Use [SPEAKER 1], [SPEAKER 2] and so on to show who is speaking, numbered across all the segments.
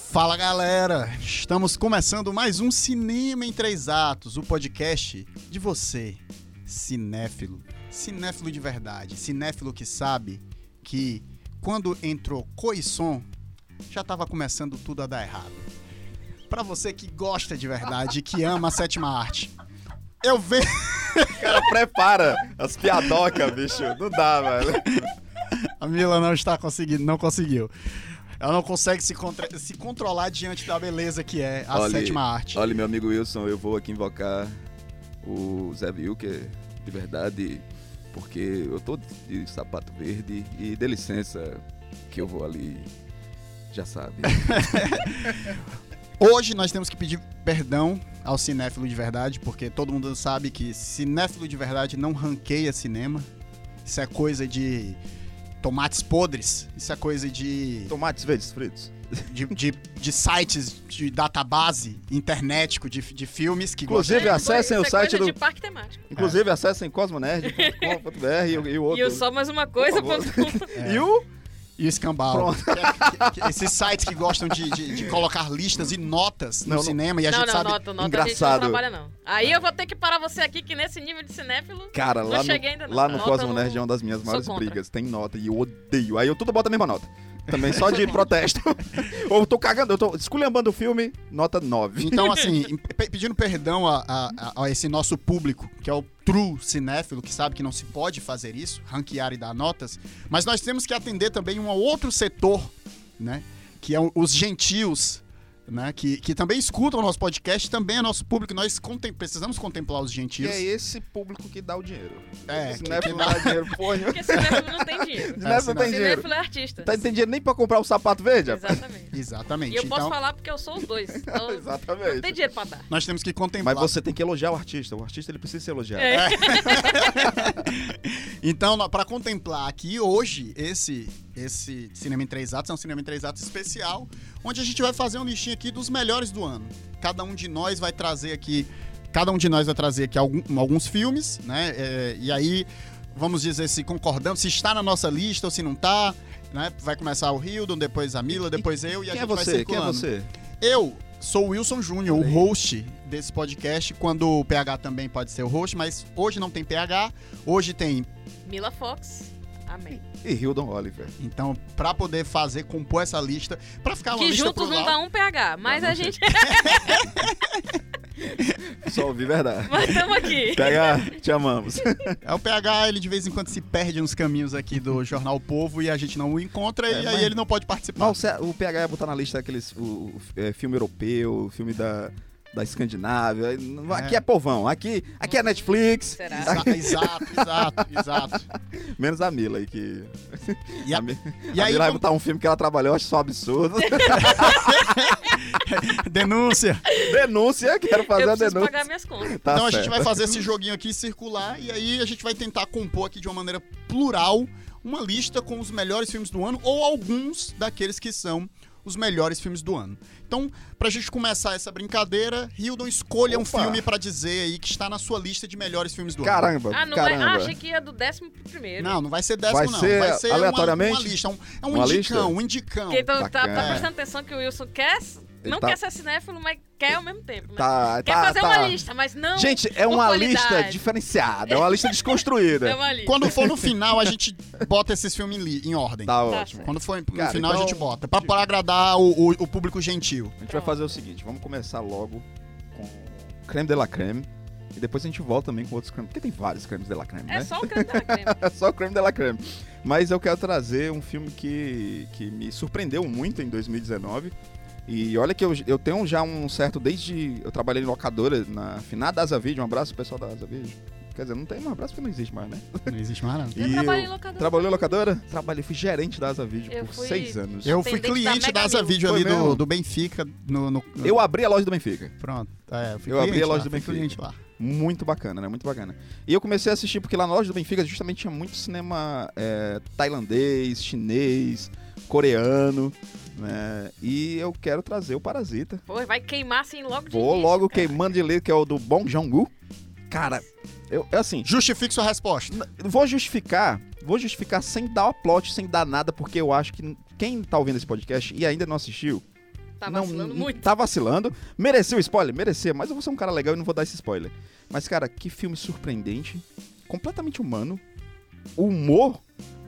[SPEAKER 1] Fala galera, estamos começando mais um Cinema em Três Atos, o podcast de você, cinéfilo, cinéfilo de verdade, cinéfilo que sabe que quando entrou Coisson, já estava começando tudo a dar errado. Pra você que gosta de verdade, que ama a sétima arte, eu venho
[SPEAKER 2] O cara prepara as piadocas, bicho. Não dá, velho.
[SPEAKER 1] A Mila não está conseguindo, não conseguiu. Ela não consegue se, contra- se controlar diante da beleza que é a
[SPEAKER 2] Olha-
[SPEAKER 1] sétima arte.
[SPEAKER 2] Olha, meu amigo Wilson, eu vou aqui invocar o Zé Wilker, de verdade, porque eu tô de sapato verde e dê licença que eu vou ali. Já sabe.
[SPEAKER 1] Hoje nós temos que pedir perdão ao cinéfilo de verdade, porque todo mundo sabe que cinéfilo de verdade não ranqueia cinema. Isso é coisa de tomates podres, isso é coisa de,
[SPEAKER 2] Tomates verdes fritos.
[SPEAKER 1] de, de- de sites de database internético de, de filmes que
[SPEAKER 2] Inclusive,
[SPEAKER 1] gostam-
[SPEAKER 2] acessem o
[SPEAKER 3] Isso é coisa
[SPEAKER 2] site do-
[SPEAKER 3] de parque temático.
[SPEAKER 2] Inclusive, acessem cosmonerd.com.br e, o- e o outro.
[SPEAKER 3] E o só mais uma coisa.
[SPEAKER 2] Por
[SPEAKER 3] ponto-
[SPEAKER 1] É.
[SPEAKER 2] E o
[SPEAKER 1] E o escambau.
[SPEAKER 2] Pronto.
[SPEAKER 1] Que- que- Esses sites que gostam de, de- de colocar listas e notas no
[SPEAKER 2] Não, não.
[SPEAKER 1] cinema e a
[SPEAKER 3] não,
[SPEAKER 1] gente
[SPEAKER 3] não,
[SPEAKER 1] sabe.
[SPEAKER 3] nota, nota. A gente não
[SPEAKER 2] engraçado.
[SPEAKER 3] trabalha, não. Aí eu vou ter que parar você aqui, que nesse nível de cinéfilo.
[SPEAKER 2] Cara,
[SPEAKER 3] Não
[SPEAKER 2] lá
[SPEAKER 3] cheguei ainda
[SPEAKER 2] no,
[SPEAKER 3] não.
[SPEAKER 2] lá no
[SPEAKER 3] Nota
[SPEAKER 2] Cosmo
[SPEAKER 3] eu
[SPEAKER 2] Nerd
[SPEAKER 3] não-
[SPEAKER 2] é uma das minhas
[SPEAKER 3] sou
[SPEAKER 2] maiores
[SPEAKER 3] contra.
[SPEAKER 2] brigas. Tem nota e eu odeio. Aí eu tudo boto a mesma nota. Também só de
[SPEAKER 3] contra.
[SPEAKER 2] protesto. Ou eu tô cagando, eu tô esculhambando o filme, nota 9.
[SPEAKER 1] Então, assim, em- pe- pedindo perdão a, a- a esse nosso público, que é o true cinéfilo, que sabe que não se pode fazer isso, ranquear e dar notas, mas nós temos que atender também um outro setor, né? Que é o- os gentios, né? Que, que também escutam o nosso podcast, também é nosso público. Nós contem- precisamos contemplar os
[SPEAKER 2] E
[SPEAKER 1] gentios.
[SPEAKER 2] é esse público que dá o dinheiro.
[SPEAKER 1] É,
[SPEAKER 2] Esse
[SPEAKER 1] que-
[SPEAKER 2] Nef
[SPEAKER 1] que
[SPEAKER 2] não dá dinheiro, porra.
[SPEAKER 3] Porque cinéfilo não tem dinheiro.
[SPEAKER 2] Nef não tem dinheiro.
[SPEAKER 3] Cinéfilo é artista.
[SPEAKER 2] Tá, tem dinheiro nem pra comprar o sapato verde? rapaz?
[SPEAKER 3] Exatamente.
[SPEAKER 1] Exatamente.
[SPEAKER 3] E eu posso
[SPEAKER 1] então,
[SPEAKER 3] falar porque eu sou os dois. Então, não tem
[SPEAKER 2] Exatamente.
[SPEAKER 3] dinheiro pra dar.
[SPEAKER 1] nós temos que contemplar.
[SPEAKER 2] Mas você tem que elogiar o artista. O artista ele precisa ser elogiado.
[SPEAKER 3] É.
[SPEAKER 1] Então, para contemplar aqui hoje esse esse cinema em três atos é um cinema em três atos especial, onde a gente vai fazer um listinho aqui dos melhores do ano. Cada um de nós vai trazer aqui, cada um de nós vai trazer aqui algum- alguns filmes, né? É, e aí vamos dizer se concordamos, se está na nossa lista ou se não está, né? Vai começar o Hildon, depois a Mila, depois eu e a
[SPEAKER 2] Quem
[SPEAKER 1] gente
[SPEAKER 2] é
[SPEAKER 1] vai
[SPEAKER 2] você? Quem é
[SPEAKER 1] circulando.
[SPEAKER 2] você?
[SPEAKER 1] Eu sou o Wilson Júnior, o
[SPEAKER 2] Olha aí.
[SPEAKER 1] host desse podcast, quando o PH também pode ser o host, mas hoje não tem PH, hoje tem
[SPEAKER 3] Mila Fox. Amém.
[SPEAKER 2] E Hildon Oliver.
[SPEAKER 1] Então, pra poder fazer, compor essa lista, pra ficar uma
[SPEAKER 3] que
[SPEAKER 1] lista
[SPEAKER 3] juntos não
[SPEAKER 1] plural,
[SPEAKER 3] dá um PH. Mas
[SPEAKER 2] Não,
[SPEAKER 3] a
[SPEAKER 2] não
[SPEAKER 3] gente.
[SPEAKER 2] Só ouvi verdade.
[SPEAKER 3] mas estamos aqui.
[SPEAKER 2] Pega, te amamos.
[SPEAKER 1] é o PH, ele de vez em quando se perde nos caminhos aqui do Jornal O Povo e a gente não o encontra
[SPEAKER 2] É,
[SPEAKER 1] e
[SPEAKER 2] mas-
[SPEAKER 1] aí ele não pode participar.
[SPEAKER 2] Não, o Cé- o PH ia botar na lista aqueles o, o, é, filme europeu, filme da, da Escandinávia. Aí, não-
[SPEAKER 1] É.
[SPEAKER 2] Aqui é povão, aqui, aqui é Netflix,
[SPEAKER 3] Será?
[SPEAKER 1] Exa- exato, exato, exato.
[SPEAKER 2] menos a Mila aí que.
[SPEAKER 1] E a-
[SPEAKER 2] Mi-
[SPEAKER 1] E
[SPEAKER 2] a
[SPEAKER 1] aí,
[SPEAKER 2] Mila vai
[SPEAKER 1] vamos-
[SPEAKER 2] botar um filme que ela trabalhou, eu acho só absurdo.
[SPEAKER 1] denúncia.
[SPEAKER 2] denúncia, quero fazer
[SPEAKER 3] eu
[SPEAKER 2] a
[SPEAKER 3] preciso
[SPEAKER 2] denúncia.
[SPEAKER 3] pagar minhas contas.
[SPEAKER 2] Tá
[SPEAKER 1] então a
[SPEAKER 2] certo.
[SPEAKER 1] gente vai fazer esse joguinho aqui circular e aí a gente vai tentar compor aqui de uma maneira plural uma lista com os melhores filmes do ano ou alguns daqueles que são os melhores filmes do ano. Então, pra gente começar essa brincadeira, Hildon, escolha um
[SPEAKER 2] Opa.
[SPEAKER 1] filme pra dizer aí que está na sua lista de melhores filmes do ano.
[SPEAKER 2] Caramba,
[SPEAKER 3] Ah, não é?
[SPEAKER 2] caramba.
[SPEAKER 3] Ah, achei que ia do décimo pro primeiro.
[SPEAKER 1] Não, não vai ser décimo,
[SPEAKER 2] Vai
[SPEAKER 1] não.
[SPEAKER 2] ser
[SPEAKER 1] vai ser uma-
[SPEAKER 2] aleatoriamente?
[SPEAKER 1] Uma, lista. Um, é um
[SPEAKER 2] Uma
[SPEAKER 1] indicão,
[SPEAKER 2] lista?
[SPEAKER 1] um indicão.
[SPEAKER 3] Porque então, tá,
[SPEAKER 2] Bacana.
[SPEAKER 3] tá prestando atenção que o Wilson quer,
[SPEAKER 2] Ele
[SPEAKER 3] não
[SPEAKER 2] tá-
[SPEAKER 3] quer ser cinéfilo, mas quer ao mesmo tempo, né?
[SPEAKER 2] Tá,
[SPEAKER 3] quer
[SPEAKER 2] tá,
[SPEAKER 3] fazer
[SPEAKER 2] tá.
[SPEAKER 3] uma lista, mas não
[SPEAKER 2] Gente, é
[SPEAKER 3] por
[SPEAKER 2] uma
[SPEAKER 3] qualidade.
[SPEAKER 2] lista diferenciada, é uma lista
[SPEAKER 3] é
[SPEAKER 2] desconstruída.
[SPEAKER 3] uma lista.
[SPEAKER 1] Quando for no final, a gente bota esses filmes em, li- em ordem.
[SPEAKER 2] Tá ótimo.
[SPEAKER 1] Quando for no
[SPEAKER 2] Cara,
[SPEAKER 1] final, a
[SPEAKER 2] então-
[SPEAKER 1] gente bota. Pra, pra agradar o, o- o público gentil.
[SPEAKER 2] A gente vai fazer o seguinte, vamos começar logo com creme de la creme. E depois a gente volta também com outros cremes. Porque tem vários cremes de la creme,
[SPEAKER 3] É
[SPEAKER 2] né?
[SPEAKER 3] só o creme da creme.
[SPEAKER 2] É só o creme de la creme. Mas eu quero trazer um filme que, que me surpreendeu muito em 2019. E olha que eu, eu tenho já um certo. Desde. Eu trabalhei em locadora na finada Asa Vídeo. Um abraço pro pessoal da Asa Vídeo. Quer dizer, não tem um abraço porque não existe mais, né?
[SPEAKER 1] Não existe mais nada.
[SPEAKER 3] Eu
[SPEAKER 2] E
[SPEAKER 3] trabalhei em
[SPEAKER 2] eu-
[SPEAKER 3] locadora.
[SPEAKER 2] Trabalhou em locadora? Trabalhei, fui gerente da Asa Vídeo
[SPEAKER 3] Eu
[SPEAKER 2] por
[SPEAKER 3] fui-
[SPEAKER 2] seis anos.
[SPEAKER 1] Eu fui
[SPEAKER 3] Dependente da
[SPEAKER 1] cliente da
[SPEAKER 3] Mega
[SPEAKER 1] Asa
[SPEAKER 3] Mil.
[SPEAKER 1] Vídeo
[SPEAKER 2] Foi
[SPEAKER 1] ali do,
[SPEAKER 2] mesmo?
[SPEAKER 1] do Benfica. No, no- no-
[SPEAKER 2] Eu abri a loja do Benfica.
[SPEAKER 1] Pronto. É, eu fui
[SPEAKER 2] Eu abri
[SPEAKER 1] cliente
[SPEAKER 2] a loja
[SPEAKER 1] lá,
[SPEAKER 2] do
[SPEAKER 1] fui
[SPEAKER 2] Benfica.
[SPEAKER 1] cliente lá.
[SPEAKER 2] Muito bacana, né? Muito bacana. E eu comecei a assistir porque lá na loja do Benfica justamente tinha muito cinema é, tailandês, chinês, coreano, né? E eu quero trazer o Parasita.
[SPEAKER 3] Pô, vai queimar assim logo de
[SPEAKER 2] Vou
[SPEAKER 3] início,
[SPEAKER 2] logo
[SPEAKER 3] cara.
[SPEAKER 2] queimando de letra, que é o do Bong Joon-gu. Cara, eu, é assim,
[SPEAKER 1] Justifique sua resposta.
[SPEAKER 2] n- vou justificar, vou justificar sem dar o plot, sem dar nada, porque eu acho que quem tá ouvindo esse podcast e ainda não assistiu,
[SPEAKER 3] Tá
[SPEAKER 2] não-
[SPEAKER 3] vacilando
[SPEAKER 2] não-
[SPEAKER 3] muito.
[SPEAKER 2] Tá vacilando. Mereceu spoiler? Merecia, mas eu vou ser um cara legal e não vou dar esse spoiler. Mas, cara, que filme surpreendente. Completamente humano. Humor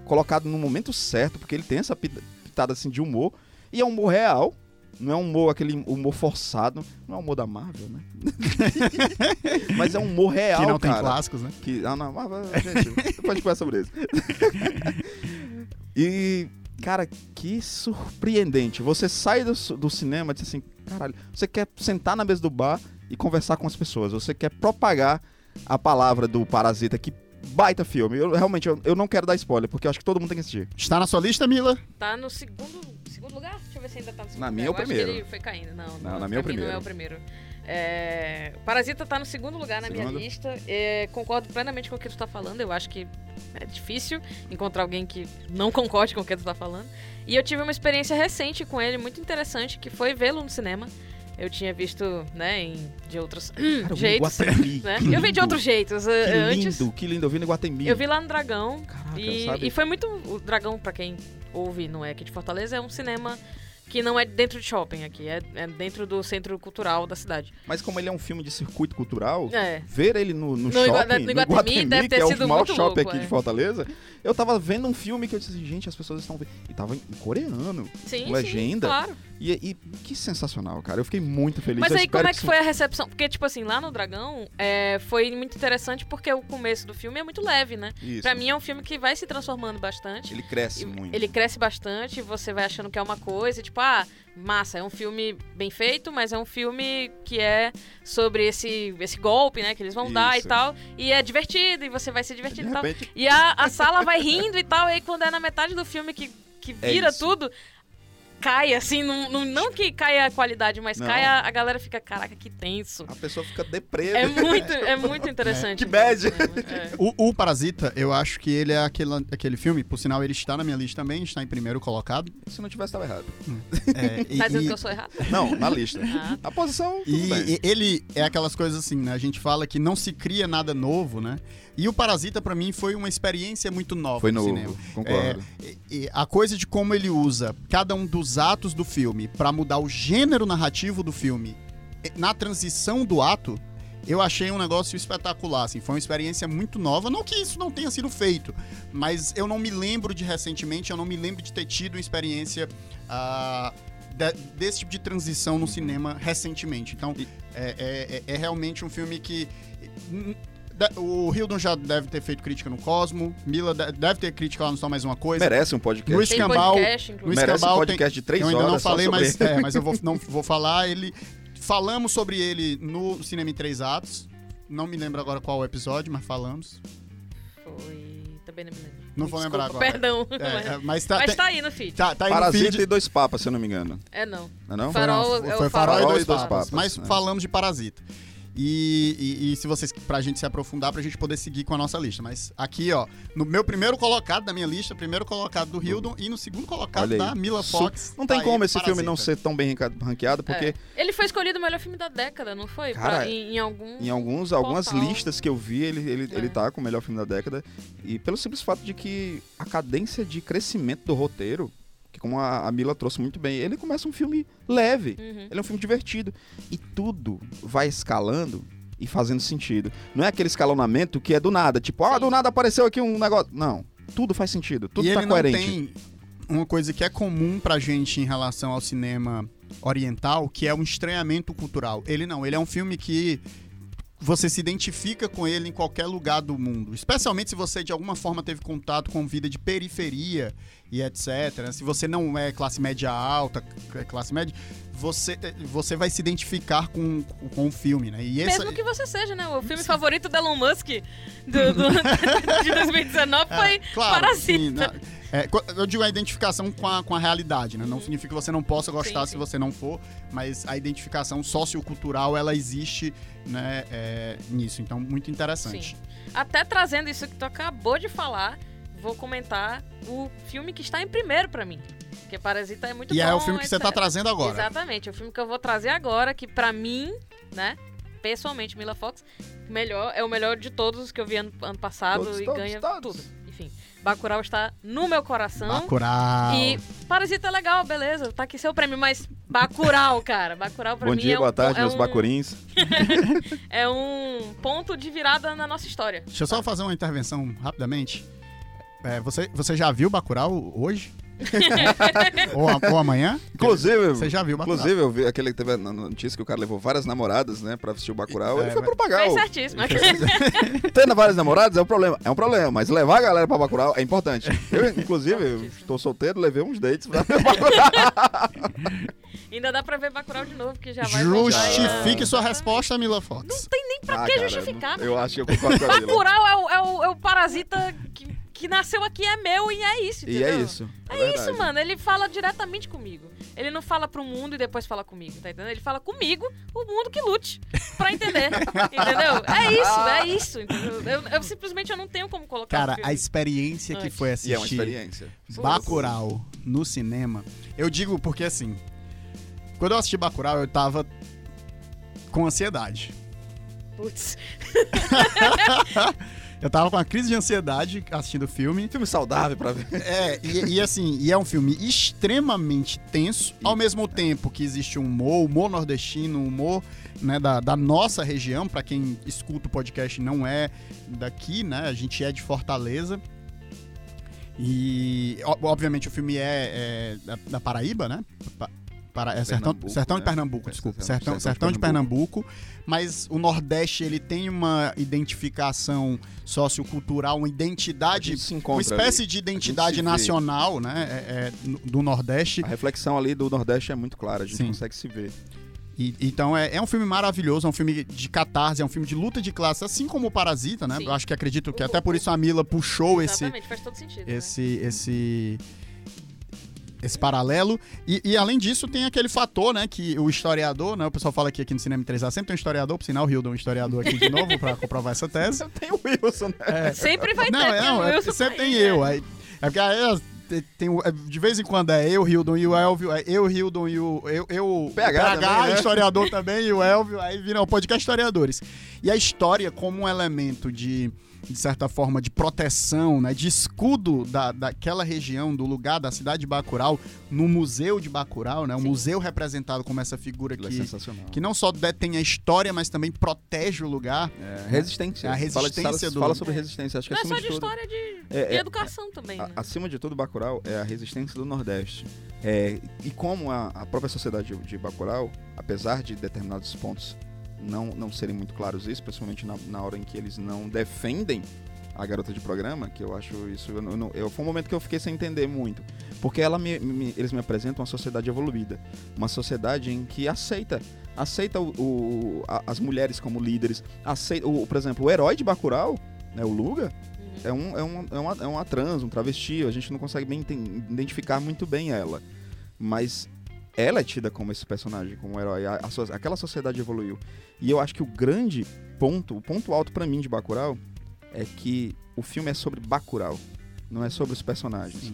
[SPEAKER 2] colocado no momento certo, porque ele tem essa pita- pitada assim de humor. E é um humor real. Não é um humor, aquele humor forçado. Não é um humor da Marvel, né? mas é um humor real,
[SPEAKER 1] que não tem
[SPEAKER 2] cara.
[SPEAKER 1] clássicos, né?
[SPEAKER 2] Que, ah, não, mas, mas, gente, pode falar sobre isso. e, cara, que surpreendente. Você sai do, su- do cinema e diz assim, caralho, você quer sentar na mesa do bar e conversar com as pessoas. Você quer propagar a palavra do Parasita, que baita filme. Eu, realmente, eu, eu não quero dar spoiler, porque eu acho que todo mundo tem que assistir.
[SPEAKER 1] Está na sua lista, Mila?
[SPEAKER 3] Tá no segundo, segundo lugar? Deixa eu ver se ainda tá no segundo
[SPEAKER 2] Na
[SPEAKER 3] lugar.
[SPEAKER 2] minha é o
[SPEAKER 3] Eu acho que
[SPEAKER 2] primeiro.
[SPEAKER 3] ele foi caindo. Não,
[SPEAKER 2] Não,
[SPEAKER 3] não,
[SPEAKER 2] na minha é o
[SPEAKER 3] pra mim
[SPEAKER 2] primeiro.
[SPEAKER 3] Não é o primeiro. É, Parasita tá no segundo lugar na
[SPEAKER 2] Segundo.
[SPEAKER 3] minha lista. É, concordo plenamente com o que tu tá falando. Eu acho que é difícil encontrar alguém que não concorde com o que tu tá falando. E eu tive uma experiência recente com ele, muito interessante, que foi vê-lo no cinema. Eu tinha visto, né, em- de outros
[SPEAKER 2] Cara, eu vi no
[SPEAKER 3] jeitos.
[SPEAKER 2] Iguatemi,
[SPEAKER 3] Hum, Né?
[SPEAKER 2] que
[SPEAKER 3] Eu vi de
[SPEAKER 2] lindo,
[SPEAKER 3] outros jeitos.
[SPEAKER 2] Que
[SPEAKER 3] eh,
[SPEAKER 2] lindo,
[SPEAKER 3] Antes,
[SPEAKER 2] que lindo. Eu vi no Iguatemi.
[SPEAKER 3] eu vi lá no Dragão,
[SPEAKER 2] Caraca,
[SPEAKER 3] e,
[SPEAKER 2] sabe?
[SPEAKER 3] e foi muito. O Dragão, pra quem ouve, não é aqui de Fortaleza, é um cinema que não é dentro de shopping aqui, é, é dentro do centro cultural da cidade.
[SPEAKER 2] Mas como ele é um filme de circuito cultural,
[SPEAKER 3] É.
[SPEAKER 2] ver ele no, no,
[SPEAKER 3] No
[SPEAKER 2] shopping,
[SPEAKER 3] Igua-
[SPEAKER 2] no
[SPEAKER 3] no
[SPEAKER 2] Iguatemi,
[SPEAKER 3] Iguatemi, deve
[SPEAKER 2] que
[SPEAKER 3] ter
[SPEAKER 2] é
[SPEAKER 3] sido
[SPEAKER 2] o maior
[SPEAKER 3] muito
[SPEAKER 2] shopping
[SPEAKER 3] louco,
[SPEAKER 2] aqui
[SPEAKER 3] é.
[SPEAKER 2] de Fortaleza, eu tava vendo um filme que eu disse, gente, as pessoas estão vendo. E tava em coreano.
[SPEAKER 3] Sim, sim,
[SPEAKER 2] Legenda?
[SPEAKER 3] claro.
[SPEAKER 2] E, e que sensacional, cara. Eu fiquei muito feliz.
[SPEAKER 3] Mas
[SPEAKER 2] Eu
[SPEAKER 3] aí,
[SPEAKER 2] espero
[SPEAKER 3] como é que
[SPEAKER 2] isso-
[SPEAKER 3] foi a recepção? Porque, tipo assim, lá no Dragão, é, foi muito interessante porque o começo do filme é muito leve, né?
[SPEAKER 2] Isso.
[SPEAKER 3] Pra mim é um filme que vai se transformando bastante.
[SPEAKER 2] Ele cresce
[SPEAKER 3] E-
[SPEAKER 2] muito.
[SPEAKER 3] Ele cresce bastante, você vai achando que é uma coisa, e tipo, ah, massa, é um filme bem feito, mas é um filme que é sobre esse, esse golpe, né, que eles vão dar e
[SPEAKER 2] Isso.
[SPEAKER 3] tal. E é divertido, e você vai se
[SPEAKER 2] De
[SPEAKER 3] divertindo e tal.
[SPEAKER 2] repente,
[SPEAKER 3] E a, a sala vai rindo e tal, e aí quando é na metade do filme que, que
[SPEAKER 2] É
[SPEAKER 3] vira
[SPEAKER 2] isso.
[SPEAKER 3] tudo, cai, assim, num, num- não que caia a qualidade, mas
[SPEAKER 2] Não.
[SPEAKER 3] cai, a, a galera fica, caraca, que tenso.
[SPEAKER 2] a pessoa fica depresa.
[SPEAKER 3] É muito, é muito interessante.
[SPEAKER 2] Que bad.
[SPEAKER 3] É,
[SPEAKER 1] O, o Parasita, eu acho que ele é aquele, aquele filme, por sinal, ele está na minha lista também, está em primeiro colocado.
[SPEAKER 3] um
[SPEAKER 2] Se não tivesse, tava errado.
[SPEAKER 1] É, e-
[SPEAKER 3] é. Tá dizendo
[SPEAKER 1] e-
[SPEAKER 3] que eu sou errado?
[SPEAKER 2] Não, na lista.
[SPEAKER 3] Ah,
[SPEAKER 2] A posição, tudo
[SPEAKER 1] E,
[SPEAKER 2] bem.
[SPEAKER 1] e ele é aquelas coisas assim, né? A gente fala que não se cria nada novo, né? E o Parasita, pra mim, foi uma experiência muito nova
[SPEAKER 2] Foi
[SPEAKER 1] no
[SPEAKER 2] novo,
[SPEAKER 1] cinema. É,
[SPEAKER 2] concordo.
[SPEAKER 1] E- e a coisa de como ele usa cada um dos atos do filme pra mudar o gênero narrativo do filme e- na transição do ato, eu achei um negócio espetacular, assim. Foi uma experiência muito nova. Não que isso não tenha sido feito, mas eu não me lembro de recentemente, eu não me lembro de ter tido uma experiência. ah, de- desse tipo de transição no cinema recentemente. Então,
[SPEAKER 2] E-
[SPEAKER 1] é, é- é- é realmente um filme que. hum, da- O Hildon já deve ter feito crítica no Cosmo, Mila de- deve ter crítica lá no Só Mais Uma Coisa.
[SPEAKER 2] Merece um podcast.
[SPEAKER 1] Luiz
[SPEAKER 3] tem
[SPEAKER 1] é. Escambau-
[SPEAKER 3] podcast, inclusive.
[SPEAKER 1] Luiz
[SPEAKER 2] Merece um
[SPEAKER 1] Cabal tem-
[SPEAKER 2] podcast de três
[SPEAKER 1] eu ainda
[SPEAKER 2] horas
[SPEAKER 1] não
[SPEAKER 2] só
[SPEAKER 1] falei,
[SPEAKER 2] sobre
[SPEAKER 1] mas,
[SPEAKER 2] ele.
[SPEAKER 1] é, mas eu vou, não, vou falar. Ele. Falamos sobre ele no Cinema em Três Atos. Não me lembro agora qual o episódio, mas falamos.
[SPEAKER 3] Foi. Também não me lembro.
[SPEAKER 1] Não vou lembrar
[SPEAKER 3] Desculpa,
[SPEAKER 1] agora.
[SPEAKER 3] Perdão.
[SPEAKER 1] É, é,
[SPEAKER 3] mas,
[SPEAKER 1] mas tá,
[SPEAKER 3] mas
[SPEAKER 1] tem-
[SPEAKER 3] tá aí no feed.
[SPEAKER 1] tá- tá aí no
[SPEAKER 2] Parasita
[SPEAKER 1] feed.
[SPEAKER 2] e dois papas, se eu não me engano.
[SPEAKER 3] É não.
[SPEAKER 2] Não é não?
[SPEAKER 3] Fa- Farol-
[SPEAKER 1] Foi,
[SPEAKER 3] é o
[SPEAKER 1] foi
[SPEAKER 3] Farol
[SPEAKER 1] Farol e Dois
[SPEAKER 3] e Dois
[SPEAKER 1] Papas.
[SPEAKER 2] Papas,
[SPEAKER 1] Mas
[SPEAKER 2] né?
[SPEAKER 1] falamos de Parasita. E, e, e se vocês, pra gente se aprofundar, pra gente poder seguir com a nossa lista. Mas aqui, ó, no meu primeiro colocado da minha lista, primeiro colocado do Hildon e no segundo colocado
[SPEAKER 2] Olha aí.
[SPEAKER 1] da Mila
[SPEAKER 2] Su-
[SPEAKER 1] Fox.
[SPEAKER 2] Não tem
[SPEAKER 1] tá aí,
[SPEAKER 2] como esse filme
[SPEAKER 1] Parasita.
[SPEAKER 2] não ser tão bem ranca- ranqueado, porque
[SPEAKER 3] Ele foi escolhido o melhor filme da década, não foi? Pra-
[SPEAKER 2] Cara,
[SPEAKER 3] em, em algum.
[SPEAKER 2] Em alguns, algumas
[SPEAKER 3] Total.
[SPEAKER 2] listas que eu vi, ele, ele,
[SPEAKER 3] É.
[SPEAKER 2] ele tá com o melhor filme da década. E pelo simples fato de que a cadência de crescimento do roteiro, que como a, a Mila trouxe muito bem, ele começa um filme leve.
[SPEAKER 3] Uhum.
[SPEAKER 2] Ele é um filme divertido. E tudo vai escalando e fazendo sentido. Não é aquele escalonamento que é do nada, tipo, ah,
[SPEAKER 3] Sim.
[SPEAKER 2] do nada apareceu aqui um negócio. Não. Tudo faz sentido, tudo
[SPEAKER 1] e
[SPEAKER 2] tá
[SPEAKER 1] ele
[SPEAKER 2] coerente.
[SPEAKER 1] não tem uma coisa que é comum pra gente em relação ao cinema oriental, que é um estranhamento cultural. Ele não, ele é um filme que você se identifica com ele em qualquer lugar do mundo, especialmente se você de alguma forma teve contato com vida de periferia e etc. Se você não é classe média alta, c- classe média, você, eh, você vai se identificar com, com o filme, né? E essa,
[SPEAKER 3] Mesmo que você seja, né? O filme favorito do Elon Musk do, do- de 2019 foi.
[SPEAKER 1] É, claro,
[SPEAKER 3] Parasita.
[SPEAKER 1] sim, na- é, co- eu digo a identificação com a, com a realidade, né? Não significa que você não possa gostar
[SPEAKER 3] Uhum. Sim,
[SPEAKER 1] se
[SPEAKER 3] sim.
[SPEAKER 1] você não for, mas a identificação sociocultural, ela existe né, é, nisso. Então, muito interessante.
[SPEAKER 3] Até trazendo isso que tu acabou de falar, vou comentar o filme que está em primeiro pra mim. Porque Parasita é muito
[SPEAKER 1] e
[SPEAKER 3] bom.
[SPEAKER 1] é o filme que você tá
[SPEAKER 3] etc.
[SPEAKER 1] trazendo agora.
[SPEAKER 3] Exatamente, é o filme que eu vou trazer agora, que pra mim, né, pessoalmente, Mila Fox, melhor, é o melhor de todos os que eu vi ano, ano passado
[SPEAKER 2] Todos,
[SPEAKER 3] e
[SPEAKER 2] todos,
[SPEAKER 3] ganha
[SPEAKER 2] todos.
[SPEAKER 3] tudo. enfim. Bacurau está no meu coração.
[SPEAKER 1] Bacurau.
[SPEAKER 3] E Parasita é legal, beleza. Tá aqui seu prêmio, mas Bacurau, cara. Bacurau pra
[SPEAKER 2] Bom
[SPEAKER 3] mim
[SPEAKER 2] dia,
[SPEAKER 3] é um,
[SPEAKER 2] boa tarde,
[SPEAKER 3] é
[SPEAKER 2] meus
[SPEAKER 3] um-
[SPEAKER 2] bacurins.
[SPEAKER 3] é um ponto de virada na nossa história.
[SPEAKER 1] Deixa eu só fazer uma intervenção rapidamente. É, você, você já viu Bacurau hoje? ou, a- ou amanhã?
[SPEAKER 2] Inclusive,
[SPEAKER 1] Você já viu Bacurau?
[SPEAKER 2] inclusive eu vi aquele teve na notícia que o cara levou várias namoradas, né, pra assistir o Bacurau.
[SPEAKER 1] É,
[SPEAKER 2] ele foi
[SPEAKER 1] mas-
[SPEAKER 2] propagar.
[SPEAKER 3] Fez
[SPEAKER 2] o-
[SPEAKER 3] certíssimo.
[SPEAKER 2] Tendo várias namoradas é um problema. É um problema, mas levar a galera pra Bacurau é importante. Eu, inclusive, eu estou solteiro, levei uns dates pra Bacurau.
[SPEAKER 3] Ainda dá pra ver Bacurau de novo, que já vai voltar aí na-
[SPEAKER 1] Justifique sua resposta, Mila Fox.
[SPEAKER 3] Pra que justificar,
[SPEAKER 2] Ah, Eu acho que eu concordo com a Lila.
[SPEAKER 3] Bacurau é o, é o- é o parasita que, que nasceu aqui, é meu e é isso,
[SPEAKER 2] E
[SPEAKER 3] entendeu?
[SPEAKER 2] é isso.
[SPEAKER 3] É
[SPEAKER 2] verdade.
[SPEAKER 3] isso, mano. Ele fala diretamente comigo. Ele não fala pro mundo e depois fala comigo, tá entendendo? Ele fala comigo, o mundo que lute, pra entender, entendeu? É isso, é isso, entendeu? Eu, eu simplesmente eu não tenho como colocar o
[SPEAKER 1] Cara,
[SPEAKER 3] filme.
[SPEAKER 1] a experiência que
[SPEAKER 3] Antes.
[SPEAKER 1] foi
[SPEAKER 2] E é uma
[SPEAKER 1] assistir
[SPEAKER 2] experiência.
[SPEAKER 1] Bacurau no cinema, eu digo porque assim, quando eu assisti Bacurau, eu tava com ansiedade.
[SPEAKER 3] Putz.
[SPEAKER 1] Eu tava com uma crise de ansiedade assistindo o filme.
[SPEAKER 2] Filme saudável pra ver.
[SPEAKER 1] É, e, e assim, e é um filme extremamente tenso, ao mesmo tempo que existe um humor, humor nordestino, humor né, da, da nossa região, pra quem escuta o podcast não é daqui, né? A gente é de Fortaleza. E o- obviamente o filme é, é da, da Paraíba, né? Pa- para, é sertão,
[SPEAKER 2] Pernambuco,
[SPEAKER 1] sertão de
[SPEAKER 2] né?
[SPEAKER 1] Pernambuco,
[SPEAKER 2] É,
[SPEAKER 1] desculpa.
[SPEAKER 2] sertão-
[SPEAKER 1] Sertão, sertão,
[SPEAKER 2] sertão de
[SPEAKER 1] de Pernambuco. Mas o Nordeste, ele tem uma identificação sociocultural, uma identidade
[SPEAKER 2] se
[SPEAKER 1] uma
[SPEAKER 2] encontra
[SPEAKER 1] espécie de
[SPEAKER 2] ali. A gente se
[SPEAKER 1] identidade
[SPEAKER 2] vê.
[SPEAKER 1] nacional, né? é- é, no- do Nordeste.
[SPEAKER 2] A reflexão ali do Nordeste é muito clara, a gente
[SPEAKER 1] Sim.
[SPEAKER 2] consegue se ver.
[SPEAKER 1] E- então é, é um filme maravilhoso, é um filme de catarse, é um filme de luta de classe, assim como o Parasita, né?
[SPEAKER 3] Sim. Uhum.
[SPEAKER 1] Eu acho que acredito que até por isso a Mila puxou esse,
[SPEAKER 3] Exatamente, faz todo sentido. né?
[SPEAKER 1] esse, esse, esse paralelo. E, e, além disso, tem aquele fator, né? Que o historiador, né? O pessoal fala que aqui no Cinema 3A sempre tem um historiador, por sinal, o Hildon é um historiador aqui de novo pra comprovar essa tese.
[SPEAKER 2] Tem o Wilson, né?
[SPEAKER 3] Sempre vai
[SPEAKER 1] Não,
[SPEAKER 3] ter.
[SPEAKER 1] é,
[SPEAKER 3] tem
[SPEAKER 1] não,
[SPEAKER 3] o
[SPEAKER 1] é,
[SPEAKER 3] Wilson
[SPEAKER 1] sempre
[SPEAKER 3] Paes,
[SPEAKER 1] tem
[SPEAKER 3] né?
[SPEAKER 1] eu. Aí, é porque aí, é, tem- tem o- é, de vez em quando é eu, Hildon e o Elvio, é eu, Hildon e o. Eu, eu o
[SPEAKER 2] PH também, né?
[SPEAKER 1] historiador também, e o Elvio, aí viram o podcast historiadores. E a história, como um elemento de, de certa forma, de proteção, né, de escudo da, daquela região, do lugar, da cidade de Bacurau, no museu de Bacurau, né? O
[SPEAKER 3] Sim.
[SPEAKER 1] museu representado como essa figura
[SPEAKER 2] Ele é
[SPEAKER 1] que.
[SPEAKER 2] sensacional.
[SPEAKER 1] Que não só detém a história, mas também protege o lugar.
[SPEAKER 2] É, resistência.
[SPEAKER 1] É a
[SPEAKER 2] Fala de-
[SPEAKER 1] resistência
[SPEAKER 2] fala,
[SPEAKER 1] do-
[SPEAKER 2] fala sobre resistência. Acho que
[SPEAKER 3] Não é
[SPEAKER 2] acima
[SPEAKER 3] só
[SPEAKER 2] de
[SPEAKER 3] de
[SPEAKER 2] tudo.
[SPEAKER 3] história de,
[SPEAKER 2] É,
[SPEAKER 3] de
[SPEAKER 2] é,
[SPEAKER 3] educação também, né?
[SPEAKER 2] A- acima de tudo, Bacurau é a resistência do Nordeste. É, e como a, a própria sociedade de, de Bacurau, apesar de determinados pontos não, não serem muito claros isso, principalmente na, na hora em que eles não defendem a garota de programa, que eu acho isso... Eu, não- eu não- eu- foi um momento que eu fiquei sem entender muito. Porque ela me- me- eles me apresentam uma sociedade evoluída. Uma sociedade em que aceita aceita o- o- a- as mulheres como líderes. aceita o, Por exemplo, o herói de Bacurau, né, o Luga,
[SPEAKER 3] Uhum.
[SPEAKER 2] é, um, é, um, é, uma, é uma trans, um travesti, a gente não consegue bem enten- identificar muito bem ela. Mas ela é tida como esse personagem, como um herói. A, a so- aquela sociedade evoluiu. E eu acho que o grande ponto, o ponto alto pra mim de Bacurau, é que o filme é sobre Bacurau, não é sobre os personagens.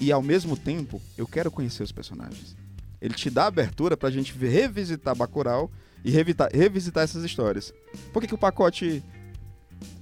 [SPEAKER 2] E ao mesmo tempo, eu quero conhecer os personagens. Ele te dá abertura pra gente ver- revisitar Bacurau e revita- revisitar essas histórias. Por que, que o pacote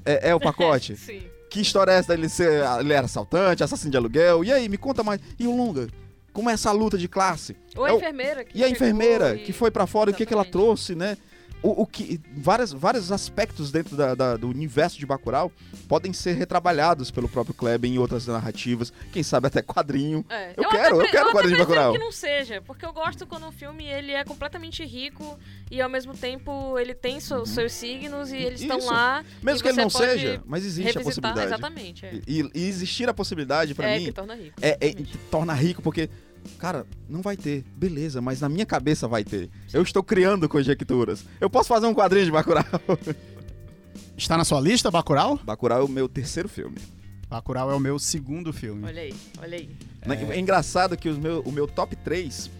[SPEAKER 2] é- é o pacote?
[SPEAKER 3] Sim.
[SPEAKER 2] Que história é essa dele ser. Ele era assaltante, assassino de aluguel? E aí, me conta mais. E o Longa? Como é essa luta de classe?
[SPEAKER 3] Ou a
[SPEAKER 2] É o-
[SPEAKER 3] enfermeira que
[SPEAKER 2] E a
[SPEAKER 3] chegou
[SPEAKER 2] enfermeira
[SPEAKER 3] e-
[SPEAKER 2] que foi pra fora, o que, que ela
[SPEAKER 3] Exatamente.
[SPEAKER 2] trouxe, né? O, o que várias, vários aspectos dentro da- da- do universo de Bacurau podem ser retrabalhados pelo próprio Kleber em outras narrativas, quem sabe até quadrinho.
[SPEAKER 3] É,
[SPEAKER 2] Eu quero, eu
[SPEAKER 3] pre-
[SPEAKER 2] quero
[SPEAKER 3] até
[SPEAKER 2] Guardiões de
[SPEAKER 3] prefiro
[SPEAKER 2] Bacurau.
[SPEAKER 3] que não seja, porque eu gosto quando um filme ele é completamente rico e ao mesmo tempo ele tem so- seus signos e eles estão
[SPEAKER 2] Uhum. Isso.
[SPEAKER 3] lá.
[SPEAKER 2] Mesmo
[SPEAKER 3] E
[SPEAKER 2] que ele
[SPEAKER 3] você
[SPEAKER 2] não
[SPEAKER 3] pode
[SPEAKER 2] seja, mas existe a
[SPEAKER 3] revisitar.
[SPEAKER 2] possibilidade.
[SPEAKER 3] Exatamente. É,
[SPEAKER 2] E, e- e existir a possibilidade, pra
[SPEAKER 3] é
[SPEAKER 2] mim,
[SPEAKER 3] que torna rico.
[SPEAKER 2] é, é-
[SPEAKER 3] exatamente.
[SPEAKER 2] torna rico, porque, cara, não vai ter. Beleza, mas na minha cabeça vai ter. Eu estou criando conjecturas. Eu posso fazer um quadrinho de Bacurau.
[SPEAKER 1] Está na sua lista, Bacurau?
[SPEAKER 2] Bacurau é o meu terceiro filme.
[SPEAKER 1] Bacurau é o meu segundo filme.
[SPEAKER 3] Olha aí, olha aí.
[SPEAKER 2] Na- É, engraçado que os meu, o meu top 3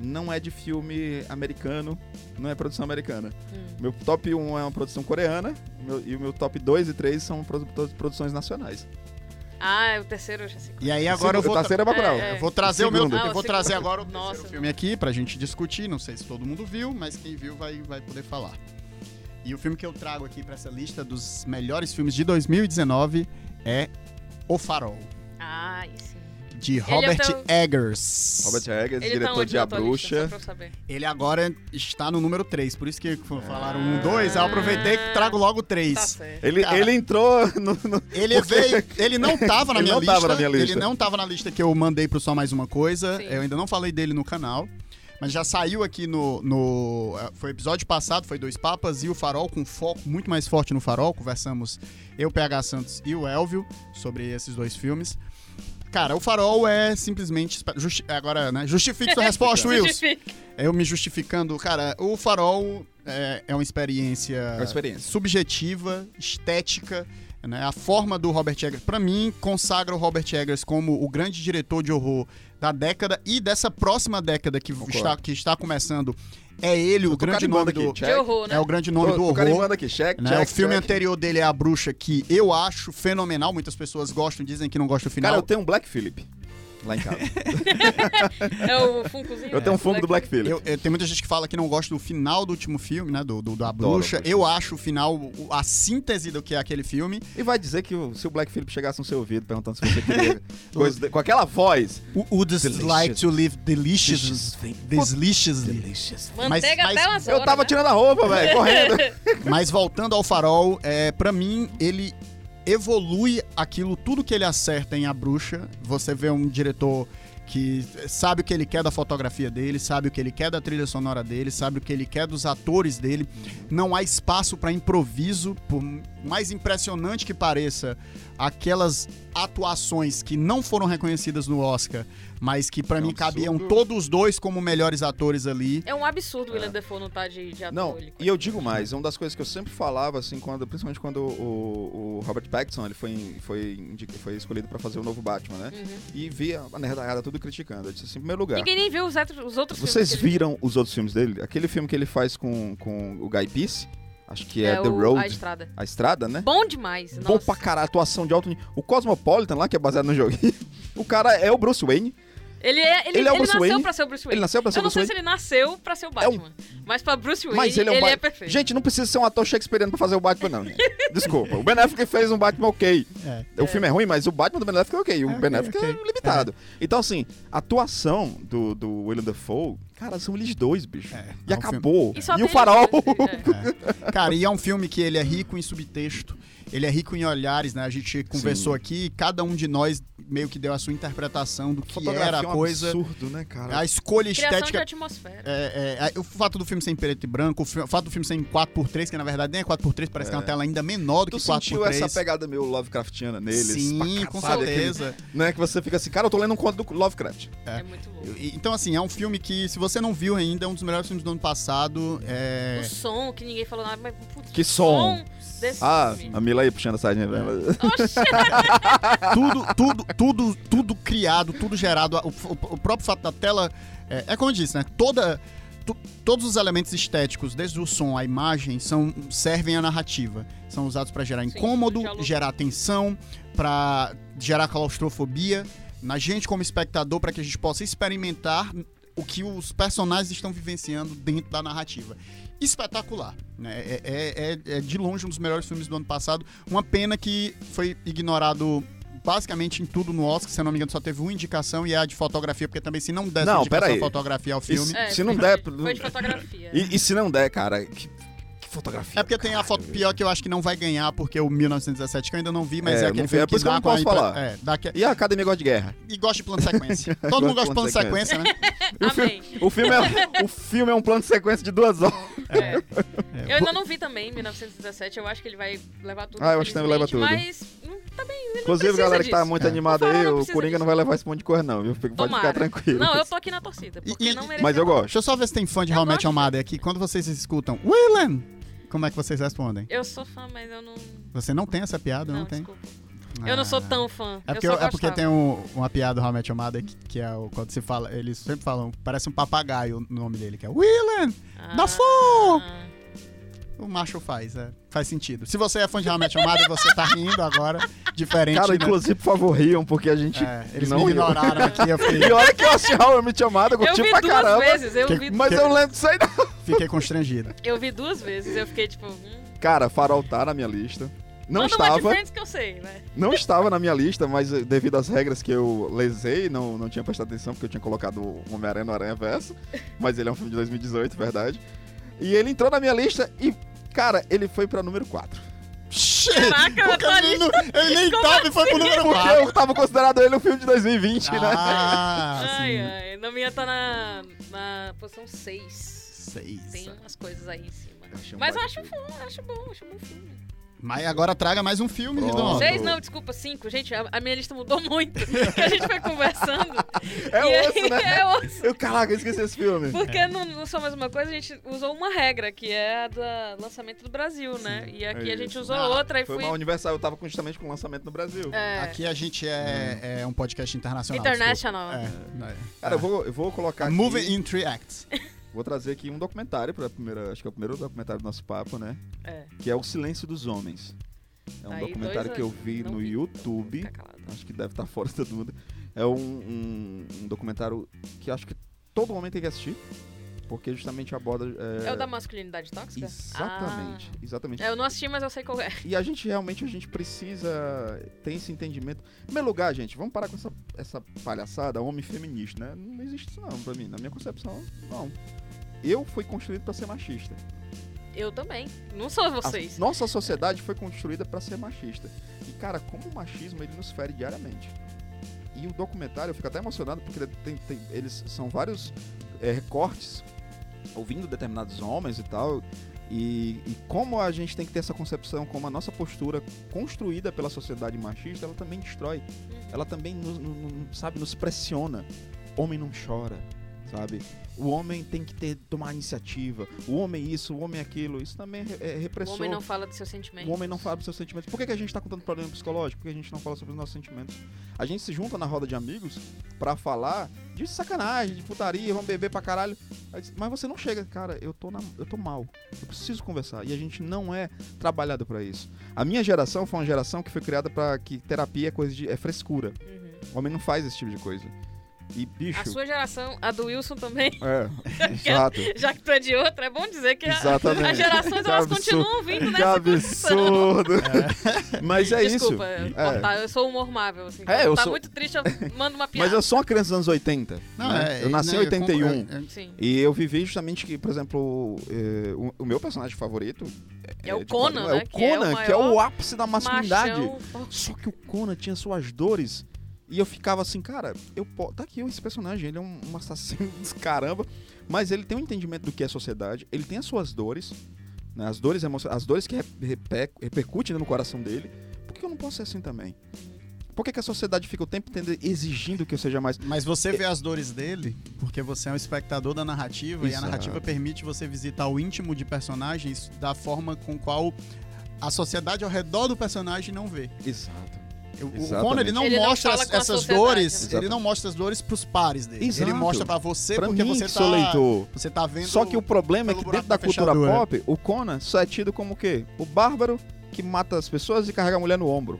[SPEAKER 2] não é de filme americano, não é produção americana.
[SPEAKER 3] Hum.
[SPEAKER 2] Meu top 1 é uma produção coreana, o meu- e o meu top 2 e 3 são produ- produ- produções nacionais.
[SPEAKER 3] Ah, o terceiro eu já sei. qual
[SPEAKER 1] E aí agora eu
[SPEAKER 2] O
[SPEAKER 1] vou, tra-
[SPEAKER 2] terceiro é Bacurau.
[SPEAKER 3] É, é.
[SPEAKER 1] eu vou trazer o, meu,
[SPEAKER 2] Segundo.
[SPEAKER 3] Ah,
[SPEAKER 1] eu
[SPEAKER 3] o
[SPEAKER 1] vou
[SPEAKER 3] segundo.
[SPEAKER 1] trazer agora o
[SPEAKER 3] Nossa.
[SPEAKER 1] terceiro filme aqui pra gente discutir, não sei se todo mundo viu, mas quem viu vai vai poder falar. E o filme que eu trago aqui pra essa lista dos melhores filmes de 2019 é O Farol,
[SPEAKER 3] Ah, isso.
[SPEAKER 1] de
[SPEAKER 3] é o
[SPEAKER 1] Robert
[SPEAKER 3] teu-
[SPEAKER 1] Eggers.
[SPEAKER 2] Robert Eggers,
[SPEAKER 3] Ele tá
[SPEAKER 2] diretor
[SPEAKER 3] onde
[SPEAKER 2] de
[SPEAKER 3] na
[SPEAKER 2] A
[SPEAKER 3] tua lista,
[SPEAKER 2] Bruxa.
[SPEAKER 3] só pra eu saber? Tá
[SPEAKER 1] Ele agora está no número 3, por isso que falaram
[SPEAKER 2] Ah.
[SPEAKER 1] 1, 2, eu aproveitei que trago logo o
[SPEAKER 3] Tá
[SPEAKER 1] 3.
[SPEAKER 3] certo.
[SPEAKER 2] Ele,
[SPEAKER 1] Cara.
[SPEAKER 2] ele entrou no, no-
[SPEAKER 1] Ele veio, ele não tava na
[SPEAKER 2] Ele
[SPEAKER 1] minha
[SPEAKER 2] não
[SPEAKER 1] lista.
[SPEAKER 2] tava na minha lista.
[SPEAKER 1] Ele não tava na lista que eu mandei pro Só Mais Uma Coisa.
[SPEAKER 3] Sim.
[SPEAKER 1] Eu ainda não falei dele no canal. Mas já saiu aqui no, no. eh, Foi episódio passado, foi Dois Papas e o Farol, com foco muito mais forte no Farol. Conversamos eu, PH Santos e o Elvio sobre esses dois filmes. Cara, o Farol é simplesmente. espe- justi- agora, né? Justifique sua
[SPEAKER 2] É
[SPEAKER 1] resposta, Wills.
[SPEAKER 3] Justifica.
[SPEAKER 1] Eu me justificando, cara, o farol é, é uma experiência,
[SPEAKER 2] uma experiência.
[SPEAKER 1] subjetiva, estética. Né? A forma do Robert Eggers, pra mim, consagra o Robert Eggers como o grande diretor de horror da década e dessa próxima década que,
[SPEAKER 2] Concordo.
[SPEAKER 1] está, que está começando. É ele o
[SPEAKER 2] tô
[SPEAKER 1] grande
[SPEAKER 2] carimbando
[SPEAKER 1] nome do.
[SPEAKER 2] aqui, check.
[SPEAKER 3] De horror, né?
[SPEAKER 1] É o grande nome
[SPEAKER 2] Tô-
[SPEAKER 1] do
[SPEAKER 2] tô
[SPEAKER 1] horror.
[SPEAKER 2] carimbando aqui, check,
[SPEAKER 1] Né?
[SPEAKER 2] check,
[SPEAKER 1] o filme
[SPEAKER 2] check.
[SPEAKER 1] anterior dele é A Bruxa, que eu acho fenomenal. Muitas pessoas gostam, dizem que não gostam do final.
[SPEAKER 2] Cara, eu tenho um Black Phillip lá em casa.
[SPEAKER 3] É o Funkozinho.
[SPEAKER 2] Eu tenho um fumo do Black Phillip.
[SPEAKER 1] Eu, eu- tem muita gente que fala que não gosta do final do último filme, né? Do, do- da
[SPEAKER 2] Adoro,
[SPEAKER 1] bruxa.
[SPEAKER 2] bruxa.
[SPEAKER 1] Eu acho o final, o- a síntese do que é aquele filme.
[SPEAKER 2] E vai dizer que o- se o Black Phillip chegasse no seu ouvido perguntando se você queria coisa de- com aquela voz.
[SPEAKER 1] Would
[SPEAKER 2] Delicious.
[SPEAKER 1] like to live delicious, deliciously.
[SPEAKER 2] Delicious.
[SPEAKER 3] Manteiga
[SPEAKER 1] Mas-
[SPEAKER 3] até
[SPEAKER 1] mas
[SPEAKER 3] umas
[SPEAKER 2] Eu
[SPEAKER 3] horas,
[SPEAKER 2] tava
[SPEAKER 3] né?
[SPEAKER 2] tirando a roupa, velho,
[SPEAKER 3] Tá
[SPEAKER 2] correndo.
[SPEAKER 1] Mas voltando ao farol, é, para mim, ele evolui aquilo, tudo que ele acerta em A Bruxa. Você vê um diretor que sabe o que ele quer da fotografia dele, sabe o que ele quer da trilha sonora dele, sabe o que ele quer dos atores dele. Não há espaço para improviso, por mais impressionante que pareça, aquelas atuações que não foram reconhecidas no Oscar, mas que para
[SPEAKER 2] É um
[SPEAKER 1] mim cabiam
[SPEAKER 2] absurdo.
[SPEAKER 1] todos os dois como melhores atores ali.
[SPEAKER 3] É um absurdo o Willem Dafoe não tá de, de ator.
[SPEAKER 2] Não,
[SPEAKER 3] ele-
[SPEAKER 2] e eu digo mais, uma das coisas que eu sempre falava, assim, quando, principalmente quando o, o Robert Pattinson ele foi, em- foi, indi- foi escolhido pra fazer o novo Batman, né?
[SPEAKER 3] Uhum.
[SPEAKER 2] E via a nerdaiada tudo criticando. Eu disse assim, em primeiro lugar,
[SPEAKER 3] Ninguém nem viu os, outros- os outros
[SPEAKER 2] vocês
[SPEAKER 3] filmes. que ele-
[SPEAKER 2] viram os outros filmes dele? Aquele filme que ele faz com, com o Guy Pearce, acho que é, The
[SPEAKER 3] o-
[SPEAKER 2] Road,
[SPEAKER 3] A estrada.
[SPEAKER 2] a estrada, né?
[SPEAKER 3] Bom demais.
[SPEAKER 2] Bom
[SPEAKER 3] nossa.
[SPEAKER 2] pra caralho, atuação de alto nível. O Cosmopolitan lá, que é baseado no joguinho, o cara é o Bruce Wayne.
[SPEAKER 3] Ele, é, ele,
[SPEAKER 2] Ele é o
[SPEAKER 3] ele
[SPEAKER 2] Bruce
[SPEAKER 3] nasceu
[SPEAKER 2] Wayne?
[SPEAKER 3] pra ser o Bruce Wayne.
[SPEAKER 2] Ele nasceu pra ser
[SPEAKER 3] eu não
[SPEAKER 2] Bruce
[SPEAKER 3] sei
[SPEAKER 2] Wayne.
[SPEAKER 3] se ele nasceu pra ser o
[SPEAKER 2] É um-
[SPEAKER 3] Batman. Mas pra Bruce Wayne,
[SPEAKER 2] Mas ele é um Batman.
[SPEAKER 3] perfeito.
[SPEAKER 2] Gente, não precisa ser um ator shakespeariano pra fazer o Batman, não. gente. Desculpa. O Ben Affleck fez um Batman ok.
[SPEAKER 1] É.
[SPEAKER 2] O filme é ruim, mas o Batman do Ben Affleck é ok. O
[SPEAKER 1] É,
[SPEAKER 2] Ben
[SPEAKER 1] ok,
[SPEAKER 2] Affleck
[SPEAKER 1] ok.
[SPEAKER 2] é limitado. Então, assim, a atuação do, do William Dafoe, cara, são eles dois, bicho.
[SPEAKER 1] É,
[SPEAKER 2] e
[SPEAKER 1] é um
[SPEAKER 2] acabou.
[SPEAKER 3] E só
[SPEAKER 2] E o
[SPEAKER 3] tem-
[SPEAKER 2] farol.
[SPEAKER 3] É.
[SPEAKER 1] Cara, e é um filme que ele é rico em subtexto, ele é rico em olhares, né? A gente conversou aqui, cada um de nós meio que deu a sua interpretação do que
[SPEAKER 2] Fotografia
[SPEAKER 1] era a
[SPEAKER 2] é um
[SPEAKER 1] coisa,
[SPEAKER 2] absurdo, né, cara?
[SPEAKER 1] a escolha
[SPEAKER 3] Criação de
[SPEAKER 1] estética.
[SPEAKER 3] atmosfera.
[SPEAKER 1] é, é, a- o fato do filme ser em preto e branco, o, fi- o fato do filme ser em 4x3, que na verdade nem é 4x3, parece que é uma tela ainda menor do
[SPEAKER 2] Tu
[SPEAKER 1] que
[SPEAKER 2] sentiu
[SPEAKER 1] 4x3.
[SPEAKER 2] essa pegada meio Lovecraftiana neles?
[SPEAKER 1] Sim,
[SPEAKER 2] pra
[SPEAKER 1] com
[SPEAKER 2] caralho, aquele-
[SPEAKER 1] certeza.
[SPEAKER 2] né? Que você fica assim, cara, eu tô lendo um conto do Lovecraft.
[SPEAKER 3] É,
[SPEAKER 1] É.
[SPEAKER 3] muito louco.
[SPEAKER 1] E- Então, assim, é um filme que, se você não viu ainda, é um dos melhores filmes do ano passado. É...
[SPEAKER 3] O som, que ninguém falou nada, mas putz,
[SPEAKER 2] Que
[SPEAKER 3] o
[SPEAKER 2] som?
[SPEAKER 3] desse
[SPEAKER 2] Ah,
[SPEAKER 3] filme.
[SPEAKER 2] a Mila aí puxando a sardinha. né?
[SPEAKER 3] Oxi,
[SPEAKER 1] tudo, tudo, tudo, tudo criado, tudo gerado. O, o- o próprio fato da tela. É, é como eu disse, né? Toda. tu- Todos os elementos estéticos, desde o som à imagem, são, servem à narrativa. São usados para gerar
[SPEAKER 3] Sim,
[SPEAKER 1] incômodo,
[SPEAKER 3] diálogo.
[SPEAKER 1] gerar tensão, para gerar claustrofobia na gente como espectador, para que a gente possa experimentar o que os personagens estão vivenciando dentro da narrativa. Espetacular. Né? É, é- é- é de longe um dos melhores filmes do ano passado. Uma pena que foi ignorado basicamente em tudo no Oscar, se eu não me engano, só teve uma indicação e é a de fotografia, porque também se não desse
[SPEAKER 2] Não,
[SPEAKER 1] a indicação
[SPEAKER 2] peraí.
[SPEAKER 1] de fotografia ao filme.
[SPEAKER 2] Isso-
[SPEAKER 3] É,
[SPEAKER 2] Se não
[SPEAKER 3] foi
[SPEAKER 2] der,
[SPEAKER 3] de-
[SPEAKER 2] pro-
[SPEAKER 3] Foi de fotografia.
[SPEAKER 2] E, e se não der, cara, que, que fotografia.
[SPEAKER 1] É porque tem a
[SPEAKER 2] caralho,
[SPEAKER 1] foto
[SPEAKER 2] velho.
[SPEAKER 1] pior que eu acho que não vai ganhar, porque o 1917 que eu ainda não vi, mas
[SPEAKER 2] É,
[SPEAKER 1] é,
[SPEAKER 2] eu
[SPEAKER 1] aquele
[SPEAKER 2] não vi, é
[SPEAKER 1] filme
[SPEAKER 2] por
[SPEAKER 1] que
[SPEAKER 2] isso que eu
[SPEAKER 1] dá
[SPEAKER 2] não
[SPEAKER 1] com a
[SPEAKER 2] posso
[SPEAKER 1] impre-
[SPEAKER 2] falar.
[SPEAKER 1] É, dá que-
[SPEAKER 2] E a Academia gosta de guerra.
[SPEAKER 1] E gosta de plano de sequência. Todo mundo gosta de plano de sequência, né?
[SPEAKER 2] O,
[SPEAKER 3] Amém.
[SPEAKER 2] fi- o filme é, o filme é um plano de sequência de duas horas.
[SPEAKER 3] É. Eu ainda não vi também 1917, eu acho que ele vai levar tudo.
[SPEAKER 2] Ah, eu acho que ele leva tudo.
[SPEAKER 3] infelizmente, Mas hum, tá bem, ele não
[SPEAKER 2] Inclusive,
[SPEAKER 3] precisa
[SPEAKER 2] galera que tá
[SPEAKER 3] disso.
[SPEAKER 2] muito
[SPEAKER 1] É.
[SPEAKER 2] animada
[SPEAKER 3] Não
[SPEAKER 2] aí,
[SPEAKER 3] fala, não
[SPEAKER 2] o
[SPEAKER 3] precisa
[SPEAKER 2] Coringa não
[SPEAKER 3] disso.
[SPEAKER 2] vai levar esse monte de coisa, não, viu? Fica- Pode ficar
[SPEAKER 3] Tomara.
[SPEAKER 2] tranquilo.
[SPEAKER 3] Não, é eu tô aqui na torcida, porque
[SPEAKER 1] E- e-
[SPEAKER 3] não merece.
[SPEAKER 2] Mas eu gosto.
[SPEAKER 1] Deixa eu só ver se tem fã de
[SPEAKER 3] Eu
[SPEAKER 1] Realmente
[SPEAKER 3] gosto.
[SPEAKER 1] Amada aqui. Quando vocês escutam, Willen, como é que vocês respondem?
[SPEAKER 3] Eu sou fã, mas eu não.
[SPEAKER 1] Você não tem essa piada,
[SPEAKER 3] Não,
[SPEAKER 1] não, tem?
[SPEAKER 3] desculpa. Eu não sou
[SPEAKER 1] Ah.
[SPEAKER 3] tão fã.
[SPEAKER 1] É porque,
[SPEAKER 3] eu
[SPEAKER 1] eu-
[SPEAKER 3] só
[SPEAKER 1] é porque
[SPEAKER 3] gostava.
[SPEAKER 1] tem um- uma piada do Realmente Amada que, que é o, quando se fala, eles sempre falam, parece um papagaio o nome dele, que é Willen, da
[SPEAKER 3] Ah,
[SPEAKER 1] Fon! O macho faz, é. Faz sentido. Se você é fã de Realmente Amada e você tá rindo agora, diferente.
[SPEAKER 2] Cara,
[SPEAKER 1] né?
[SPEAKER 2] inclusive, por favor, riam, porque a gente.
[SPEAKER 1] É, eles
[SPEAKER 2] não
[SPEAKER 1] me
[SPEAKER 2] riu.
[SPEAKER 1] ignoraram aqui, eu fiquei,
[SPEAKER 2] E olha que eu assisti How I Met Your Mother, eu
[SPEAKER 3] Eu
[SPEAKER 2] curti
[SPEAKER 3] vi
[SPEAKER 2] pra
[SPEAKER 3] duas
[SPEAKER 2] caramba.
[SPEAKER 3] vezes, eu
[SPEAKER 1] Que-
[SPEAKER 3] vi,
[SPEAKER 2] Mas eu lembro disso aí, não.
[SPEAKER 1] fiquei constrangido.
[SPEAKER 3] eu vi duas vezes, eu fiquei tipo. hum,
[SPEAKER 2] Cara, Farol tá na minha lista. Não
[SPEAKER 3] Manda uma de
[SPEAKER 2] estava,
[SPEAKER 3] Friends que eu sei, né?
[SPEAKER 2] não estava na minha lista, mas eh, devido às regras que eu lesei, não, não tinha prestado atenção, porque eu tinha colocado o Homem-Aranha no Aranha Verso. Mas ele é um filme de 2018, verdade. E ele entrou na minha lista e, cara, ele foi pra número 4.
[SPEAKER 3] Caraca,
[SPEAKER 1] Porque
[SPEAKER 3] eu tô
[SPEAKER 1] ele, não- ele nem
[SPEAKER 3] Como assim?
[SPEAKER 1] tava e foi pro número
[SPEAKER 2] Porque
[SPEAKER 1] 4.
[SPEAKER 2] eu tava considerado ele um filme de 2020, né?
[SPEAKER 1] Ah,
[SPEAKER 3] Ai,
[SPEAKER 1] sim.
[SPEAKER 3] ai. Não ia estar na, na posição 6. Tem
[SPEAKER 1] Seis.
[SPEAKER 3] umas coisas aí em cima.
[SPEAKER 2] achei um
[SPEAKER 3] Mas eu
[SPEAKER 2] baita
[SPEAKER 3] acho bom, acho bom, acho bom filme.
[SPEAKER 1] Mas agora traga mais um filme,
[SPEAKER 2] Pronto.
[SPEAKER 1] Ridon.
[SPEAKER 2] Sei.
[SPEAKER 3] Seis, não, desculpa, cinco. Gente, a, a minha lista mudou muito. que a gente foi conversando.
[SPEAKER 2] É
[SPEAKER 3] e
[SPEAKER 2] osso,
[SPEAKER 3] aí,
[SPEAKER 2] né?
[SPEAKER 3] É osso.
[SPEAKER 2] Eu, caraca, eu esqueci esse filme.
[SPEAKER 3] Porque não, não só mais uma coisa, a gente usou uma regra, que é a do lançamento do Brasil, né? E aqui
[SPEAKER 2] é
[SPEAKER 3] a gente
[SPEAKER 2] isso.
[SPEAKER 3] usou
[SPEAKER 1] Ah,
[SPEAKER 3] outra e
[SPEAKER 2] Foi
[SPEAKER 3] fui.
[SPEAKER 2] uma universal, eu tava com- justamente com o lançamento no Brasil.
[SPEAKER 3] é,
[SPEAKER 1] Aqui a gente é, é um podcast internacional.
[SPEAKER 3] International.
[SPEAKER 1] desculpa. É, é.
[SPEAKER 2] Cara, eu vou, eu vou colocar aqui,
[SPEAKER 1] Moving in Three Acts.
[SPEAKER 2] vou trazer aqui um documentário pra primeira, acho que é o primeiro documentário do nosso papo, né?
[SPEAKER 3] é.
[SPEAKER 2] Que é O Silêncio dos Homens. É um
[SPEAKER 3] Tá aí,
[SPEAKER 2] documentário
[SPEAKER 3] dois
[SPEAKER 2] que eu
[SPEAKER 3] anos,
[SPEAKER 2] vi
[SPEAKER 3] não
[SPEAKER 2] no
[SPEAKER 3] vi.
[SPEAKER 2] YouTube.
[SPEAKER 3] Tá calado.
[SPEAKER 2] Acho que deve estar fora de todo mundo. É um, um, um documentário que acho que todo homem tem que assistir. Porque justamente aborda.
[SPEAKER 3] É o da masculinidade tóxica?
[SPEAKER 2] Exatamente,
[SPEAKER 3] Ah.
[SPEAKER 2] exatamente.
[SPEAKER 3] É, eu não assisti, mas eu sei qual é.
[SPEAKER 2] E a gente realmente a gente precisa ter esse entendimento. Em primeiro lugar, gente, vamos parar com essa, essa palhaçada homem feminista, né? Não existe isso não pra mim, na minha concepção, não. Eu fui construído pra ser machista.
[SPEAKER 3] Eu também. Não sou
[SPEAKER 2] A
[SPEAKER 3] vocês.
[SPEAKER 2] nossa sociedade foi construída pra ser machista. E cara, como o machismo ele nos fere diariamente. E o documentário, eu fico até emocionado porque tem- tem- eles são vários é, recortes ouvindo determinados homens e tal. E, e como a gente tem que ter essa concepção, como a nossa postura construída pela sociedade machista, ela também destrói. Ela também nos, no- no- sabe, nos pressiona. Homem não chora, sabe? O homem tem que ter tomar iniciativa. O homem é isso, o homem aquilo. Isso também é, re- é
[SPEAKER 3] o
[SPEAKER 2] repressor.
[SPEAKER 3] homem não fala dos seus sentimentos.
[SPEAKER 2] O homem não fala dos seus sentimentos. Por que, que a gente tá contando problema psicológico? Por que a gente não fala sobre os nossos sentimentos? A gente se junta na roda de amigos pra falar de sacanagem, de putaria, vamos beber pra caralho. Aí diz, Mas você não chega, cara, eu tô, na- eu tô mal. Eu preciso conversar. E a gente não é trabalhado pra isso. A minha geração foi uma geração que foi criada pra que terapia é coisa de. é frescura.
[SPEAKER 3] Uhum.
[SPEAKER 2] O homem não faz esse tipo de coisa. E,
[SPEAKER 3] A
[SPEAKER 2] bicho.
[SPEAKER 3] sua geração, a do Wilson também,
[SPEAKER 2] É, exato.
[SPEAKER 3] já que tu é de outra, é bom dizer que a-
[SPEAKER 2] Exatamente.
[SPEAKER 3] as gerações
[SPEAKER 2] Que
[SPEAKER 3] elas
[SPEAKER 2] absurdo.
[SPEAKER 3] continuam vindo
[SPEAKER 2] Que
[SPEAKER 3] nessa construção.
[SPEAKER 2] absurdo! Mas é isso.
[SPEAKER 3] Desculpa,
[SPEAKER 2] É.
[SPEAKER 3] cortar, eu sou humor mável, assim.
[SPEAKER 2] É, eu
[SPEAKER 3] tá
[SPEAKER 2] sou-
[SPEAKER 3] muito triste, eu mando uma piada.
[SPEAKER 2] Mas eu sou uma criança dos anos 80. né? eu nasci em
[SPEAKER 1] né,
[SPEAKER 2] 81.
[SPEAKER 1] compro- é- é-
[SPEAKER 3] Sim.
[SPEAKER 2] E um. eu vivi justamente que, por exemplo, eh, o, o meu personagem favorito
[SPEAKER 3] É, o
[SPEAKER 2] de
[SPEAKER 3] Conan,
[SPEAKER 2] quadrinho-
[SPEAKER 3] né?
[SPEAKER 2] É o Conan, que é o
[SPEAKER 3] maior
[SPEAKER 2] ápice da masculinidade.
[SPEAKER 3] machão. um
[SPEAKER 2] Só que o Conan tinha suas dores. E eu ficava assim, cara, eu po- tá aqui esse personagem, ele é um, um assassino dos caramba, mas ele tem um entendimento do que é sociedade, ele tem as suas dores, né, as dores emocionais, as dores que re- reper- repercutem né, no coração dele. Por que eu não posso ser assim também? Por que, que a sociedade fica o tempo inteiro exigindo que eu seja mais
[SPEAKER 1] Mas você vê as dores dele, porque você é um espectador da narrativa e a
[SPEAKER 2] Exato.
[SPEAKER 1] narrativa permite você visitar o íntimo de personagens da forma com qual a sociedade ao redor do personagem não vê.
[SPEAKER 2] Exato.
[SPEAKER 1] Eu- O
[SPEAKER 2] Exatamente.
[SPEAKER 1] Conan ele não
[SPEAKER 3] Ele não
[SPEAKER 1] mostra
[SPEAKER 3] fala
[SPEAKER 1] as-
[SPEAKER 3] com a
[SPEAKER 1] essas
[SPEAKER 3] sociedade,
[SPEAKER 1] dores,
[SPEAKER 3] né?
[SPEAKER 1] ele não mostra as dores pros pares dele.
[SPEAKER 2] Exato.
[SPEAKER 1] Ele mostra pra você
[SPEAKER 2] Pra
[SPEAKER 1] porque
[SPEAKER 2] mim,
[SPEAKER 1] você
[SPEAKER 2] que
[SPEAKER 1] tá
[SPEAKER 2] sou leitor,
[SPEAKER 1] você tá vendo
[SPEAKER 2] Só que o problema é
[SPEAKER 1] pelo
[SPEAKER 2] que
[SPEAKER 1] buraco né?
[SPEAKER 2] dentro da
[SPEAKER 1] da
[SPEAKER 2] cultura
[SPEAKER 1] fechadura.
[SPEAKER 2] pop, o Conan só é tido como o quê? O bárbaro que mata as pessoas e carrega a mulher no ombro.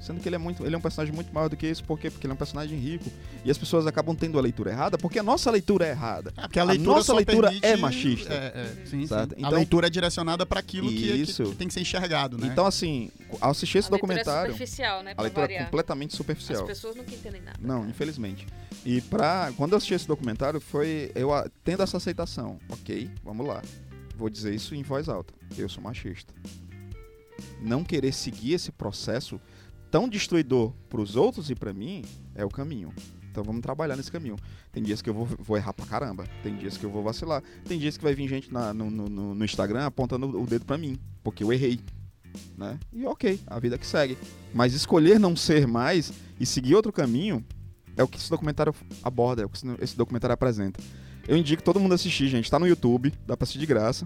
[SPEAKER 2] Sendo que ele é, muito, ele é um personagem muito maior do que isso, por quê? Porque ele é um personagem rico. E as pessoas acabam tendo a leitura errada, porque a nossa leitura é errada.
[SPEAKER 1] É, porque a,
[SPEAKER 2] a
[SPEAKER 1] leitura
[SPEAKER 2] nossa
[SPEAKER 1] só
[SPEAKER 2] leitura
[SPEAKER 1] permite-
[SPEAKER 2] é machista.
[SPEAKER 1] É, é, sim, sim.
[SPEAKER 2] Exato.
[SPEAKER 1] a
[SPEAKER 2] Então-
[SPEAKER 1] leitura é direcionada para aquilo que, que-
[SPEAKER 2] Isso.
[SPEAKER 1] que tem que ser enxergado, né?
[SPEAKER 2] Então, assim, ao assistir esse
[SPEAKER 3] A leitura É
[SPEAKER 2] documentário,
[SPEAKER 3] superficial, né?
[SPEAKER 2] a
[SPEAKER 3] pra
[SPEAKER 2] leitura é
[SPEAKER 3] variar.
[SPEAKER 2] completamente
[SPEAKER 3] As
[SPEAKER 2] superficial.
[SPEAKER 3] pessoas nunca entendem nada.
[SPEAKER 2] Não, infelizmente. E pra. Quando eu assisti esse documentário, foi eu a- tendo essa aceitação. Ok, vamos lá. Vou dizer isso em voz alta. Eu sou machista. Não querer seguir esse processo tão destruidor pros outros e pra mim é o caminho. Então vamos trabalhar nesse caminho. Tem dias que eu vou, vou errar pra caramba. Tem dias que eu vou vacilar. Tem dias que vai vir gente na- no, no- no- no Instagram apontando o dedo pra mim. Porque eu errei. Né? E ok, a vida que segue. Mas escolher não ser mais e seguir outro caminho é o que esse documentário aborda, é o que esse- esse documentário apresenta. Eu indico todo mundo assistir, gente. Tá no YouTube, dá pra assistir de graça.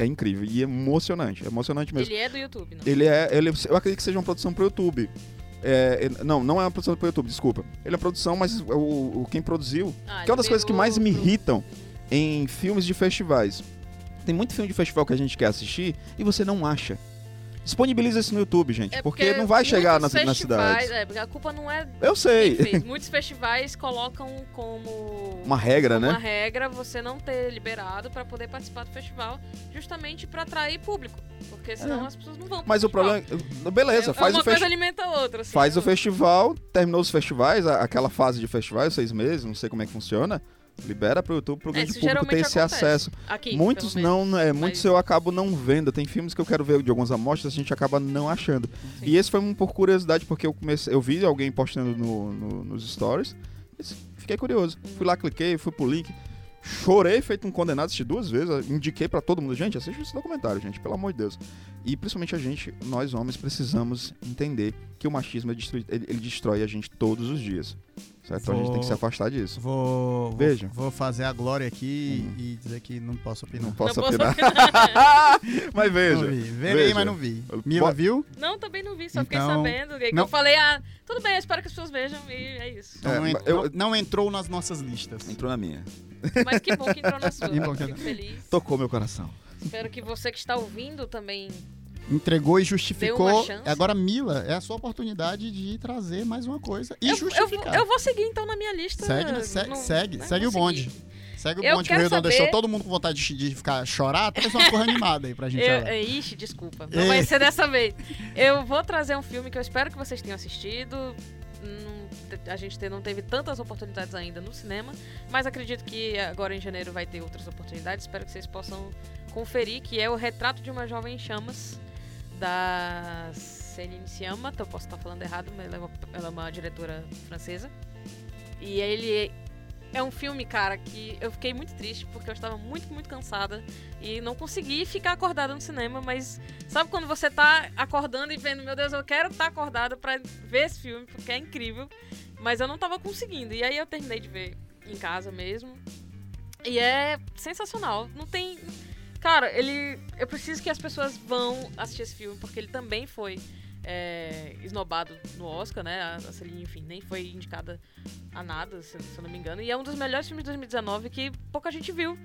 [SPEAKER 2] É incrível e emocionante. É emocionante mesmo.
[SPEAKER 3] Ele é do YouTube, não.
[SPEAKER 2] Ele é. ele- eu acredito que seja uma produção pro YouTube. É, ele- não, não é uma produção pro YouTube, desculpa. Ele é uma produção, mas o, o- quem produziu.
[SPEAKER 3] Ah,
[SPEAKER 2] Que é uma das
[SPEAKER 3] ele
[SPEAKER 2] coisas que
[SPEAKER 3] pegou
[SPEAKER 2] mais me
[SPEAKER 3] do-
[SPEAKER 2] irritam em filmes de festivais. Tem muito filme de festival que a gente quer assistir e você não acha. Disponibiliza isso no YouTube, gente,
[SPEAKER 3] É
[SPEAKER 2] porque, não vai chegar nas,
[SPEAKER 3] muitos
[SPEAKER 2] nas
[SPEAKER 3] festivais-
[SPEAKER 2] cidades.
[SPEAKER 3] É, porque a culpa não é
[SPEAKER 2] Eu
[SPEAKER 3] quem
[SPEAKER 2] sei.
[SPEAKER 3] fez. Muitos festivais colocam como
[SPEAKER 2] Uma regra,
[SPEAKER 3] uma
[SPEAKER 2] né?
[SPEAKER 3] regra você não ter liberado pra poder participar do festival, justamente pra atrair público, porque senão as pessoas não vão. pro
[SPEAKER 2] É. Mas o
[SPEAKER 3] festival.
[SPEAKER 2] problema. Beleza,
[SPEAKER 3] É-
[SPEAKER 2] faz
[SPEAKER 3] uma
[SPEAKER 2] o
[SPEAKER 3] coisa
[SPEAKER 2] festival.
[SPEAKER 3] alimenta a outra. assim,
[SPEAKER 2] faz
[SPEAKER 3] não-
[SPEAKER 2] o festival, terminou os festivais, a- aquela fase de festivais, seis meses, não sei como é que funciona. Libera pro YouTube pro
[SPEAKER 3] É,
[SPEAKER 2] grande
[SPEAKER 3] isso
[SPEAKER 2] público ter
[SPEAKER 3] geralmente
[SPEAKER 2] esse
[SPEAKER 3] acontece.
[SPEAKER 2] acesso.
[SPEAKER 3] Aqui,
[SPEAKER 2] muitos
[SPEAKER 3] pelo menos.
[SPEAKER 2] não, é, muitos
[SPEAKER 3] mas-
[SPEAKER 2] eu acabo não vendo. Tem filmes que eu quero ver de algumas amostras, a gente acaba não achando.
[SPEAKER 3] Sim.
[SPEAKER 2] E esse foi um por curiosidade, porque eu comecei, eu vi alguém postando no- no- nos stories. Esse- Fiquei curioso. Fui lá, cliquei, fui pro link. Chorei, feito um condenado, assisti duas vezes, indiquei pra todo mundo, gente, assiste esse documentário, gente, pelo amor de Deus. E principalmente a gente, nós homens, precisamos entender que o machismo é destru- ele, ele destrói a gente todos os dias. Certo? Então a gente tem que se afastar disso.
[SPEAKER 1] Vou, vou,
[SPEAKER 2] Beijo.
[SPEAKER 1] vou fazer a glória aqui e dizer que não posso
[SPEAKER 2] Uhum. Não
[SPEAKER 1] opinar.
[SPEAKER 2] posso
[SPEAKER 3] Não posso
[SPEAKER 2] opinar. Mas
[SPEAKER 1] Não
[SPEAKER 2] veja.
[SPEAKER 1] vi. Verei,
[SPEAKER 2] veja.
[SPEAKER 1] mas não vi.
[SPEAKER 2] Eu-
[SPEAKER 1] Mila
[SPEAKER 2] Bo-
[SPEAKER 1] viu?
[SPEAKER 3] Não, também não vi, só fiquei
[SPEAKER 1] Então,
[SPEAKER 3] sabendo. E aí que
[SPEAKER 1] não-
[SPEAKER 3] Eu falei, ah, tudo bem, eu espero que as pessoas vejam e é isso.
[SPEAKER 1] Então
[SPEAKER 2] É,
[SPEAKER 1] não, en-
[SPEAKER 2] eu-
[SPEAKER 1] não- não entrou nas nossas listas.
[SPEAKER 2] Entrou na minha.
[SPEAKER 3] Mas que bom que entrou na sua.
[SPEAKER 1] Que bom que
[SPEAKER 3] Fico feliz.
[SPEAKER 2] Tocou meu coração.
[SPEAKER 3] Espero que você que está ouvindo também.
[SPEAKER 1] Entregou e
[SPEAKER 3] Deu
[SPEAKER 1] justificou.
[SPEAKER 3] uma chance.
[SPEAKER 1] Agora, Mila, é a sua oportunidade de trazer mais uma coisa e
[SPEAKER 3] eu, eu,
[SPEAKER 1] justificar.
[SPEAKER 3] vou- eu vou seguir então na minha lista.
[SPEAKER 1] Segue, né? Segue,
[SPEAKER 3] Não-
[SPEAKER 1] segue,
[SPEAKER 3] né?
[SPEAKER 1] segue
[SPEAKER 3] Vou
[SPEAKER 1] o bonde. Segue o
[SPEAKER 3] Eu
[SPEAKER 1] bonde que o
[SPEAKER 3] quero
[SPEAKER 1] Redon
[SPEAKER 3] saber-
[SPEAKER 1] deixou todo mundo com vontade de, de ficar chorar. Traz uma porra animada aí pra gente.
[SPEAKER 3] Eu, eh,
[SPEAKER 1] olhar.
[SPEAKER 3] ixi, desculpa. Não vai ser dessa vez. Eu vou trazer um filme que eu espero que vocês tenham assistido. Não te- a gente te- não teve tantas oportunidades ainda no cinema, mas acredito que agora em janeiro vai ter outras oportunidades. Espero que vocês possam conferir, que é o Retrato de uma Jovem em Chamas, da Céline Sciamma. Então eu posso estar falando errado, mas ela é uma, ela é uma diretora francesa. E ele é um filme, cara, que eu fiquei muito triste, porque eu estava muito, muito cansada e não consegui ficar acordada no cinema, mas sabe quando você tá acordando e vendo, meu Deus, eu quero estar acordada pra ver esse filme, porque é incrível, mas eu não tava conseguindo. E aí eu terminei de ver em casa mesmo. E é sensacional. Não tem Cara, ele eu preciso que as pessoas vão assistir esse filme, porque ele também foi é, esnobado no Oscar, né? A, a Celine, enfim, nem foi indicada a nada, se, se eu não me engano. E é um dos melhores filmes de 2019 que pouca gente viu.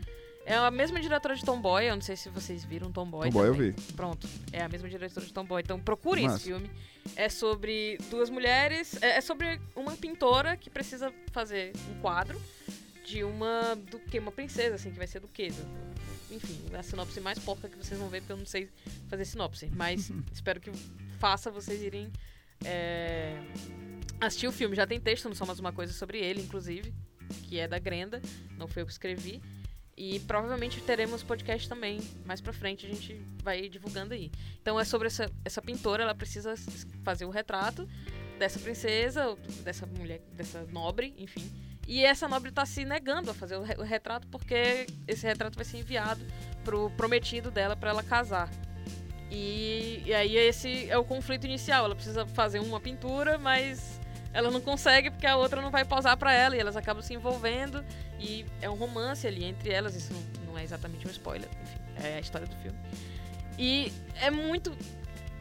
[SPEAKER 3] É a mesma diretora de Tomboy, eu não sei se vocês viram Tomboy.
[SPEAKER 2] Tomboy Então, eu
[SPEAKER 3] também.
[SPEAKER 2] vi.
[SPEAKER 3] Pronto, é a mesma diretora de Tomboy. Então procurem
[SPEAKER 2] Massa.
[SPEAKER 3] esse filme. É sobre duas mulheres. É, é sobre uma pintora que precisa fazer um quadro de uma do que uma princesa assim que vai ser duquesa. Enfim, a sinopse mais porca que vocês vão ver porque eu não sei fazer sinopse, mas espero que faça vocês irem é, assistir o filme. Já tem texto no Só Mais Uma Coisa sobre ele, inclusive, que é da Grenda, não foi eu que escrevi. E provavelmente teremos podcast também. Mais pra frente a gente vai divulgando aí. Então é sobre essa, essa pintora, ela precisa s- fazer o retrato dessa princesa, ou dessa mulher, dessa nobre, enfim. E essa nobre tá se negando a fazer o, re- o retrato porque esse retrato vai ser enviado pro prometido dela pra ela casar. E, e aí esse é o conflito inicial. Ela precisa fazer uma pintura, mas ela não consegue porque a outra não vai pausar pra ela e elas acabam se envolvendo e é um romance ali entre elas. Isso não, não é exatamente um spoiler, enfim, é a história do filme. E é muito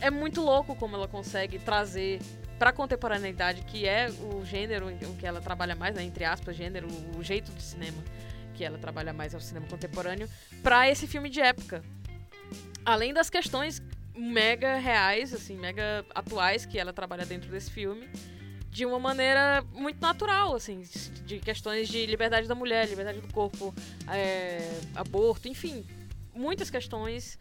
[SPEAKER 3] é muito louco como ela consegue trazer pra contemporaneidade, que é o gênero em que ela trabalha mais, né, entre aspas, gênero, o jeito de cinema que ela trabalha mais é o cinema contemporâneo, pra esse filme de época. Além das questões mega reais, assim, mega atuais que ela trabalha dentro desse filme, de uma maneira muito natural, assim, de questões de liberdade da mulher, liberdade do corpo, é, aborto, enfim, muitas questões.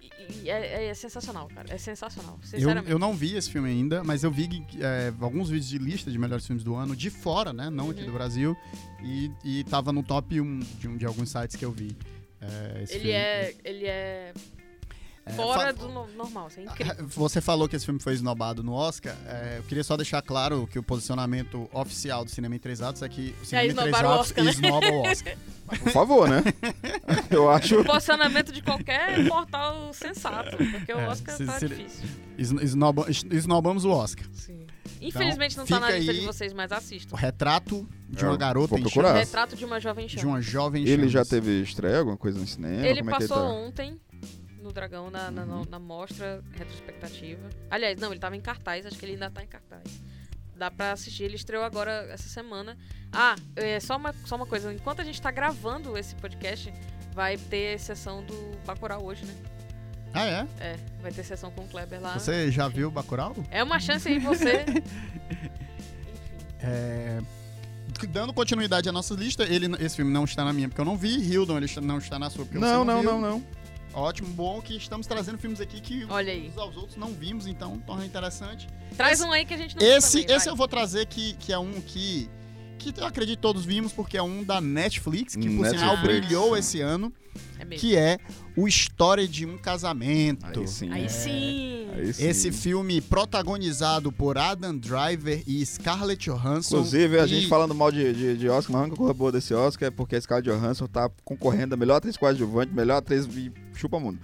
[SPEAKER 3] E- e é, é sensacional, cara. É sensacional.
[SPEAKER 1] Eu,
[SPEAKER 3] Sinceramente.
[SPEAKER 1] eu não vi esse filme ainda, mas eu vi é, alguns vídeos de lista de melhores filmes do ano, de fora, né? Não aqui
[SPEAKER 3] Uhum.
[SPEAKER 1] do Brasil. E, e tava no top 1 de, um, de alguns sites que eu vi. é, esse
[SPEAKER 3] Ele
[SPEAKER 1] filme.
[SPEAKER 3] é, ele é
[SPEAKER 1] É, fa-
[SPEAKER 3] fora do no- normal, isso é incrível.
[SPEAKER 1] Você falou que esse filme foi esnobado no Oscar. é, eu queria só deixar claro que o posicionamento oficial do Cinema em Três Atos é que o Cinema em Três
[SPEAKER 3] esnobar o
[SPEAKER 1] Atos
[SPEAKER 3] Oscar, né?
[SPEAKER 1] esnoba o Oscar.
[SPEAKER 2] Por favor, né? Eu acho.
[SPEAKER 3] Posicionamento de qualquer portal sensato, porque o
[SPEAKER 1] É,
[SPEAKER 3] Oscar
[SPEAKER 1] se-
[SPEAKER 3] tá
[SPEAKER 1] se-
[SPEAKER 3] difícil.
[SPEAKER 1] Esno- esnoba- es- esnobamos o Oscar.
[SPEAKER 3] Infelizmente não tá na
[SPEAKER 1] Então, fica
[SPEAKER 3] lista de
[SPEAKER 1] aí-
[SPEAKER 3] vocês, mas assistam.
[SPEAKER 1] O retrato de uma
[SPEAKER 2] Eu
[SPEAKER 1] garota
[SPEAKER 2] É, vou
[SPEAKER 1] em
[SPEAKER 2] procurar.
[SPEAKER 1] chamas,
[SPEAKER 3] Retrato de uma jovem
[SPEAKER 1] de
[SPEAKER 3] chama.
[SPEAKER 1] uma jovem em
[SPEAKER 2] Ele já
[SPEAKER 1] chamas.
[SPEAKER 2] teve estreia, alguma coisa no cinema?
[SPEAKER 3] Ele
[SPEAKER 2] Como é que
[SPEAKER 3] passou um.
[SPEAKER 2] ele tá?
[SPEAKER 3] ontem no Dragão, na, na, na- na mostra retrospectativa. Aliás, não, ele tava em cartaz, acho que ele ainda tá em cartaz. Dá pra assistir, ele estreou agora essa semana. Ah, é, só, uma, só uma coisa, enquanto a gente tá gravando esse podcast, vai ter sessão do Bacurau hoje, né?
[SPEAKER 1] Ah, é?
[SPEAKER 3] É, vai ter sessão com o Kleber lá.
[SPEAKER 1] Você já viu Bacurau?
[SPEAKER 3] É uma chance aí você.
[SPEAKER 1] É, Dando continuidade à nossa lista, ele, esse filme não está na minha porque eu não vi. Hildon, ele não está na sua porque você
[SPEAKER 2] Não, não,
[SPEAKER 1] viu.
[SPEAKER 2] não, não.
[SPEAKER 1] Ótimo, bom que estamos trazendo filmes aqui que
[SPEAKER 3] Olha aí.
[SPEAKER 1] uns aos outros não vimos, então torna interessante.
[SPEAKER 3] Traz
[SPEAKER 1] Esse-
[SPEAKER 3] um aí que a gente não viu
[SPEAKER 1] Esse,
[SPEAKER 3] também,
[SPEAKER 1] esse
[SPEAKER 3] vai.
[SPEAKER 1] eu vou trazer que, que é um que, que eu acredito que todos vimos, porque é um da Netflix, que por sinal
[SPEAKER 3] Netflix. Ah,
[SPEAKER 1] brilhou esse ano,
[SPEAKER 3] É mesmo.
[SPEAKER 1] que é O História de um Casamento.
[SPEAKER 2] Aí sim.
[SPEAKER 3] Aí sim.
[SPEAKER 2] É. Aí sim.
[SPEAKER 1] Esse filme protagonizado por Adam Driver e Scarlett Johansson.
[SPEAKER 2] Inclusive, a
[SPEAKER 1] e-
[SPEAKER 2] gente falando mal de, de, de Oscar, mas a única coisa boa desse Oscar é porque a Scarlett Johansson tá concorrendo a melhor atriz coadjuvante, melhor atriz e chupa mundo.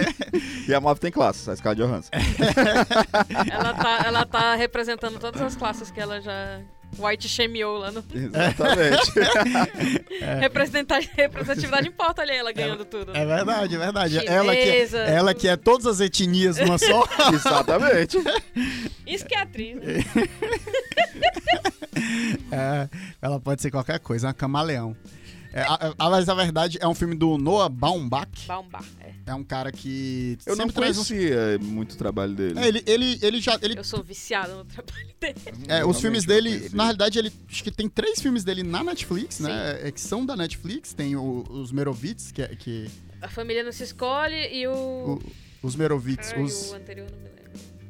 [SPEAKER 2] e a Marvel tem classe, a Scarlett Johansson.
[SPEAKER 1] É.
[SPEAKER 3] Ela tá, ela tá representando todas as classes que ela já. White chameou lá no.
[SPEAKER 2] Exatamente.
[SPEAKER 3] Representa- Representatividade importa, olha aí, ela ganhando tudo.
[SPEAKER 1] É verdade, é verdade.
[SPEAKER 3] Chinesa.
[SPEAKER 1] Ela que, ela que é todas as etnias numa só.
[SPEAKER 2] Exatamente.
[SPEAKER 3] Isso que é atriz. né?
[SPEAKER 1] É, ela pode ser qualquer coisa, uma camaleão. É, a- a- mas a verdade é um filme do Noah Baumbach.
[SPEAKER 3] Baumbá. É.
[SPEAKER 1] É um cara que
[SPEAKER 2] Eu não
[SPEAKER 1] sempre traz uns-
[SPEAKER 2] conhecia muito o trabalho dele.
[SPEAKER 1] É, ele, ele, ele já. Ele,
[SPEAKER 3] Eu sou viciada no trabalho dele.
[SPEAKER 1] é, os filmes
[SPEAKER 2] Realmente
[SPEAKER 1] dele,
[SPEAKER 2] não conhecia.
[SPEAKER 1] na realidade, ele acho que tem três filmes dele na Netflix, né? É, que são da Netflix. Tem o- os Merovits, que, é- que
[SPEAKER 3] A família não se escolhe e o.
[SPEAKER 1] o- os Merovits,
[SPEAKER 3] Ai,
[SPEAKER 1] os
[SPEAKER 3] o anterior não me lembro.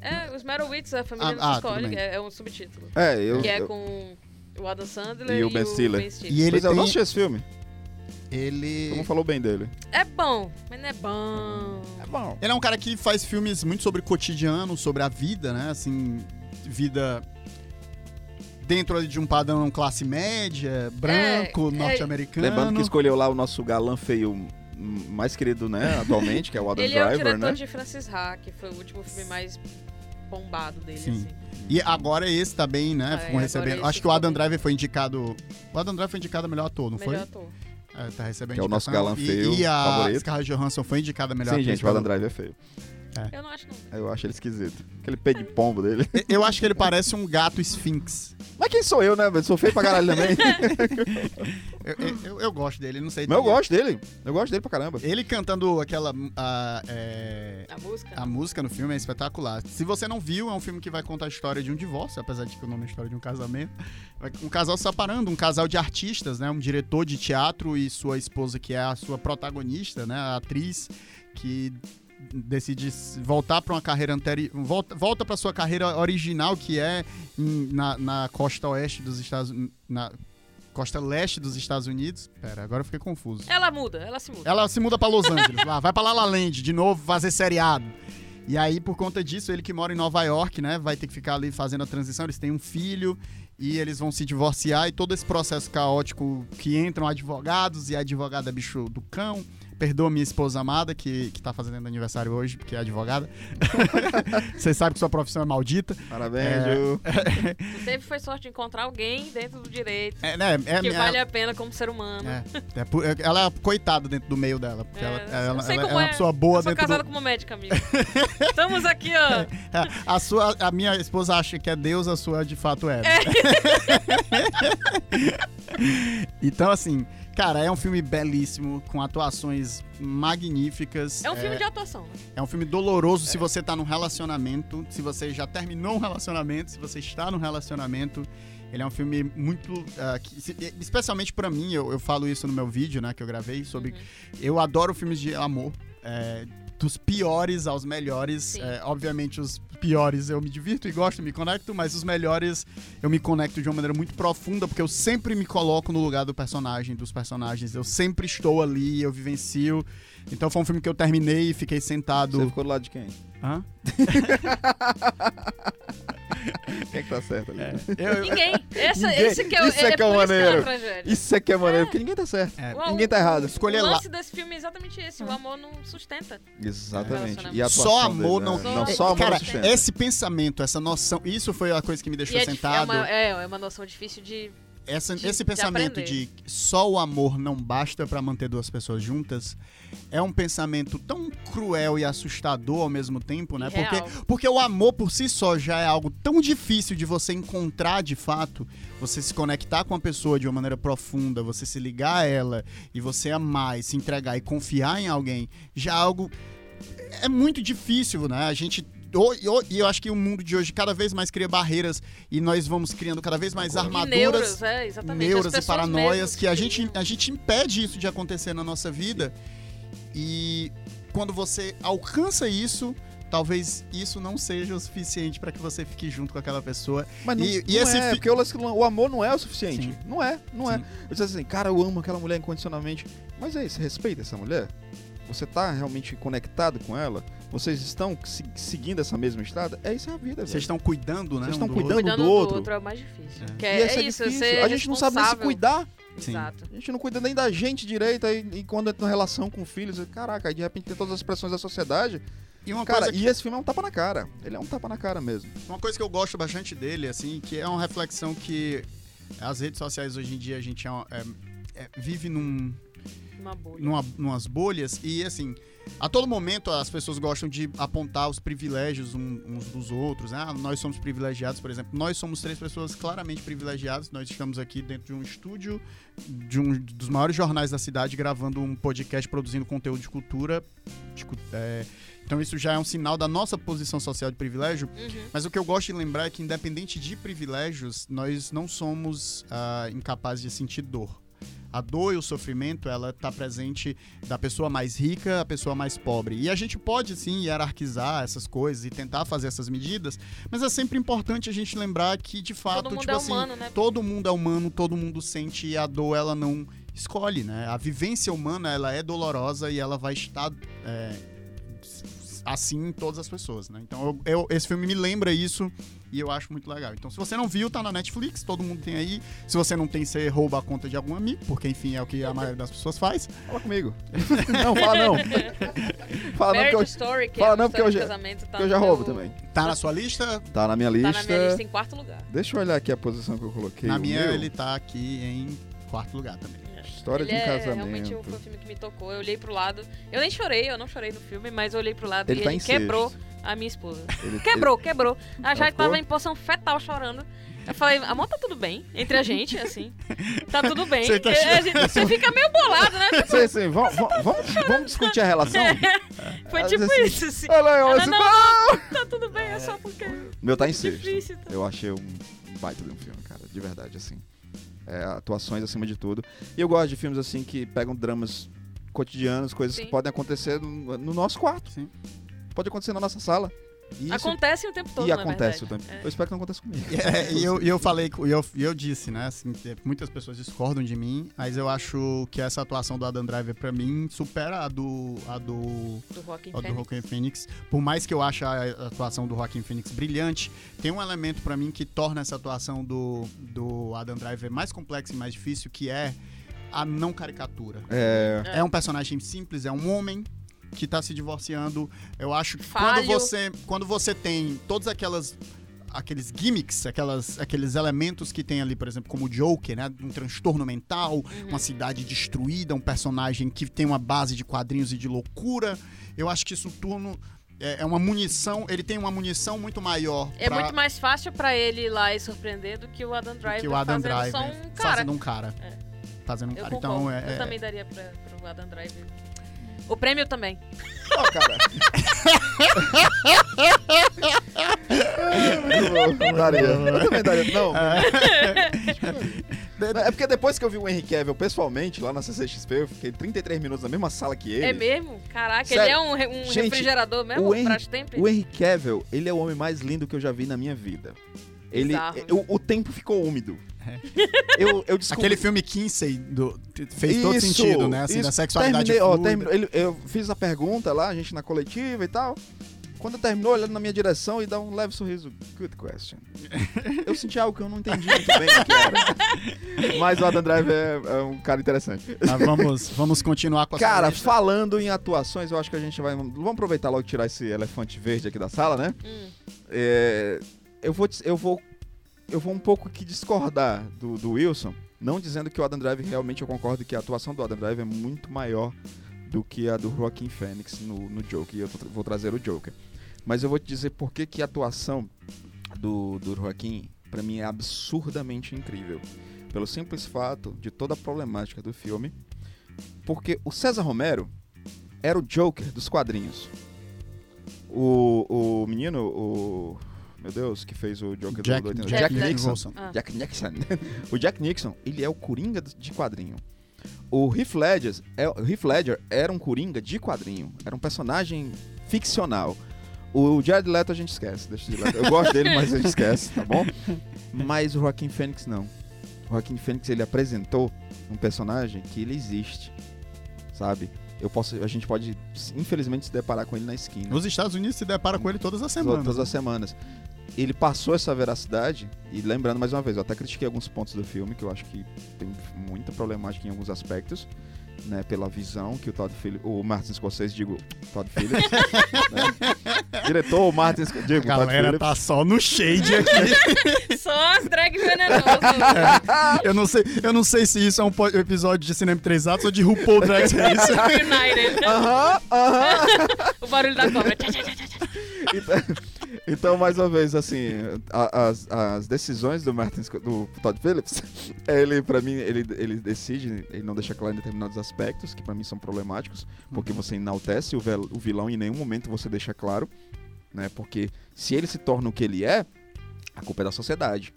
[SPEAKER 3] É, os Merowitz, a família
[SPEAKER 1] Ah,
[SPEAKER 3] não
[SPEAKER 1] ah,
[SPEAKER 3] se
[SPEAKER 1] tudo
[SPEAKER 3] escolhe,
[SPEAKER 1] bem.
[SPEAKER 3] é, é um subtítulo.
[SPEAKER 2] É, eu.
[SPEAKER 3] que é
[SPEAKER 2] eu-
[SPEAKER 3] com o Adam Sandler
[SPEAKER 2] E o Ben Stiller.
[SPEAKER 1] e ele
[SPEAKER 2] Pois é, eu não
[SPEAKER 1] tem,
[SPEAKER 2] assisti esse filme. Todo
[SPEAKER 1] ele
[SPEAKER 2] mundo falou bem dele.
[SPEAKER 3] É bom, mas não é bom.
[SPEAKER 2] bom.
[SPEAKER 1] Ele é um cara que faz filmes muito sobre o cotidiano, sobre a vida, né? Assim, vida dentro ali de um padrão classe média, branco,
[SPEAKER 3] é.
[SPEAKER 1] norte-americano.
[SPEAKER 2] Lembrando que escolheu lá o nosso galã feio hum, mais querido, né, atualmente, que é o Adam
[SPEAKER 3] ele é o
[SPEAKER 2] Driver,
[SPEAKER 3] diretor
[SPEAKER 2] né?
[SPEAKER 3] de Francis Ha, que foi o último filme mais bombado dele,
[SPEAKER 1] Sim.
[SPEAKER 3] assim.
[SPEAKER 1] E agora esse também, né?
[SPEAKER 3] Ah,
[SPEAKER 1] Ficam
[SPEAKER 3] é,
[SPEAKER 1] recebendo.
[SPEAKER 3] agora
[SPEAKER 1] Acho
[SPEAKER 3] esse
[SPEAKER 1] que o Adam
[SPEAKER 3] ficou.
[SPEAKER 1] Driver foi indicado. O Adam Driver foi indicado a melhor ator, não
[SPEAKER 3] Melhor ator.
[SPEAKER 1] foi? É, tá recebendo
[SPEAKER 2] Que é o nosso
[SPEAKER 1] indicação.
[SPEAKER 2] galã
[SPEAKER 1] E-
[SPEAKER 2] feio,
[SPEAKER 1] E, a
[SPEAKER 2] favorito.
[SPEAKER 1] Scarlett Johansson foi indicada a melhor
[SPEAKER 2] Sim,
[SPEAKER 1] atriz
[SPEAKER 2] gente, o Adam Driver é feio.
[SPEAKER 3] Eu não acho, não.
[SPEAKER 2] Eu acho ele esquisito. Aquele pé de pombo dele.
[SPEAKER 1] Eu acho que ele parece um gato esfinx.
[SPEAKER 2] Mas quem sou eu, né? velho? Sou feio pra caralho também.
[SPEAKER 1] Eu, eu- eu- eu gosto dele, não sei.
[SPEAKER 2] Mas eu gosto dele. Eu gosto dele pra caramba.
[SPEAKER 1] Ele cantando aquela. ah, é,
[SPEAKER 3] A música?
[SPEAKER 1] A música no filme é espetacular. Se você não viu, é um filme que vai contar a história de um divórcio, apesar de que o nome é história de um casamento. Vai- Um casal se separando, um casal de artistas, né? Um diretor de teatro e sua esposa, que é a sua protagonista, né? A atriz que decide s- voltar para uma carreira anterior, volta, volta para sua carreira original que é em- na, na costa oeste dos Estados Unidos, na costa leste dos Estados Unidos. Pera, agora eu fiquei confuso.
[SPEAKER 3] Ela muda, ela se muda.
[SPEAKER 1] Ela se muda pra Los Angeles, lá, vai pra La La Land de novo fazer seriado. E aí, por conta disso, ele que mora em Nova York, né, vai ter que ficar ali fazendo a transição. Eles têm um filho e eles vão se divorciar. E todo esse processo caótico que entram advogados e a advogada é bicho do cão. Perdoa minha esposa amada, que, que tá fazendo aniversário hoje, porque é advogada. Você sabe que sua profissão é maldita.
[SPEAKER 2] Parabéns,
[SPEAKER 1] É.
[SPEAKER 2] Ju.
[SPEAKER 3] Tu teve foi sorte de encontrar alguém dentro do direito
[SPEAKER 1] É, né? É,
[SPEAKER 3] que
[SPEAKER 1] minha-
[SPEAKER 3] vale a pena como ser humano.
[SPEAKER 1] é, é pu- ela é coitada dentro do meio dela. Porque
[SPEAKER 3] É,
[SPEAKER 1] ela,
[SPEAKER 3] eu
[SPEAKER 1] ela,
[SPEAKER 3] sei
[SPEAKER 1] ela
[SPEAKER 3] como
[SPEAKER 1] é uma
[SPEAKER 3] é.
[SPEAKER 1] pessoa boa
[SPEAKER 3] Eu sou
[SPEAKER 1] dentro do,
[SPEAKER 3] casada com uma médica, amigo. Estamos aqui, ó.
[SPEAKER 1] É, A, sua, a minha esposa acha que é Deus, a sua de fato é.
[SPEAKER 3] É.
[SPEAKER 1] então, assim, cara, é um filme belíssimo, com atuações magníficas.
[SPEAKER 3] É um filme de atuação. né?
[SPEAKER 1] É um filme doloroso se você tá num relacionamento, se você já terminou um relacionamento, se você está num relacionamento. Ele é um filme muito. ah, que se- especialmente pra mim, eu, eu falo isso no meu vídeo, né, que eu gravei, sobre.
[SPEAKER 3] Uhum.
[SPEAKER 1] Eu adoro filmes de amor. é, dos piores aos melhores.
[SPEAKER 3] Sim.
[SPEAKER 1] É, obviamente, os piores eu me divirto e gosto, me conecto, mas os melhores eu me conecto de uma maneira muito profunda, porque eu sempre me coloco no lugar do personagem, dos personagens. Eu sempre estou ali, eu vivencio. Então foi um filme que eu terminei e fiquei sentado.
[SPEAKER 2] Você ficou do lado de quem?
[SPEAKER 1] Hã?
[SPEAKER 2] Quem é que tá certo ali?
[SPEAKER 1] Eu- eu-
[SPEAKER 3] Ninguém. Essa,
[SPEAKER 2] Ninguém.
[SPEAKER 3] Esse que é,
[SPEAKER 2] Isso é que é o
[SPEAKER 3] por
[SPEAKER 2] maneiro.
[SPEAKER 3] Isso que é uma tragédia.
[SPEAKER 2] Isso aqui é maneiro, porque ninguém tá certo.
[SPEAKER 1] é,
[SPEAKER 3] Uau,
[SPEAKER 2] Ninguém tá errado.
[SPEAKER 1] escolher
[SPEAKER 3] o
[SPEAKER 1] lá.
[SPEAKER 3] lance desse filme é exatamente esse. O amor não sustenta.
[SPEAKER 2] Exatamente.
[SPEAKER 3] Relacionamento.
[SPEAKER 2] E a
[SPEAKER 1] Só
[SPEAKER 2] atuação
[SPEAKER 1] amor
[SPEAKER 2] dele,
[SPEAKER 1] não.
[SPEAKER 2] né?
[SPEAKER 3] Só-
[SPEAKER 2] Não, só amor
[SPEAKER 1] Cara,
[SPEAKER 2] não sustenta.
[SPEAKER 1] esse pensamento, essa noção, isso foi a coisa que me deixou
[SPEAKER 3] E é, dif- é,
[SPEAKER 1] sentado.
[SPEAKER 3] uma, é, é uma noção difícil de...
[SPEAKER 1] Essa-
[SPEAKER 3] de-
[SPEAKER 1] esse
[SPEAKER 3] de
[SPEAKER 1] pensamento de,
[SPEAKER 3] aprender.
[SPEAKER 1] só o amor não basta pra manter duas pessoas juntas é um pensamento tão cruel e assustador ao mesmo tempo, né?
[SPEAKER 3] Real.
[SPEAKER 1] Porque, porque o amor por si só já é algo tão difícil de você encontrar de fato, você se conectar com a pessoa de uma maneira profunda, você se ligar a ela e você amar e se entregar e confiar em alguém, já é algo é muito difícil, né? A gente. o- E o- e eu acho que o mundo de hoje cada vez mais cria barreiras e nós vamos criando cada vez mais
[SPEAKER 2] Concordo.
[SPEAKER 3] E
[SPEAKER 1] armaduras
[SPEAKER 3] neuras, é, exatamente.
[SPEAKER 1] neuras
[SPEAKER 3] As
[SPEAKER 1] e
[SPEAKER 3] pessoas
[SPEAKER 1] paranoias
[SPEAKER 3] mesmo
[SPEAKER 1] que a gente,
[SPEAKER 3] criam.
[SPEAKER 1] a gente impede isso de acontecer na nossa vida. E quando você alcança isso, talvez isso não seja o suficiente para que você fique junto com aquela pessoa.
[SPEAKER 2] Mas não,
[SPEAKER 1] E- e
[SPEAKER 2] não
[SPEAKER 1] esse
[SPEAKER 2] é,
[SPEAKER 1] fi-
[SPEAKER 2] porque o, lance que não- o amor não é o suficiente.
[SPEAKER 1] Sim.
[SPEAKER 2] Não é, não é.
[SPEAKER 1] Sim.
[SPEAKER 2] Eu disse assim, cara, eu amo aquela mulher incondicionalmente. Mas é isso, você respeita essa mulher? Você tá realmente conectado com ela? Vocês estão se- seguindo essa mesma estrada? É isso é a vida,
[SPEAKER 1] Vocês
[SPEAKER 2] velho.
[SPEAKER 1] estão cuidando, né?
[SPEAKER 2] Vocês
[SPEAKER 1] um
[SPEAKER 2] estão
[SPEAKER 1] do
[SPEAKER 2] cuidando.
[SPEAKER 1] outro.
[SPEAKER 3] Cuidando
[SPEAKER 2] do
[SPEAKER 3] do
[SPEAKER 2] outro.
[SPEAKER 3] outro. é o mais difícil.
[SPEAKER 1] É.
[SPEAKER 2] E
[SPEAKER 3] Que é,
[SPEAKER 2] essa
[SPEAKER 3] é isso, é
[SPEAKER 2] difícil.
[SPEAKER 3] ser
[SPEAKER 2] A gente não sabe nem se
[SPEAKER 3] responsável.
[SPEAKER 2] cuidar.
[SPEAKER 1] Sim.
[SPEAKER 3] Exato.
[SPEAKER 2] A gente não cuida nem da gente direito. Aí, e quando entra na relação com filhos, caraca, aí de repente tem todas as pressões da sociedade.
[SPEAKER 1] E uma
[SPEAKER 2] Cara,
[SPEAKER 1] coisa que
[SPEAKER 2] e esse filme é um tapa na cara. Ele é um tapa na cara mesmo.
[SPEAKER 1] Uma coisa que eu gosto bastante dele, assim, que é uma reflexão que as redes sociais hoje em dia a gente é uma- é- é- vive num,
[SPEAKER 3] Uma bolha.
[SPEAKER 1] numa, numas bolhas e, assim, a todo momento as pessoas gostam de apontar os privilégios um- uns dos outros. né? Ah, nós somos privilegiados, por exemplo. Nós somos três pessoas claramente privilegiadas. Nós estamos aqui dentro de um estúdio de um dos maiores jornais da cidade gravando um podcast produzindo conteúdo de cultura. de cu- é, então isso já é um sinal da nossa posição social de privilégio.
[SPEAKER 3] Uhum.
[SPEAKER 1] Mas o que eu gosto de lembrar é que, independente de privilégios, nós não somos ah, incapazes de sentir dor. A dor e o sofrimento, ela tá presente da pessoa mais rica à pessoa mais pobre. E a gente pode, sim, hierarquizar essas coisas e tentar fazer essas medidas, mas é sempre importante a gente lembrar que, de fato,
[SPEAKER 3] Todo mundo
[SPEAKER 1] tipo
[SPEAKER 3] é
[SPEAKER 1] assim,
[SPEAKER 3] humano, né?
[SPEAKER 1] todo mundo é humano, todo mundo sente e a dor, ela não escolhe, né? A vivência humana, ela é dolorosa e ela vai estar é, assim em todas as pessoas, né? Então, eu- eu- esse filme me lembra isso e eu acho muito legal. Então, se você não viu, tá na Netflix, todo mundo tem aí. Se você não tem, você rouba a conta de algum amigo, porque, enfim, é o que a maioria das pessoas faz.
[SPEAKER 2] Fala comigo. não, fala não. fala não,
[SPEAKER 3] Marriage
[SPEAKER 2] porque eu,
[SPEAKER 3] Story, que
[SPEAKER 2] Fala
[SPEAKER 3] é uma
[SPEAKER 2] não, porque eu
[SPEAKER 3] história de
[SPEAKER 2] já-
[SPEAKER 3] casamento, tá
[SPEAKER 2] que eu já
[SPEAKER 3] no
[SPEAKER 2] roubo
[SPEAKER 3] meu-
[SPEAKER 2] também.
[SPEAKER 1] Tá na sua lista?
[SPEAKER 2] Tá na minha lista.
[SPEAKER 3] Tá na minha lista em quarto lugar.
[SPEAKER 2] Deixa eu olhar aqui a posição que eu coloquei.
[SPEAKER 1] na
[SPEAKER 2] o
[SPEAKER 1] minha,
[SPEAKER 2] meu.
[SPEAKER 1] ele tá aqui em quarto lugar também.
[SPEAKER 2] História
[SPEAKER 3] Ele
[SPEAKER 2] de um
[SPEAKER 3] é,
[SPEAKER 2] casamento.
[SPEAKER 3] realmente foi um filme que me tocou. Eu olhei pro lado. Eu nem chorei, eu não chorei no filme, mas eu olhei pro lado
[SPEAKER 2] Ele
[SPEAKER 3] e
[SPEAKER 2] tá
[SPEAKER 3] ele
[SPEAKER 2] em
[SPEAKER 3] quebrou
[SPEAKER 2] sexto.
[SPEAKER 3] a minha esposa.
[SPEAKER 2] Ele-
[SPEAKER 3] Quebrou, quebrou. A
[SPEAKER 2] Ela
[SPEAKER 3] Jade
[SPEAKER 2] ficou?
[SPEAKER 3] tava em posição fetal chorando. Eu falei, amor, tá tudo bem entre a gente, assim. Tá tudo bem.
[SPEAKER 1] Você tá
[SPEAKER 3] É, a gente- Você fica meio bolado, né?
[SPEAKER 2] ele- Sim, sim, vamos, vamos- vamos- vamos discutir a relação?
[SPEAKER 3] Foi
[SPEAKER 2] Às
[SPEAKER 3] tipo
[SPEAKER 2] vezes, assim,
[SPEAKER 3] isso, assim.
[SPEAKER 2] Olha, olha,
[SPEAKER 3] Ela,
[SPEAKER 2] assim,
[SPEAKER 3] não,
[SPEAKER 2] pá!
[SPEAKER 3] não, não, tá tudo bem, é só porque é
[SPEAKER 2] Meu tá em sexto.
[SPEAKER 3] difícil. tá?
[SPEAKER 2] Eu achei um baita de um filme, cara, de verdade, assim. É, atuações acima de tudo. E eu gosto de filmes assim que pegam dramas cotidianos, coisas que
[SPEAKER 3] Sim.
[SPEAKER 2] podem acontecer no, no nosso quarto.
[SPEAKER 1] Sim.
[SPEAKER 2] Pode acontecer na nossa sala. E isso
[SPEAKER 3] Acontece o tempo todo,
[SPEAKER 2] e
[SPEAKER 3] na
[SPEAKER 2] acontece o
[SPEAKER 3] verdade.
[SPEAKER 2] tempo. Eu espero que não aconteça comigo.
[SPEAKER 1] É, e eu, e eu falei, e eu, e eu disse, né? Assim, que muitas pessoas discordam de mim, mas eu acho que essa atuação do Adam Driver, pra mim, supera a do. A do
[SPEAKER 3] Do Rock in
[SPEAKER 1] a do
[SPEAKER 3] Fênix.
[SPEAKER 1] Joaquin Phoenix, por mais que eu ache a atuação do Joaquin Phoenix brilhante, tem um elemento pra mim que torna essa atuação do, do Adam Driver mais complexa e mais difícil, que é a não caricatura.
[SPEAKER 2] É,
[SPEAKER 1] É um personagem simples, é um homem que tá se divorciando. Eu acho que quando
[SPEAKER 3] Falho.
[SPEAKER 1] você, quando você tem todas aquelas aqueles gimmicks, aquelas, aqueles elementos que tem ali, por exemplo, como o Joker, né, um transtorno mental,
[SPEAKER 3] Uhum.
[SPEAKER 1] uma cidade destruída, um personagem que tem uma base de quadrinhos e de loucura. Eu acho que isso turno é, é uma munição, ele tem uma munição muito maior
[SPEAKER 3] É
[SPEAKER 1] pra-
[SPEAKER 3] muito mais fácil pra ele ir lá e surpreender do que o Adam Driver
[SPEAKER 1] que o Adam
[SPEAKER 3] fazendo
[SPEAKER 1] Driver
[SPEAKER 3] só um cara.
[SPEAKER 1] fazendo um cara.
[SPEAKER 3] É.
[SPEAKER 1] Fazendo um
[SPEAKER 3] Eu
[SPEAKER 1] cara.
[SPEAKER 3] concordo.
[SPEAKER 1] Então, é,
[SPEAKER 3] eu
[SPEAKER 1] é-
[SPEAKER 3] também daria pra, pro Adam Driver. O prêmio também.
[SPEAKER 2] Ó, cara. Eu daria. Eu também daria. Não. É porque depois que eu vi o Henry Cavill pessoalmente lá na CCXP, eu fiquei 33 minutos na mesma sala que ele.
[SPEAKER 3] É mesmo? Caraca, ele
[SPEAKER 2] Sério.
[SPEAKER 3] é um, re- um
[SPEAKER 2] Gente,
[SPEAKER 3] refrigerador mesmo?
[SPEAKER 2] o
[SPEAKER 3] Um
[SPEAKER 2] Henry-
[SPEAKER 3] prato tempo?
[SPEAKER 2] O Henry Cavill, ele é o homem mais lindo que eu já vi na minha vida. Ele,
[SPEAKER 3] Bizarro.
[SPEAKER 2] o, o tempo ficou úmido. Eu, eu descobri.
[SPEAKER 1] Aquele filme Kinsey do, te- fez todo
[SPEAKER 2] Isso,
[SPEAKER 1] sentido, né? Assim,
[SPEAKER 2] isso.
[SPEAKER 1] da sexualidade
[SPEAKER 2] Terminei, ó,
[SPEAKER 1] fluida.
[SPEAKER 2] terminou- ele- eu fiz a pergunta lá, a gente na coletiva e tal. Quando eu terminou, olhando na minha direção e dá um leve sorriso. Good question. Eu senti algo que eu não entendi muito bem o que era. Mas o Adam Driver é, é um cara interessante.
[SPEAKER 1] Mas vamos, vamos continuar com a
[SPEAKER 2] Cara,
[SPEAKER 1] sua lista.
[SPEAKER 2] falando em atuações, eu acho que a gente vai... Vamos aproveitar logo e tirar esse elefante verde aqui da sala, né?
[SPEAKER 3] Hum,
[SPEAKER 2] É, eu vou dis- eu vou eu vou um pouco que discordar do, do Wilson, não dizendo que o Adam Driver realmente eu concordo que a atuação do Adam Driver é muito maior do que a do Joaquin Phoenix no, no Joker, e eu tra- vou trazer o Joker. Mas eu vou te dizer por que, que a atuação do, do Joaquin, pra mim, é absurdamente incrível. Pelo simples fato de toda a problemática do filme, porque o César Romero era o Joker dos quadrinhos. O, o menino, o. Meu Deus, que fez o Joker
[SPEAKER 1] Jack-
[SPEAKER 2] do 80,
[SPEAKER 1] Jack
[SPEAKER 2] Jack Nixon.
[SPEAKER 1] Nicholson.
[SPEAKER 3] Ah.
[SPEAKER 2] Jack Nixon. o Jack Nixon, ele é o Coringa de quadrinho. O Heath Ledger, é, o Heath Ledger era um Coringa de quadrinho. Era um personagem ficcional. O Jared Leto a gente esquece, deixa de lado. Eu gosto dele, mas a gente esquece, tá bom? Mas o Joaquim Fênix não. O Joaquim Fênix, ele apresentou um personagem que ele existe, sabe? Eu posso, a gente pode, infelizmente, se deparar com ele na esquina
[SPEAKER 1] Nos Estados Unidos se depara com ele todas as
[SPEAKER 2] todas-
[SPEAKER 1] semanas.
[SPEAKER 2] Todas as semanas. Ele passou essa veracidade, e lembrando mais uma vez, eu até critiquei alguns pontos do filme, que eu acho que tem muita problemática em alguns aspectos, né? Pela visão que o Todd Phillips, o Martin Scorsese, digo, Todd Phillips, né, diretor Martin, Sc- digo,
[SPEAKER 1] A
[SPEAKER 2] Todd
[SPEAKER 1] galera
[SPEAKER 2] Phillips,
[SPEAKER 1] tá só no shade aqui.
[SPEAKER 3] Só as drag venenosas.
[SPEAKER 1] eu, não sei, eu não sei se isso é um po- episódio de Cinema 3 Atos ou de RuPaul Drag Race.
[SPEAKER 3] United.
[SPEAKER 2] Aham, aham.
[SPEAKER 3] O barulho da cobra. Tchá, tchá, tchá, tchá, tchá.
[SPEAKER 2] Então- Então, mais uma vez, assim, a- as, as decisões do Martin, Sc- do Todd Phillips, ele, pra mim, ele, ele decide, ele não deixa claro em determinados aspectos, que pra mim são problemáticos, porque você enaltece o, vel- o vilão e em nenhum momento você deixa claro, né? Porque se ele se torna o que ele é, a culpa é da sociedade.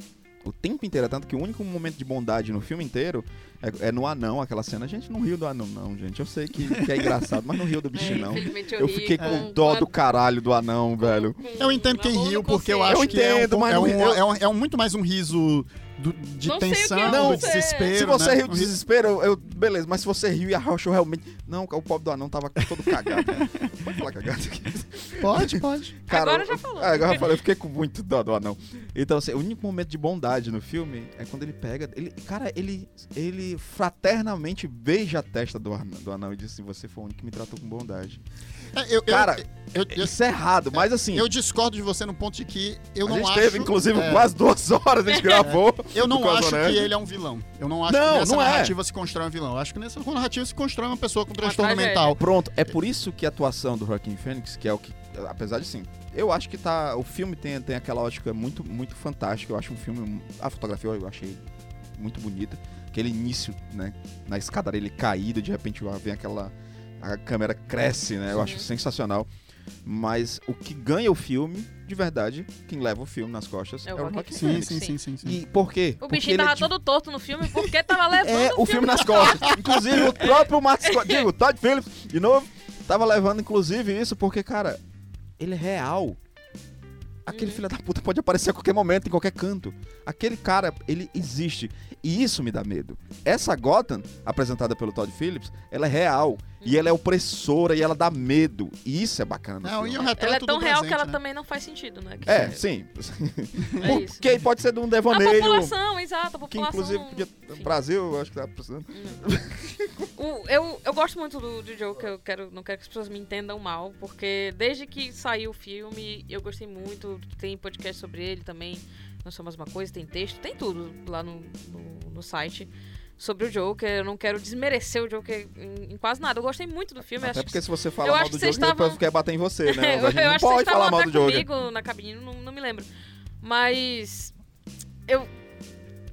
[SPEAKER 2] O tempo inteiro, é tanto que o único momento de bondade no filme inteiro é, é no anão, aquela cena. Gente, não riu do anão, não, gente. Eu sei que, que é engraçado, mas não riu do bichinho, não.
[SPEAKER 3] Infelizmente
[SPEAKER 2] Eu
[SPEAKER 3] É, ri
[SPEAKER 2] fiquei
[SPEAKER 3] com-
[SPEAKER 2] com dó do caralho do anão, velho.
[SPEAKER 3] com-
[SPEAKER 1] Eu entendo quem
[SPEAKER 3] com a mão
[SPEAKER 1] riu,
[SPEAKER 3] no
[SPEAKER 1] porque eu
[SPEAKER 3] conselho.
[SPEAKER 1] acho
[SPEAKER 2] Eu
[SPEAKER 1] que é,
[SPEAKER 2] entendo,
[SPEAKER 1] um,
[SPEAKER 2] mas
[SPEAKER 1] é,
[SPEAKER 2] não-
[SPEAKER 1] um,
[SPEAKER 2] eu-
[SPEAKER 1] é, um- é um- muito mais um riso do- de
[SPEAKER 3] Não sei o que
[SPEAKER 1] tensão,
[SPEAKER 3] é
[SPEAKER 1] do
[SPEAKER 3] você.
[SPEAKER 1] desespero.
[SPEAKER 2] Se você
[SPEAKER 1] né?
[SPEAKER 2] riu
[SPEAKER 1] Um
[SPEAKER 2] de
[SPEAKER 1] riso-
[SPEAKER 2] desespero, eu, eu- beleza, mas se você riu e arrochou realmente. Não, o pobre do anão tava todo cagado. né? Pode falar cagado aqui.
[SPEAKER 1] Pode, pode.
[SPEAKER 3] Agora já falou.
[SPEAKER 2] é, Agora eu falei, eu fiquei com muito dó do anão. Então, assim, o único momento de bondade no filme é quando ele pega. Ele, cara, ele, ele fraternamente beija a testa do anão, do anão e diz assim: Você foi o único que me tratou com bondade.
[SPEAKER 1] É, eu- eu-
[SPEAKER 2] Cara,
[SPEAKER 1] eu- eu-
[SPEAKER 2] Isso é errado, mas assim.
[SPEAKER 1] eu discordo de você no ponto de que eu
[SPEAKER 2] a
[SPEAKER 1] não
[SPEAKER 2] gente
[SPEAKER 1] acho.
[SPEAKER 2] teve, inclusive,
[SPEAKER 1] é,
[SPEAKER 2] quase duas horas, a gente gravou.
[SPEAKER 1] Eu não
[SPEAKER 2] Quase
[SPEAKER 1] acho
[SPEAKER 2] honesto.
[SPEAKER 1] que ele é um vilão. Eu não acho
[SPEAKER 2] Não,
[SPEAKER 1] que nessa
[SPEAKER 2] não é.
[SPEAKER 1] narrativa se constrói um vilão. Eu acho que nessa narrativa se constrói uma pessoa com transtorno
[SPEAKER 3] tragédia.
[SPEAKER 1] mental.
[SPEAKER 2] Pronto, é por isso que a atuação do Joaquin Phoenix, que é o que. Apesar de sim, eu acho que tá. O filme tem, tem aquela ótica muito, muito fantástica. Eu acho um filme. A fotografia eu achei muito bonita. Aquele início, né? Na escadaria ele caído, de repente vem aquela. A câmera cresce, né? Eu acho
[SPEAKER 3] Uhum.
[SPEAKER 2] sensacional. Mas o que ganha o filme, de verdade, quem leva o filme nas costas é, o Joaquin
[SPEAKER 1] Sim,
[SPEAKER 2] Phoenix.
[SPEAKER 1] sim, sim, sim, sim.
[SPEAKER 2] E por quê?
[SPEAKER 3] O
[SPEAKER 2] Porque
[SPEAKER 3] bichinho
[SPEAKER 2] ele é
[SPEAKER 3] tava
[SPEAKER 2] de-
[SPEAKER 3] todo torto no filme porque tava levando
[SPEAKER 2] é, o filme nas costas. Inclusive, o próprio Max, Co- digo, Todd Phillips, de novo, tava levando, inclusive, isso porque, cara, ele é real. Aquele
[SPEAKER 3] Uhum.
[SPEAKER 2] filho da puta pode aparecer a qualquer momento, em qualquer canto. Aquele cara, ele existe. E isso me dá medo. Essa Gotham, apresentada pelo Todd Phillips, ela é real. E ela é opressora e ela dá medo. E isso é bacana. No
[SPEAKER 1] Não,
[SPEAKER 2] filme.
[SPEAKER 1] e o retrato
[SPEAKER 3] Ela é tão
[SPEAKER 1] do
[SPEAKER 3] real
[SPEAKER 1] presente,
[SPEAKER 3] que ela
[SPEAKER 1] né?
[SPEAKER 3] também não faz sentido, né? Que
[SPEAKER 2] É, sim.
[SPEAKER 3] é isso.
[SPEAKER 2] Porque pode ser de um
[SPEAKER 3] A
[SPEAKER 2] devaneio.
[SPEAKER 3] população, exato, a população.
[SPEAKER 2] Que inclusive podia.
[SPEAKER 3] enfim.
[SPEAKER 2] Brasil, eu acho que tá precisando.
[SPEAKER 3] O- eu, eu gosto muito do, do jogo, que eu quero, não quero que as pessoas me entendam mal, porque desde que saiu o filme, eu gostei muito, tem podcast sobre ele também, não sou mais uma coisa, tem texto, tem tudo lá no, no, no site sobre o Joker, eu não quero desmerecer o Joker em, em quase nada, eu gostei muito do filme, eu
[SPEAKER 2] Até
[SPEAKER 3] acho que
[SPEAKER 2] porque se você fala
[SPEAKER 3] eu
[SPEAKER 2] mal
[SPEAKER 3] acho
[SPEAKER 2] do
[SPEAKER 3] que vocês
[SPEAKER 2] Joker, o
[SPEAKER 3] estavam-
[SPEAKER 2] povo quer bater em você, né?
[SPEAKER 3] eu,
[SPEAKER 2] A gente
[SPEAKER 3] eu
[SPEAKER 2] não
[SPEAKER 3] acho que vocês
[SPEAKER 2] pode falar
[SPEAKER 3] estavam
[SPEAKER 2] mal
[SPEAKER 3] até
[SPEAKER 2] do né? Joker.
[SPEAKER 3] comigo na cabine, não, não me lembro. Mas eu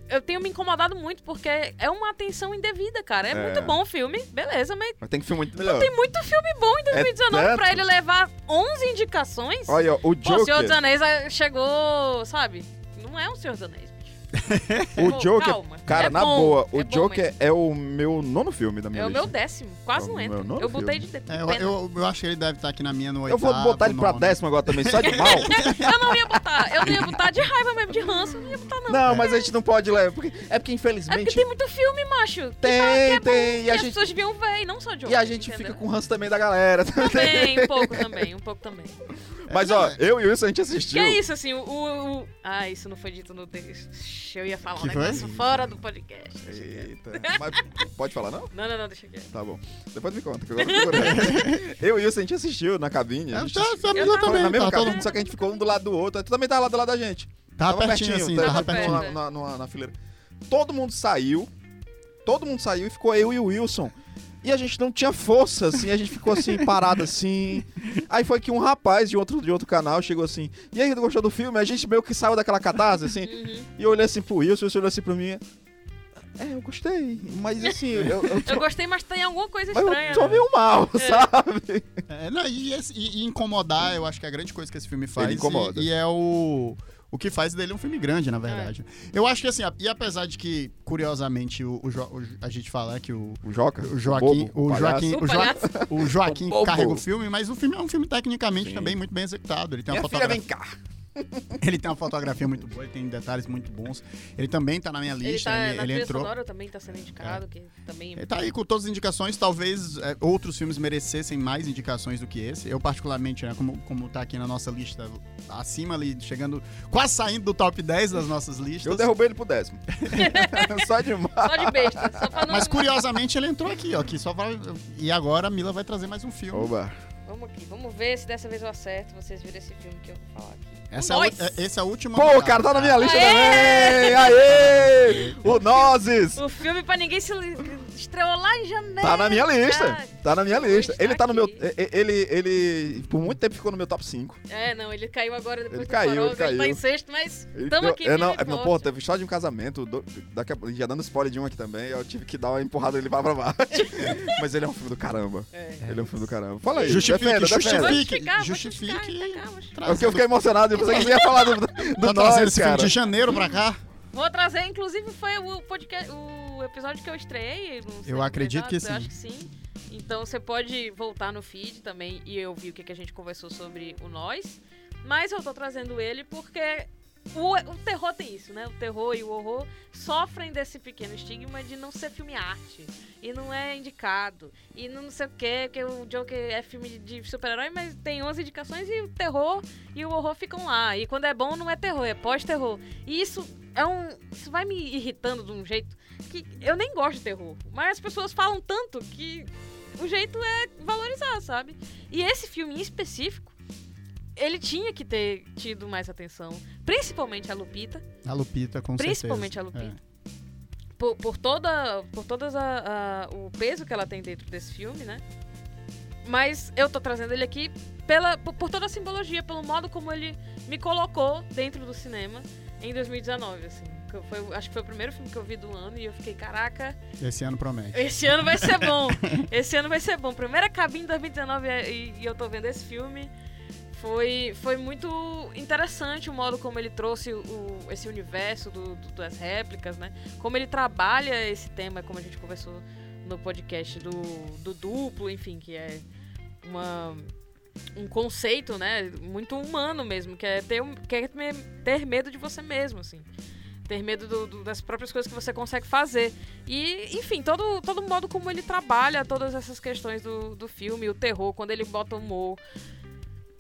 [SPEAKER 3] eu tenho me incomodado muito porque é uma atenção indevida, cara. É,
[SPEAKER 2] É.
[SPEAKER 3] muito bom o filme, beleza, mas
[SPEAKER 2] Mas tem que filme muito melhor.
[SPEAKER 3] tem muito filme bom em 2019
[SPEAKER 2] É tanto.
[SPEAKER 3] pra ele levar 11 indicações.
[SPEAKER 2] Olha, ó, o
[SPEAKER 3] Pô, o Senhor dos
[SPEAKER 2] Joker.
[SPEAKER 3] Anéis ah, chegou, sabe? Não é um Senhor dos Anéis, bicho.
[SPEAKER 2] O
[SPEAKER 3] Pô,
[SPEAKER 2] Joker.
[SPEAKER 3] calma.
[SPEAKER 2] Cara,
[SPEAKER 3] É
[SPEAKER 2] na
[SPEAKER 3] bom,
[SPEAKER 2] boa, o
[SPEAKER 3] é bom,
[SPEAKER 2] Joker é o meu nono filme da
[SPEAKER 3] mas
[SPEAKER 2] minha
[SPEAKER 3] É o
[SPEAKER 2] lista.
[SPEAKER 3] meu décimo,
[SPEAKER 2] É o
[SPEAKER 3] quase não
[SPEAKER 2] meu
[SPEAKER 3] entra.
[SPEAKER 2] nono
[SPEAKER 3] Eu botei de
[SPEAKER 1] É, eu,
[SPEAKER 3] pena.
[SPEAKER 1] eu, eu acho que ele deve estar aqui na minha no
[SPEAKER 2] Eu vou
[SPEAKER 1] oitavo,
[SPEAKER 2] botar ele pra
[SPEAKER 1] nono.
[SPEAKER 2] décimo agora também, só de mal.
[SPEAKER 3] Eu não ia botar, eu não ia botar de raiva mesmo, de ranço, eu não ia botar não.
[SPEAKER 2] não, mas a gente não pode levar. Porque... É porque,
[SPEAKER 3] É porque
[SPEAKER 2] infelizmente,
[SPEAKER 3] tem muito filme, macho. que tá- que é
[SPEAKER 2] tem,
[SPEAKER 3] bom,
[SPEAKER 2] tem.
[SPEAKER 3] E
[SPEAKER 2] E a
[SPEAKER 3] as
[SPEAKER 2] gente,
[SPEAKER 3] pessoas deviam ver, e não só Joker.
[SPEAKER 2] e a gente fica
[SPEAKER 3] entendeu?
[SPEAKER 2] com o ranço também da galera.
[SPEAKER 3] Também, um pouco também, um pouco também.
[SPEAKER 2] Mas, ó, eu e o Wilson, a gente assistiu.
[SPEAKER 3] É, Que é isso, assim, o, o- o- Ah, isso não foi dito no texto. Shhh, Eu ia falar um
[SPEAKER 1] Que foi?
[SPEAKER 3] negócio fora do podcast.
[SPEAKER 2] É
[SPEAKER 3] Deixa quieto.
[SPEAKER 2] Eita. Mas pode falar, não?
[SPEAKER 3] Não, não, não, deixa quieto.
[SPEAKER 2] Tá bom. Depois me conta, que agora eu tô curioso. Eu e o Wilson, a gente assistiu na cabine. a
[SPEAKER 1] Eu
[SPEAKER 2] gente
[SPEAKER 1] tá,
[SPEAKER 2] assistiu.
[SPEAKER 1] tá,
[SPEAKER 3] Eu
[SPEAKER 1] eu
[SPEAKER 3] tava-
[SPEAKER 1] também,
[SPEAKER 2] na mesma
[SPEAKER 1] tá todo
[SPEAKER 2] cabine,
[SPEAKER 1] mundo.
[SPEAKER 2] só que a gente ficou um do lado do outro. Tu também tava lá do lado da gente.
[SPEAKER 1] Tava pertinho, assim,
[SPEAKER 2] tava
[SPEAKER 1] tava
[SPEAKER 3] perto.
[SPEAKER 1] pertinho.
[SPEAKER 2] Na, na- numa- na fileira. Todo mundo saiu. Todo mundo saiu e ficou eu e o Wilson. E a gente não tinha força, assim, a gente ficou assim, parado assim. Aí foi que um rapaz de outro, de outro canal chegou assim, e aí, gostou do filme? A gente meio que saiu daquela catarse, assim,
[SPEAKER 3] Uhum.
[SPEAKER 2] e eu olhei assim pro Wilson, o Wilson olhou assim pra mim. É, eu gostei. Mas assim, eu, eu
[SPEAKER 3] Eu
[SPEAKER 2] só,
[SPEAKER 3] gostei, mas tem alguma coisa
[SPEAKER 2] mas eu
[SPEAKER 3] estranha. né?
[SPEAKER 2] só vi o mal, sabe?
[SPEAKER 1] É, não, e, esse- e- e incomodar, eu acho que é a grande coisa que esse filme faz.
[SPEAKER 2] Ele incomoda.
[SPEAKER 1] E, e é o, o que faz dele um filme grande, na verdade. Eu acho que assim, a- e apesar de que, curiosamente, o, o Jo- o- a gente fala que o.
[SPEAKER 2] O Joca?
[SPEAKER 1] O Joaquim,
[SPEAKER 2] bobo,
[SPEAKER 1] o
[SPEAKER 2] palhaço.
[SPEAKER 1] Joaquim,
[SPEAKER 3] O
[SPEAKER 1] o Joa- o Joaquim
[SPEAKER 2] O bobo.
[SPEAKER 1] carrega o filme, mas o filme é um filme tecnicamente
[SPEAKER 2] Sim.
[SPEAKER 1] também muito bem executado. Ele tem, uma
[SPEAKER 2] Minha filha,
[SPEAKER 1] fotografia,
[SPEAKER 2] vem cá.
[SPEAKER 1] ele tem uma fotografia muito boa, ele tem detalhes muito bons. Ele também tá na minha
[SPEAKER 3] Ele
[SPEAKER 1] lista,
[SPEAKER 3] tá
[SPEAKER 1] ele,
[SPEAKER 3] na
[SPEAKER 1] ele
[SPEAKER 3] trilha
[SPEAKER 1] entrou.
[SPEAKER 3] sonora também tá sendo indicado, que também
[SPEAKER 1] É, Tá aí com todas as indicações, talvez é, outros filmes merecessem mais indicações do que esse. Eu, particularmente, né, como, como tá aqui na nossa lista, acima ali, chegando, quase saindo do top 10 das nossas listas.
[SPEAKER 2] Eu derrubei ele pro décimo. Só de mal.
[SPEAKER 3] só de besta, só pra não.
[SPEAKER 1] Mas curiosamente ele entrou aqui, ó. Que só vai... E agora a Mila vai trazer mais um filme.
[SPEAKER 2] Oba.
[SPEAKER 3] Vamos aqui, vamos ver se dessa vez eu acerto, vocês viram esse filme que eu vou falar aqui.
[SPEAKER 1] Essa é a,
[SPEAKER 3] Nós!
[SPEAKER 1] u- é- esse é a última.
[SPEAKER 2] Pô, o cara tá na minha lista também! Aê! O Nozes!
[SPEAKER 3] O filme pra ninguém se li- estreou lá em janeiro.
[SPEAKER 2] Tá na minha lista!
[SPEAKER 3] cara.
[SPEAKER 2] Tá na minha lista.
[SPEAKER 3] está
[SPEAKER 2] Ele tá no meu.
[SPEAKER 3] aqui.
[SPEAKER 2] e- Ele, ele. Por muito tempo ficou no meu top 5.
[SPEAKER 3] É, não, ele caiu agora depois
[SPEAKER 2] Ele
[SPEAKER 3] do
[SPEAKER 2] caiu,
[SPEAKER 3] Farofa,
[SPEAKER 2] ele caiu.
[SPEAKER 3] tá em sexto, mas
[SPEAKER 2] Ele
[SPEAKER 3] estamos
[SPEAKER 2] deu-
[SPEAKER 3] aqui.
[SPEAKER 2] eu não,
[SPEAKER 3] firme e
[SPEAKER 2] é, meu,
[SPEAKER 3] forte.
[SPEAKER 2] pô, teve história de um casamento. do- daqui a, já dando spoiler de um aqui também, eu tive que dar uma empurrada ele pra pra baixo. Mas ele é um filme do caramba.
[SPEAKER 3] É.
[SPEAKER 2] Ele é um filme do caramba. Fala aí.
[SPEAKER 1] Justifique,
[SPEAKER 2] defenda, defenda.
[SPEAKER 3] Vou
[SPEAKER 1] justifique.
[SPEAKER 3] justificar,
[SPEAKER 1] Justifique.
[SPEAKER 3] Vou justificar, tá cá, vou justificar.
[SPEAKER 2] É porque eu fiquei emocionado e pensei que você ia falar do, do
[SPEAKER 1] Tá trazendo
[SPEAKER 2] Nozes,
[SPEAKER 1] esse filme
[SPEAKER 2] cara.
[SPEAKER 1] de janeiro pra cá.
[SPEAKER 3] Vou trazer, inclusive foi o podcast, o episódio que eu estreiei. não sei,
[SPEAKER 1] Eu acredito que
[SPEAKER 3] exato,
[SPEAKER 1] sim.
[SPEAKER 3] Eu acho que sim. Então você pode voltar no feed também e eu vi o que, que a gente conversou sobre o Nós. Mas eu tô trazendo ele porque o, o terror tem isso, né? O terror e o horror sofrem desse pequeno estigma de não ser filme arte. E não é indicado. E não sei o quê, porque o Joker é filme de super-herói, mas tem 11 indicações e o terror e o horror ficam lá. E quando é bom, não é terror, é pós-terror. E isso é um. Isso vai me irritando de um jeito que eu nem gosto de terror. Mas as pessoas falam tanto que o jeito é valorizar, sabe? E esse filme em específico, ele tinha que ter tido mais atenção. Principalmente a Lupita.
[SPEAKER 1] A Lupita, com
[SPEAKER 3] Principalmente
[SPEAKER 1] certeza.
[SPEAKER 3] a Lupita. Por, por toda. Por todas a, a- o peso que ela tem dentro desse filme, né? Mas eu tô trazendo ele aqui pela, por, por toda a simbologia, pelo modo como ele me colocou dentro do cinema em 2019, assim. Que eu- foi- acho que foi o primeiro filme que eu vi do ano e eu fiquei, caraca,
[SPEAKER 1] É, esse ano promete.
[SPEAKER 3] esse ano vai ser bom. Esse ano vai ser bom. Primeira cabine 2019 e, e eu tô vendo esse filme. Foi, foi muito interessante o modo como ele trouxe o- o- esse universo do- do- das réplicas, né? Como ele trabalha esse tema, como a gente conversou no podcast do, do duplo, enfim, que é uma, um conceito, né? Muito humano mesmo, que é ter, um- que é me- ter medo de você mesmo, assim. Ter medo do- do- das próprias coisas que você consegue fazer. E, enfim, todo, todo o modo como ele trabalha todas essas questões do, do filme, o terror, quando ele bota humor.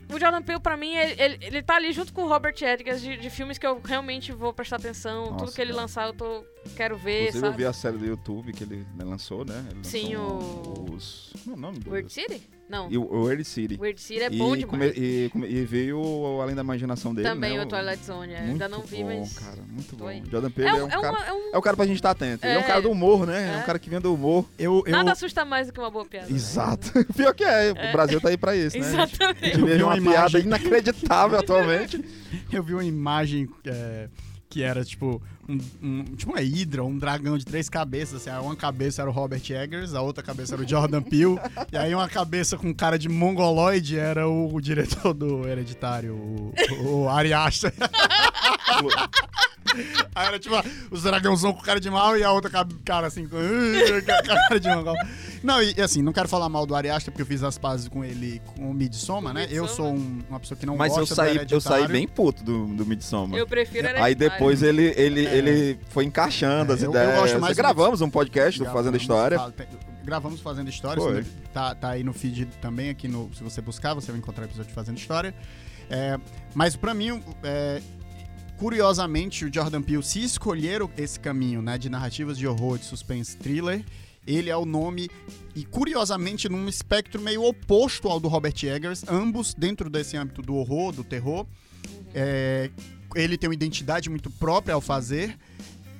[SPEAKER 3] O Jordan Peele, pra mim, ele, ele, ele tá ali junto com o Robert Edgers de, de filmes que eu realmente vou prestar atenção.
[SPEAKER 2] Nossa,
[SPEAKER 3] tudo que ele
[SPEAKER 2] cara.
[SPEAKER 3] lançar, eu tô, quero ver,
[SPEAKER 2] Inclusive, eu
[SPEAKER 3] sabe?
[SPEAKER 2] vi a série do YouTube que ele lançou, né? Ele lançou
[SPEAKER 3] Sim,
[SPEAKER 2] um- Os... Como é o nome? do-
[SPEAKER 3] Weird City? Não.
[SPEAKER 2] E o o Weird City.
[SPEAKER 3] Weird City é bom
[SPEAKER 2] e,
[SPEAKER 3] demais.
[SPEAKER 2] come- e, come- e veio o Além da Imaginação dele,
[SPEAKER 3] Também
[SPEAKER 2] né?
[SPEAKER 3] o Twilight Zone, é.
[SPEAKER 2] Muito
[SPEAKER 3] ainda não vi,
[SPEAKER 2] bom,
[SPEAKER 3] mas.
[SPEAKER 2] cara, muito
[SPEAKER 3] tô
[SPEAKER 2] bom.
[SPEAKER 3] aí.
[SPEAKER 2] Jordan Peele
[SPEAKER 3] É
[SPEAKER 2] é,
[SPEAKER 3] um,
[SPEAKER 2] um
[SPEAKER 3] é,
[SPEAKER 2] cara...
[SPEAKER 3] uma- é um-
[SPEAKER 2] É o cara pra gente estar atento. Ele é um
[SPEAKER 3] É.
[SPEAKER 2] cara do humor, né? É,
[SPEAKER 3] É.
[SPEAKER 2] um cara que vem do humor.
[SPEAKER 1] Eu, eu,
[SPEAKER 3] Nada assusta mais do que uma boa piada. né?
[SPEAKER 2] Exato. Pior que é, o Brasil tá aí pra isso, né? A
[SPEAKER 3] Exatamente.
[SPEAKER 2] gente
[SPEAKER 1] vi
[SPEAKER 2] vê
[SPEAKER 1] uma
[SPEAKER 2] uma piada
[SPEAKER 1] imagem-
[SPEAKER 2] inacreditável atualmente.
[SPEAKER 1] Eu vi uma imagem é, que era tipo um, um- tipo uma hidra, um dragão de três cabeças. Assim, Aí uma cabeça era o Robert Eggers, a outra cabeça era o Jordan Peele, e aí uma cabeça com cara de mongoloide era o, o diretor do Hereditário, o, o Ari Aster. Aí era tipo os dragãozão com cara de mal e a outra ca- cara assim com com cara de mongol. Não, e e assim, não quero falar mal do Ari Aster porque eu fiz as pazes com ele com o Midsommar, né? Eu sou um- uma pessoa que não
[SPEAKER 2] Mas
[SPEAKER 1] gosta
[SPEAKER 2] eu saí,
[SPEAKER 1] do
[SPEAKER 2] eu saí
[SPEAKER 1] Hereditário.
[SPEAKER 2] bem puto do, do Midsommar.
[SPEAKER 3] Eu prefiro
[SPEAKER 2] Aí
[SPEAKER 3] Hereditário.
[SPEAKER 2] depois ele, ele, ele foi encaixando
[SPEAKER 1] É,
[SPEAKER 2] as
[SPEAKER 1] eu- eu
[SPEAKER 2] ideias.
[SPEAKER 1] gosto mais do
[SPEAKER 2] Gravamos um podcast do Fazendo
[SPEAKER 1] Gravamos,
[SPEAKER 2] História.
[SPEAKER 1] fala- tem- Gravamos Fazendo História.
[SPEAKER 2] Foi.
[SPEAKER 1] se não- Tá, tá aí no feed também, aqui no. Se você buscar, você vai encontrar o episódio de Fazendo História. É, mas pra mim, é, curiosamente, o Jordan Peele, se escolher o- esse caminho, né? De narrativas de horror, de suspense thriller, ele é o nome. E curiosamente, num espectro meio oposto ao do Robert Eggers, ambos dentro desse âmbito do horror, do terror. É, ele tem uma identidade muito própria ao fazer,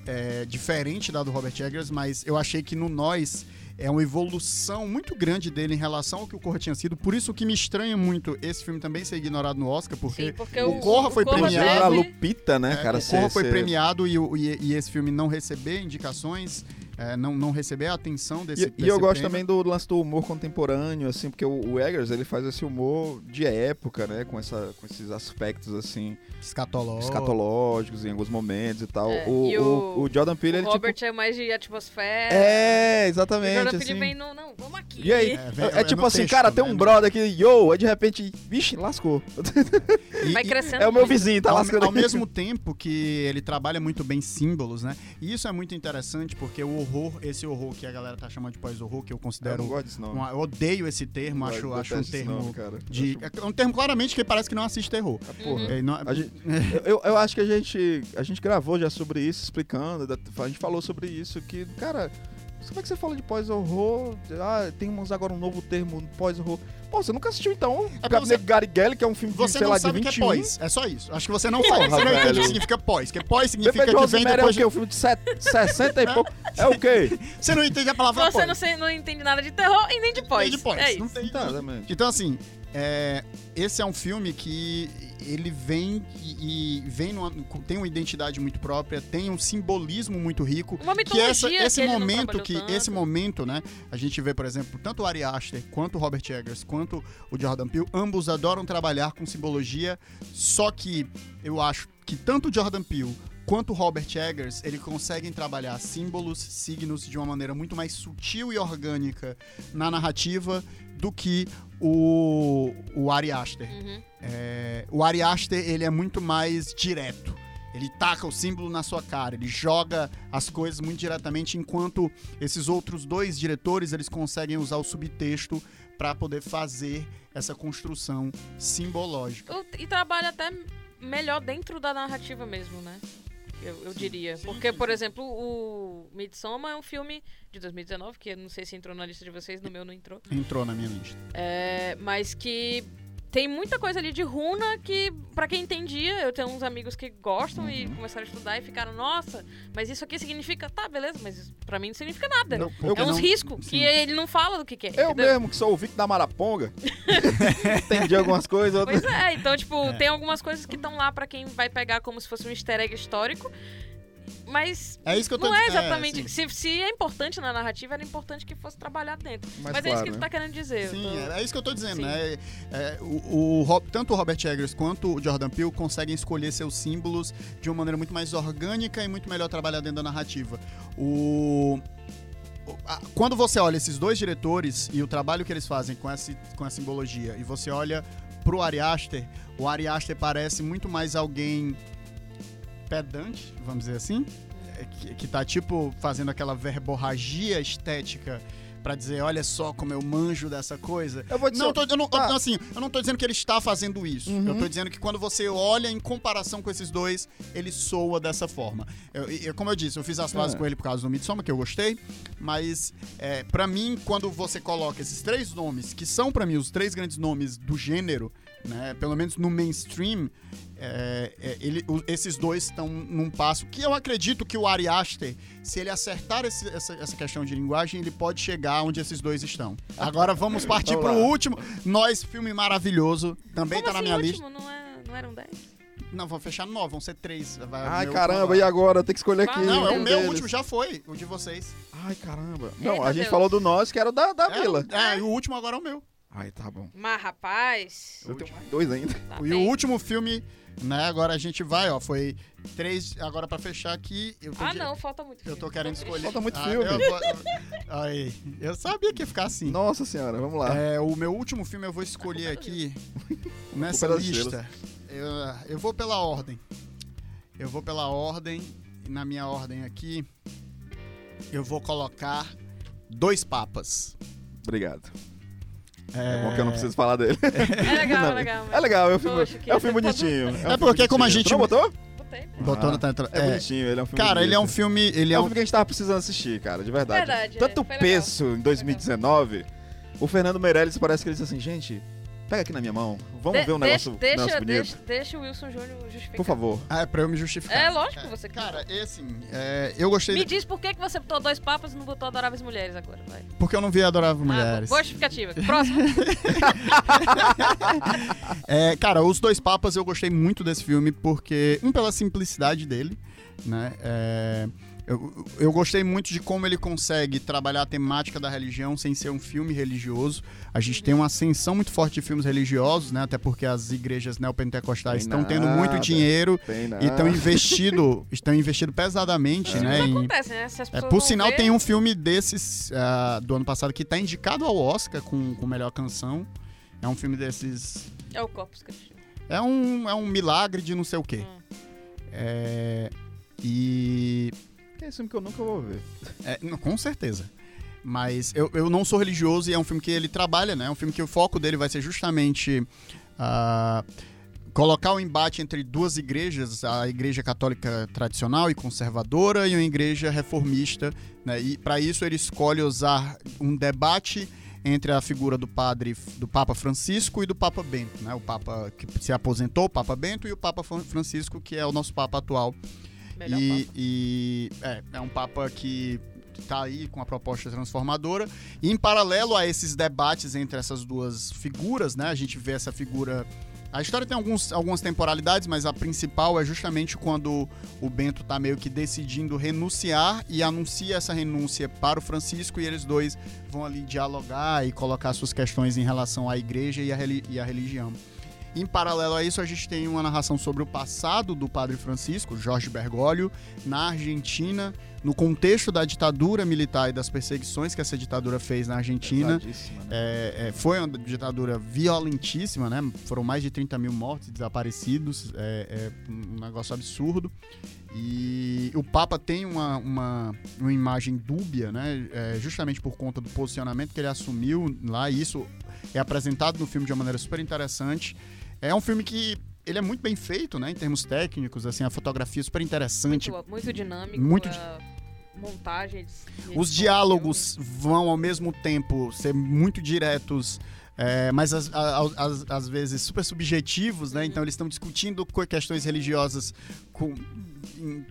[SPEAKER 1] é, diferente da do Robert Eggers, mas eu achei que no Nós é uma evolução muito grande dele em relação ao que o Corra tinha sido. Por isso que me estranha muito esse filme também ser ignorado no Oscar, porque,
[SPEAKER 3] Sim, porque
[SPEAKER 1] o
[SPEAKER 3] o-
[SPEAKER 1] Corra
[SPEAKER 3] o
[SPEAKER 1] foi
[SPEAKER 3] Corra
[SPEAKER 1] premiado.
[SPEAKER 3] deve-
[SPEAKER 2] a Lupita, né,
[SPEAKER 1] é,
[SPEAKER 2] cara?
[SPEAKER 1] o
[SPEAKER 2] cê-
[SPEAKER 1] Corra foi
[SPEAKER 2] cê-
[SPEAKER 1] premiado e, o- e- e esse filme não receber indicações, é, não, não receber a atenção
[SPEAKER 2] E-
[SPEAKER 1] desse
[SPEAKER 2] e,
[SPEAKER 1] desse
[SPEAKER 2] eu gosto
[SPEAKER 1] prêmio.
[SPEAKER 2] também do lance do humor contemporâneo, assim, porque o, o Eggers, ele faz esse humor de época, né, com, essa, com esses aspectos, assim,
[SPEAKER 1] Escatoló.
[SPEAKER 2] escatológicos em alguns momentos e tal.
[SPEAKER 3] É,
[SPEAKER 2] o,
[SPEAKER 3] e
[SPEAKER 2] o,
[SPEAKER 3] o-
[SPEAKER 2] o Jordan Peele,
[SPEAKER 3] O
[SPEAKER 2] ele,
[SPEAKER 3] Robert
[SPEAKER 2] tipo...
[SPEAKER 3] é mais de atmosfera.
[SPEAKER 2] É,
[SPEAKER 3] O
[SPEAKER 2] exatamente,
[SPEAKER 3] Jordan Peele
[SPEAKER 2] assim...
[SPEAKER 3] vem no. Não, vamos aqui.
[SPEAKER 2] E aí,
[SPEAKER 1] É,
[SPEAKER 2] é,
[SPEAKER 1] vem-
[SPEAKER 2] é
[SPEAKER 1] é
[SPEAKER 2] tipo
[SPEAKER 1] no
[SPEAKER 2] assim,
[SPEAKER 1] texto,
[SPEAKER 2] cara, tem
[SPEAKER 1] né,
[SPEAKER 2] um
[SPEAKER 1] né?
[SPEAKER 2] brother que, yo, aí de repente, vixe, lascou.
[SPEAKER 1] E-
[SPEAKER 3] Vai
[SPEAKER 1] e-
[SPEAKER 3] crescendo.
[SPEAKER 2] É o meu
[SPEAKER 3] muito.
[SPEAKER 2] vizinho, tá
[SPEAKER 1] ao,
[SPEAKER 2] lascando.
[SPEAKER 1] ao mesmo tempo que ele trabalha muito bem símbolos, né? E isso é muito interessante porque o horror, esse horror que a galera tá chamando de pós-horror, que eu
[SPEAKER 2] Eu
[SPEAKER 1] considero.
[SPEAKER 2] não gosto disso, não.
[SPEAKER 1] uma- eu odeio esse termo,
[SPEAKER 2] Eu
[SPEAKER 1] acho,
[SPEAKER 2] detesto
[SPEAKER 1] acho um
[SPEAKER 2] esse
[SPEAKER 1] termo.
[SPEAKER 2] nome, cara.
[SPEAKER 1] de,
[SPEAKER 2] Acho-
[SPEAKER 1] é um termo claramente que parece que não assiste terror.
[SPEAKER 2] Ah, porra.
[SPEAKER 1] É, não-
[SPEAKER 2] A gente- eu, eu acho que a gente, a gente gravou já sobre isso, explicando, da- a gente falou sobre isso, que, cara, como é que você fala de pós-horror? Ah, temos agora um novo termo, pós-horror. Pô, você nunca assistiu, então,
[SPEAKER 1] É porque
[SPEAKER 2] Gabinete
[SPEAKER 1] você-
[SPEAKER 2] Garigelli, que é um filme de,
[SPEAKER 1] Você
[SPEAKER 2] sei
[SPEAKER 1] não
[SPEAKER 2] lá, de
[SPEAKER 1] sabe o que é
[SPEAKER 2] 21.
[SPEAKER 1] pós. É só isso. Acho que você não sabe.
[SPEAKER 2] Porra,
[SPEAKER 1] Você não entende o
[SPEAKER 2] velho.
[SPEAKER 1] que significa pós. Que pós significa
[SPEAKER 2] Bebê de
[SPEAKER 1] que vem
[SPEAKER 2] Rosemary é o
[SPEAKER 1] depois.
[SPEAKER 2] quê? O filme de set- 60 e pouco. É o quê?
[SPEAKER 1] de- Você não entende a palavra
[SPEAKER 3] Você
[SPEAKER 1] pós.
[SPEAKER 3] não, sei- não entende nada de terror e nem de pós.
[SPEAKER 1] entende pós.
[SPEAKER 3] É
[SPEAKER 1] não
[SPEAKER 3] isso.
[SPEAKER 1] tem-
[SPEAKER 2] Tá, exatamente.
[SPEAKER 1] Então, assim, é, esse é um filme que ele vem e, e vem numa- tem uma identidade muito própria, tem um simbolismo muito rico.
[SPEAKER 3] Uma
[SPEAKER 1] Que
[SPEAKER 3] mitologia
[SPEAKER 1] essa, esse
[SPEAKER 3] ele não
[SPEAKER 1] momento
[SPEAKER 3] trabalhou
[SPEAKER 1] que
[SPEAKER 3] tanto.
[SPEAKER 1] esse momento, né? A gente vê, por exemplo, tanto o Ari Aster quanto o Robert Eggers, quanto o Jordan Peele, ambos adoram trabalhar com simbologia, só que eu acho que tanto o Jordan Peele quanto o Robert Eggers, eles conseguem trabalhar símbolos, signos de uma maneira muito mais sutil e orgânica na narrativa do que o, o Ari Aster.
[SPEAKER 3] Uhum.
[SPEAKER 1] É, o Ari Aster, ele é muito mais direto. Ele taca o símbolo na sua cara, ele joga as coisas muito diretamente, enquanto esses outros dois diretores, eles conseguem usar o subtexto para poder fazer essa construção simbológica.
[SPEAKER 3] O- E trabalha até melhor dentro da narrativa mesmo, né? Eu, eu diria.
[SPEAKER 1] sim,
[SPEAKER 3] Porque,
[SPEAKER 1] sim,
[SPEAKER 3] por
[SPEAKER 1] sim.
[SPEAKER 3] exemplo, o Midsommar é um filme de 2019, que eu não sei se entrou na lista de vocês, no meu não entrou.
[SPEAKER 1] Entrou na minha lista.
[SPEAKER 3] É, mas que tem muita coisa ali de runa que, pra quem entendia, eu tenho uns amigos que gostam e
[SPEAKER 1] Uhum.
[SPEAKER 3] começaram a estudar e ficaram, nossa, mas isso aqui significa, tá, beleza, mas isso pra mim não significa nada.
[SPEAKER 2] Não,
[SPEAKER 1] porque
[SPEAKER 3] é uns
[SPEAKER 1] não-
[SPEAKER 3] riscos
[SPEAKER 1] sim.
[SPEAKER 3] que ele não fala do que, que é.
[SPEAKER 2] um Eu
[SPEAKER 3] entendeu?
[SPEAKER 2] mesmo, que sou o Vic da Maraponga, entendi algumas coisas, outras...
[SPEAKER 3] Pois é, então, tipo, tem algumas coisas que estão lá pra quem vai pegar como se fosse um easter egg histórico, mas.
[SPEAKER 1] É isso que eu tô
[SPEAKER 3] Não é
[SPEAKER 1] dizendo,
[SPEAKER 3] exatamente.
[SPEAKER 1] assim.
[SPEAKER 3] se, se é importante na narrativa, era importante que fosse trabalhar dentro.
[SPEAKER 2] Mas
[SPEAKER 3] Mas, é
[SPEAKER 2] claro,
[SPEAKER 3] isso que tu
[SPEAKER 2] né?
[SPEAKER 3] tá querendo dizer.
[SPEAKER 1] Sim,
[SPEAKER 3] eu tô-
[SPEAKER 1] é isso que eu tô dizendo,
[SPEAKER 3] Sim.
[SPEAKER 1] né? É, o, o Ro- tanto o Robert Eggers quanto o Jordan Peele conseguem escolher seus símbolos de uma maneira muito mais orgânica e muito melhor trabalhada dentro da narrativa. O... o- a- Quando você olha esses dois diretores e o trabalho que eles fazem com, esse, com a simbologia, e você olha pro Ari Aster, o Ari Aster parece muito mais alguém pedante, vamos dizer assim, é, que, que tá tipo fazendo aquela verborragia estética pra dizer, olha só como eu manjo dessa coisa.
[SPEAKER 2] Eu vou dizer...
[SPEAKER 1] Não, eu tô- eu não, eu-
[SPEAKER 2] Ah.
[SPEAKER 1] assim, eu não tô dizendo que ele está fazendo isso.
[SPEAKER 2] Uhum.
[SPEAKER 1] Eu tô dizendo que quando você olha em comparação com esses dois, ele soa dessa forma. Eu- eu- como eu disse, eu fiz as pazes
[SPEAKER 2] É.
[SPEAKER 1] com ele por causa do Midsommar, que eu gostei, mas é, para mim, quando você coloca esses três nomes, que são pra mim os três grandes nomes do gênero, né, pelo menos no mainstream, é, é, ele- o- esses dois estão num passo que eu acredito que o Ari Aster, se ele acertar esse- essa, essa questão de linguagem, ele pode chegar onde esses dois estão. Agora vamos partir
[SPEAKER 2] Vamos
[SPEAKER 1] pro
[SPEAKER 2] lá.
[SPEAKER 1] Tipo, último. Nós, filme maravilhoso, também
[SPEAKER 3] Como
[SPEAKER 1] tá na
[SPEAKER 3] assim,
[SPEAKER 1] minha
[SPEAKER 3] o
[SPEAKER 1] lista.
[SPEAKER 3] último? Não, é, não eram 10?
[SPEAKER 1] Não, vamos fechar nove, vão ser três. Vai-
[SPEAKER 2] Ai,
[SPEAKER 1] Ah, meu
[SPEAKER 2] caramba,
[SPEAKER 1] último
[SPEAKER 2] e agora? Tem que escolher
[SPEAKER 3] Ah,
[SPEAKER 2] aqui.
[SPEAKER 1] Não, é o
[SPEAKER 2] um
[SPEAKER 1] meu
[SPEAKER 2] deles.
[SPEAKER 1] último, já foi, o de vocês.
[SPEAKER 2] Ai, caramba.
[SPEAKER 3] Eita,
[SPEAKER 2] Não, a gente
[SPEAKER 3] Deus.
[SPEAKER 2] falou do nosso, que era o da, da
[SPEAKER 1] É,
[SPEAKER 2] vila.
[SPEAKER 1] É, e o último agora é o meu.
[SPEAKER 2] Ai, tá bom.
[SPEAKER 3] Mas, rapaz.
[SPEAKER 2] Eu tenho mais dois ainda.
[SPEAKER 3] tá
[SPEAKER 1] E o
[SPEAKER 3] bem.
[SPEAKER 1] último filme, né? Agora a gente vai, ó. Foi três. Agora pra fechar aqui. Eu tô
[SPEAKER 3] Ah,
[SPEAKER 1] de-
[SPEAKER 3] não, falta muito.
[SPEAKER 1] Eu tô
[SPEAKER 3] filme.
[SPEAKER 1] querendo
[SPEAKER 3] triste.
[SPEAKER 1] escolher.
[SPEAKER 2] Falta muito
[SPEAKER 1] Ah,
[SPEAKER 2] filme.
[SPEAKER 1] Eu, vou- eu- aí, eu sabia que ia ficar assim.
[SPEAKER 2] Nossa senhora, vamos lá.
[SPEAKER 1] É, o meu último filme eu vou escolher aqui nessa
[SPEAKER 2] das
[SPEAKER 1] lista. Eu, eu vou pela ordem. Eu vou pela ordem. E na minha ordem aqui, eu vou colocar Dois Papas.
[SPEAKER 2] Obrigado. É... bom que eu não preciso falar dele.
[SPEAKER 3] É legal,
[SPEAKER 2] Não,
[SPEAKER 3] é legal. Mas...
[SPEAKER 2] É legal, é um filme,
[SPEAKER 3] Poxa, que
[SPEAKER 2] é um filme
[SPEAKER 3] você tá
[SPEAKER 2] bonitinho.
[SPEAKER 1] É
[SPEAKER 2] um filme
[SPEAKER 1] porque como a
[SPEAKER 2] bonitinho.
[SPEAKER 1] gente-
[SPEAKER 2] Tu não
[SPEAKER 1] é
[SPEAKER 2] botou?
[SPEAKER 3] Botei.
[SPEAKER 1] Botou
[SPEAKER 2] Ah,
[SPEAKER 1] na tela.
[SPEAKER 2] É, bonitinho, ele é um filme
[SPEAKER 1] Cara, ele é um
[SPEAKER 2] bonito.
[SPEAKER 1] filme. Ele
[SPEAKER 2] É
[SPEAKER 1] é
[SPEAKER 2] um
[SPEAKER 1] um
[SPEAKER 2] filme que a gente tava precisando assistir, cara, de verdade.
[SPEAKER 3] Verdade, é,
[SPEAKER 2] Tanto
[SPEAKER 3] foi legal.
[SPEAKER 2] peso em 2019, o Fernando Meirelles parece que ele disse assim, gente, Pega aqui na minha mão. Vamos
[SPEAKER 3] De-
[SPEAKER 2] ver um negócio,
[SPEAKER 3] deixa,
[SPEAKER 2] negócio bonito.
[SPEAKER 3] deixa, deixa o Wilson Júnior justificar.
[SPEAKER 2] Por favor.
[SPEAKER 1] Ah, é pra eu me justificar.
[SPEAKER 3] É lógico que você
[SPEAKER 1] Cara, e assim, é, eu gostei.
[SPEAKER 3] Me
[SPEAKER 1] de-
[SPEAKER 3] diz por que, que você botou dois papas e não botou adoráveis mulheres agora, vai.
[SPEAKER 1] Porque eu não vi Adorável
[SPEAKER 3] Ah,
[SPEAKER 1] Mulheres.
[SPEAKER 3] boa justificativa. Próximo.
[SPEAKER 1] É, cara, Os Dois Papas eu gostei muito desse filme, porque. Um, pela simplicidade dele, né? É, eu, eu gostei muito de como ele consegue trabalhar a temática da religião sem ser um filme religioso. A gente tem uma ascensão muito forte de filmes religiosos, né? Até porque as igrejas neopentecostais
[SPEAKER 2] Tem
[SPEAKER 1] estão tendo muito
[SPEAKER 2] nada.
[SPEAKER 1] dinheiro
[SPEAKER 2] Tem, né?
[SPEAKER 1] e um estão investido, estão investido
[SPEAKER 2] É.
[SPEAKER 1] pesadamente, né? em-
[SPEAKER 3] Acontece, né? Se as
[SPEAKER 1] É,
[SPEAKER 3] pessoas
[SPEAKER 1] por
[SPEAKER 3] vão
[SPEAKER 1] sinal,
[SPEAKER 3] ver,
[SPEAKER 1] tem um filme desses ah, do ano passado que tá indicado ao Oscar com, com melhor canção. É um filme desses.
[SPEAKER 3] É o Corpus Christi.
[SPEAKER 1] É um, é um milagre de não sei o quê.
[SPEAKER 3] Hum.
[SPEAKER 1] É, e.
[SPEAKER 2] É esse filme que eu nunca vou ver.
[SPEAKER 1] é, não, com certeza. Mas eu, eu não sou religioso e é um filme que ele trabalha, né? É um filme que o foco dele vai ser justamente. ah, Colocar o embate entre duas igrejas, a igreja católica tradicional e conservadora e uma igreja reformista, né? E para isso ele escolhe usar um debate entre a figura do padre do Papa Francisco e do Papa Bento, né? O Papa que se aposentou, o Papa Bento e o Papa Fran- Francisco, que é o nosso Papa atual.
[SPEAKER 3] Melhor
[SPEAKER 1] E,
[SPEAKER 3] papa.
[SPEAKER 1] e- é, é um Papa que tá aí com a proposta transformadora. E em paralelo a esses debates entre essas duas figuras, né? A gente vê essa figura. A história tem alguns, algumas temporalidades, mas a principal é justamente quando o Bento tá meio que decidindo renunciar e anuncia essa renúncia para o Francisco e eles dois vão ali dialogar e colocar suas questões em relação à igreja e à reli- e à religião. Em paralelo a isso, a gente tem uma narração sobre o passado do Padre Francisco, Jorge Bergoglio, na Argentina, no contexto da ditadura militar e das perseguições que essa ditadura fez na Argentina.
[SPEAKER 2] Pesadíssima, né?
[SPEAKER 1] É, é, foi uma ditadura violentíssima, né? Foram mais de 30 mil mortos, desaparecidos, é, é um negócio absurdo. E o Papa tem uma, uma, uma imagem dúbia, né? É, justamente por conta do posicionamento que ele assumiu lá, e isso é apresentado no filme de uma maneira super interessante. É um filme que ele é muito bem feito, né? Em termos técnicos, assim, a fotografia é super interessante,
[SPEAKER 3] Muito, muito dinâmico.
[SPEAKER 1] tipo, muito
[SPEAKER 3] Muito montagem. edição-
[SPEAKER 1] os
[SPEAKER 3] edição,
[SPEAKER 1] diálogos vão ao mesmo tempo ser muito diretos, é, mas às- a- às às vezes super subjetivos,
[SPEAKER 3] Uhum.
[SPEAKER 1] né? Então eles estão discutindo co- questões religiosas com- em-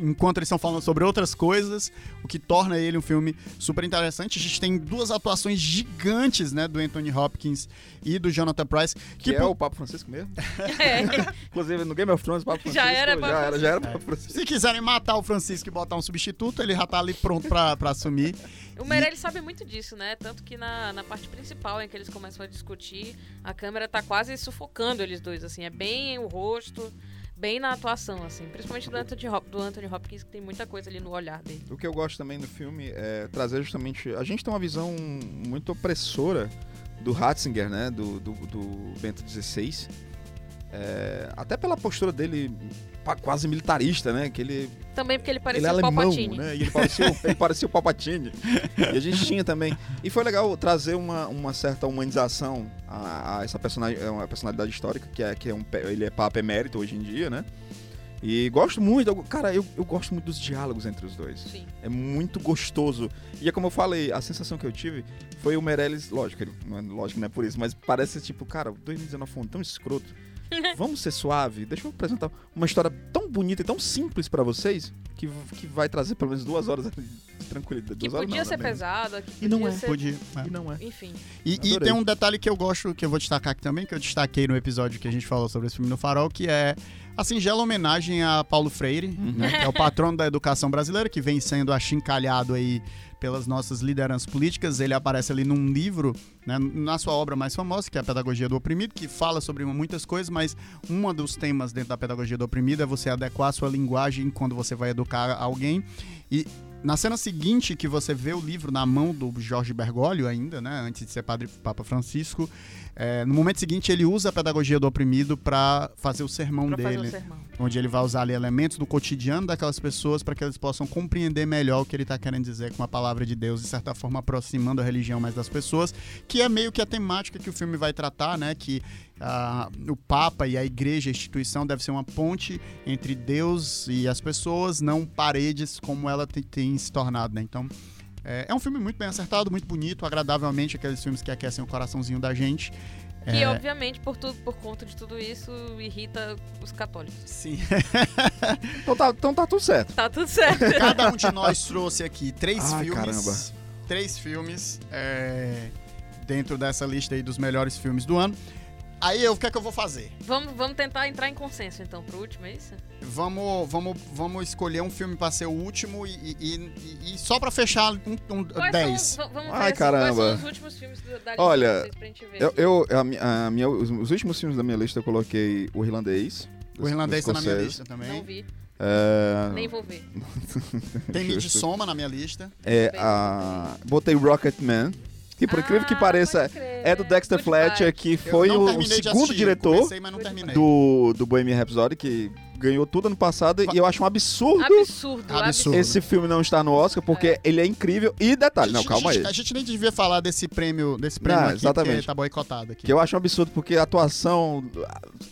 [SPEAKER 1] enquanto eles estão falando sobre outras coisas, o que torna ele um filme super interessante. A gente tem duas atuações gigantes, né? Do Anthony Hopkins e do Jonathan Price.
[SPEAKER 2] Que é
[SPEAKER 1] por-
[SPEAKER 2] o Papa Francisco mesmo?
[SPEAKER 3] É,
[SPEAKER 2] Inclusive, no Game of Thrones, o Papa
[SPEAKER 3] Já
[SPEAKER 2] Francisco.
[SPEAKER 3] era Papa
[SPEAKER 2] já era, já era
[SPEAKER 1] Francisco.
[SPEAKER 2] Papa Francisco.
[SPEAKER 1] Se quiserem matar o Francisco e botar um substituto, ele já tá ali pronto pra, pra assumir.
[SPEAKER 3] o Meirelles sabe muito disso, né? Tanto que na, na parte principal em que eles começam a discutir, a câmera tá quase sufocando eles dois, assim. É bem o rosto, bem na atuação, assim. Principalmente do Anthony, Hop- do Anthony Hopkins, que tem muita coisa ali no olhar dele.
[SPEAKER 2] O que eu gosto também do filme é trazer justamente. A gente tem uma visão muito opressora do Ratzinger, né? Do, do, do Bento XVI. É, até pela postura dele pa- quase militarista, né? Que ele,
[SPEAKER 3] Também porque ele
[SPEAKER 2] ele é
[SPEAKER 3] parecia o
[SPEAKER 2] alemão,
[SPEAKER 3] Palpatine.
[SPEAKER 2] né? E ele parecia, o- ele parecia o Palpatine. E a gente tinha também. E foi legal trazer uma, uma certa humanização a, a essa personagem, é uma personalidade histórica, que é, que é um, pe- ele é Papa Emérito hoje em dia, né? E gosto muito, eu- cara, eu, eu gosto muito dos diálogos entre os dois.
[SPEAKER 3] Sim.
[SPEAKER 2] É muito gostoso. E é como eu falei, a sensação que eu tive foi o Meirelles, lógico, ele, não é- lógico, não é por isso, mas parece tipo, cara, 2019 foi um tão escroto. Vamos ser suave, deixa eu apresentar uma história tão bonita e tão simples pra vocês que, que vai trazer pelo menos duas horas de tranquilidade.
[SPEAKER 3] Que
[SPEAKER 2] Duas horas
[SPEAKER 3] podia
[SPEAKER 2] não,
[SPEAKER 3] ser
[SPEAKER 2] né?
[SPEAKER 3] pesada, que
[SPEAKER 2] E não
[SPEAKER 3] podia
[SPEAKER 2] é.
[SPEAKER 3] ser...
[SPEAKER 1] Pude, é.
[SPEAKER 2] E não é.
[SPEAKER 3] Enfim.
[SPEAKER 1] E, e
[SPEAKER 2] Adorei.
[SPEAKER 1] tem um detalhe que eu gosto, que eu vou destacar aqui também, que eu destaquei no episódio que a gente falou sobre esse filme no Farol, que é a singela homenagem a Paulo Freire, né, que é o patrono da educação brasileira, que vem sendo achincalhado aí pelas nossas lideranças políticas. Ele aparece ali num livro, né, na sua obra mais famosa, que é a Pedagogia do Oprimido, que fala sobre muitas coisas, mas um dos temas dentro da Pedagogia do Oprimido é você adequar a sua linguagem quando você vai educar alguém. E na cena seguinte, que você vê o livro na mão do Jorge Bergoglio, ainda, né? Antes de ser padre Papa Francisco, é, no momento seguinte ele usa a pedagogia do oprimido para fazer o sermão
[SPEAKER 3] Pra fazer
[SPEAKER 1] um dele,
[SPEAKER 3] o sermão.
[SPEAKER 1] onde ele vai usar ali elementos do cotidiano daquelas pessoas para que eles possam compreender melhor o que ele tá querendo dizer com a palavra de Deus, de certa forma aproximando a religião mais das pessoas, que é meio que a temática que o filme vai tratar, né? Que ah, o Papa e a igreja, a instituição, deve ser uma ponte entre Deus e as pessoas, não paredes como ela te- tem se tornado, né? Então, é, é um filme muito bem acertado, muito bonito, agradavelmente, aqueles filmes que aquecem o coraçãozinho da gente.
[SPEAKER 3] Que,
[SPEAKER 1] É.
[SPEAKER 3] obviamente, por, tudo, por conta de tudo isso, irrita os católicos.
[SPEAKER 1] Sim.
[SPEAKER 2] Então tá, então tá tudo certo.
[SPEAKER 3] Tá tudo certo.
[SPEAKER 1] Cada um de nós trouxe aqui três
[SPEAKER 2] Ah,
[SPEAKER 1] filmes.
[SPEAKER 2] caramba.
[SPEAKER 1] Três filmes é, dentro dessa lista aí dos melhores filmes do ano. Aí eu- o que é que eu vou fazer?
[SPEAKER 3] vamos, vamos tentar entrar em consenso, então, pro último, é isso?
[SPEAKER 1] Vamos, vamos, vamos escolher um filme pra ser o último e, e- e- e só pra fechar um, um
[SPEAKER 3] Quais são os-
[SPEAKER 1] 10.
[SPEAKER 3] va- vamos ver,
[SPEAKER 2] Ai,
[SPEAKER 3] assim, quais
[SPEAKER 2] caramba.
[SPEAKER 3] são os últimos filmes do- da lista
[SPEAKER 2] Olha,
[SPEAKER 3] de vocês pra gente ver.
[SPEAKER 2] Eu, eu- a mi- a minha- os, os últimos filmes da minha lista eu coloquei O Irlandês. do-
[SPEAKER 1] O irlandês
[SPEAKER 2] do
[SPEAKER 1] tá na minha
[SPEAKER 2] Scorsese.
[SPEAKER 1] lista
[SPEAKER 3] Não
[SPEAKER 1] também.
[SPEAKER 3] vi,
[SPEAKER 2] É,
[SPEAKER 3] nem vou ver.
[SPEAKER 1] Tem Mid
[SPEAKER 2] Justo.
[SPEAKER 1] Soma na minha lista.
[SPEAKER 2] é, a, botei Rocketman, que por incrível que
[SPEAKER 3] Ah,
[SPEAKER 2] pareça
[SPEAKER 3] pode crer,
[SPEAKER 2] é do Dexter
[SPEAKER 3] Goodbye.
[SPEAKER 2] Fletcher, que
[SPEAKER 1] Eu
[SPEAKER 2] foi
[SPEAKER 1] não
[SPEAKER 2] o, o
[SPEAKER 1] terminei de
[SPEAKER 2] segundo
[SPEAKER 1] assistir,
[SPEAKER 2] diretor
[SPEAKER 1] Comecei, mas não
[SPEAKER 3] do-
[SPEAKER 1] terminei.
[SPEAKER 2] do, do Bohemian Rhapsody, que ganhou tudo ano passado, e eu acho um absurdo,
[SPEAKER 3] Absurdo, absurdo.
[SPEAKER 1] Absurdo.
[SPEAKER 2] esse filme não estar no Oscar, porque ele é incrível. E detalhe, não, calma
[SPEAKER 1] a
[SPEAKER 2] aí.
[SPEAKER 1] gente, a gente nem devia falar desse prêmio, desse prêmio
[SPEAKER 2] Não,
[SPEAKER 1] aqui,
[SPEAKER 2] exatamente.
[SPEAKER 1] porque tá boicotado aqui.
[SPEAKER 2] Que eu acho um absurdo, porque a atuação.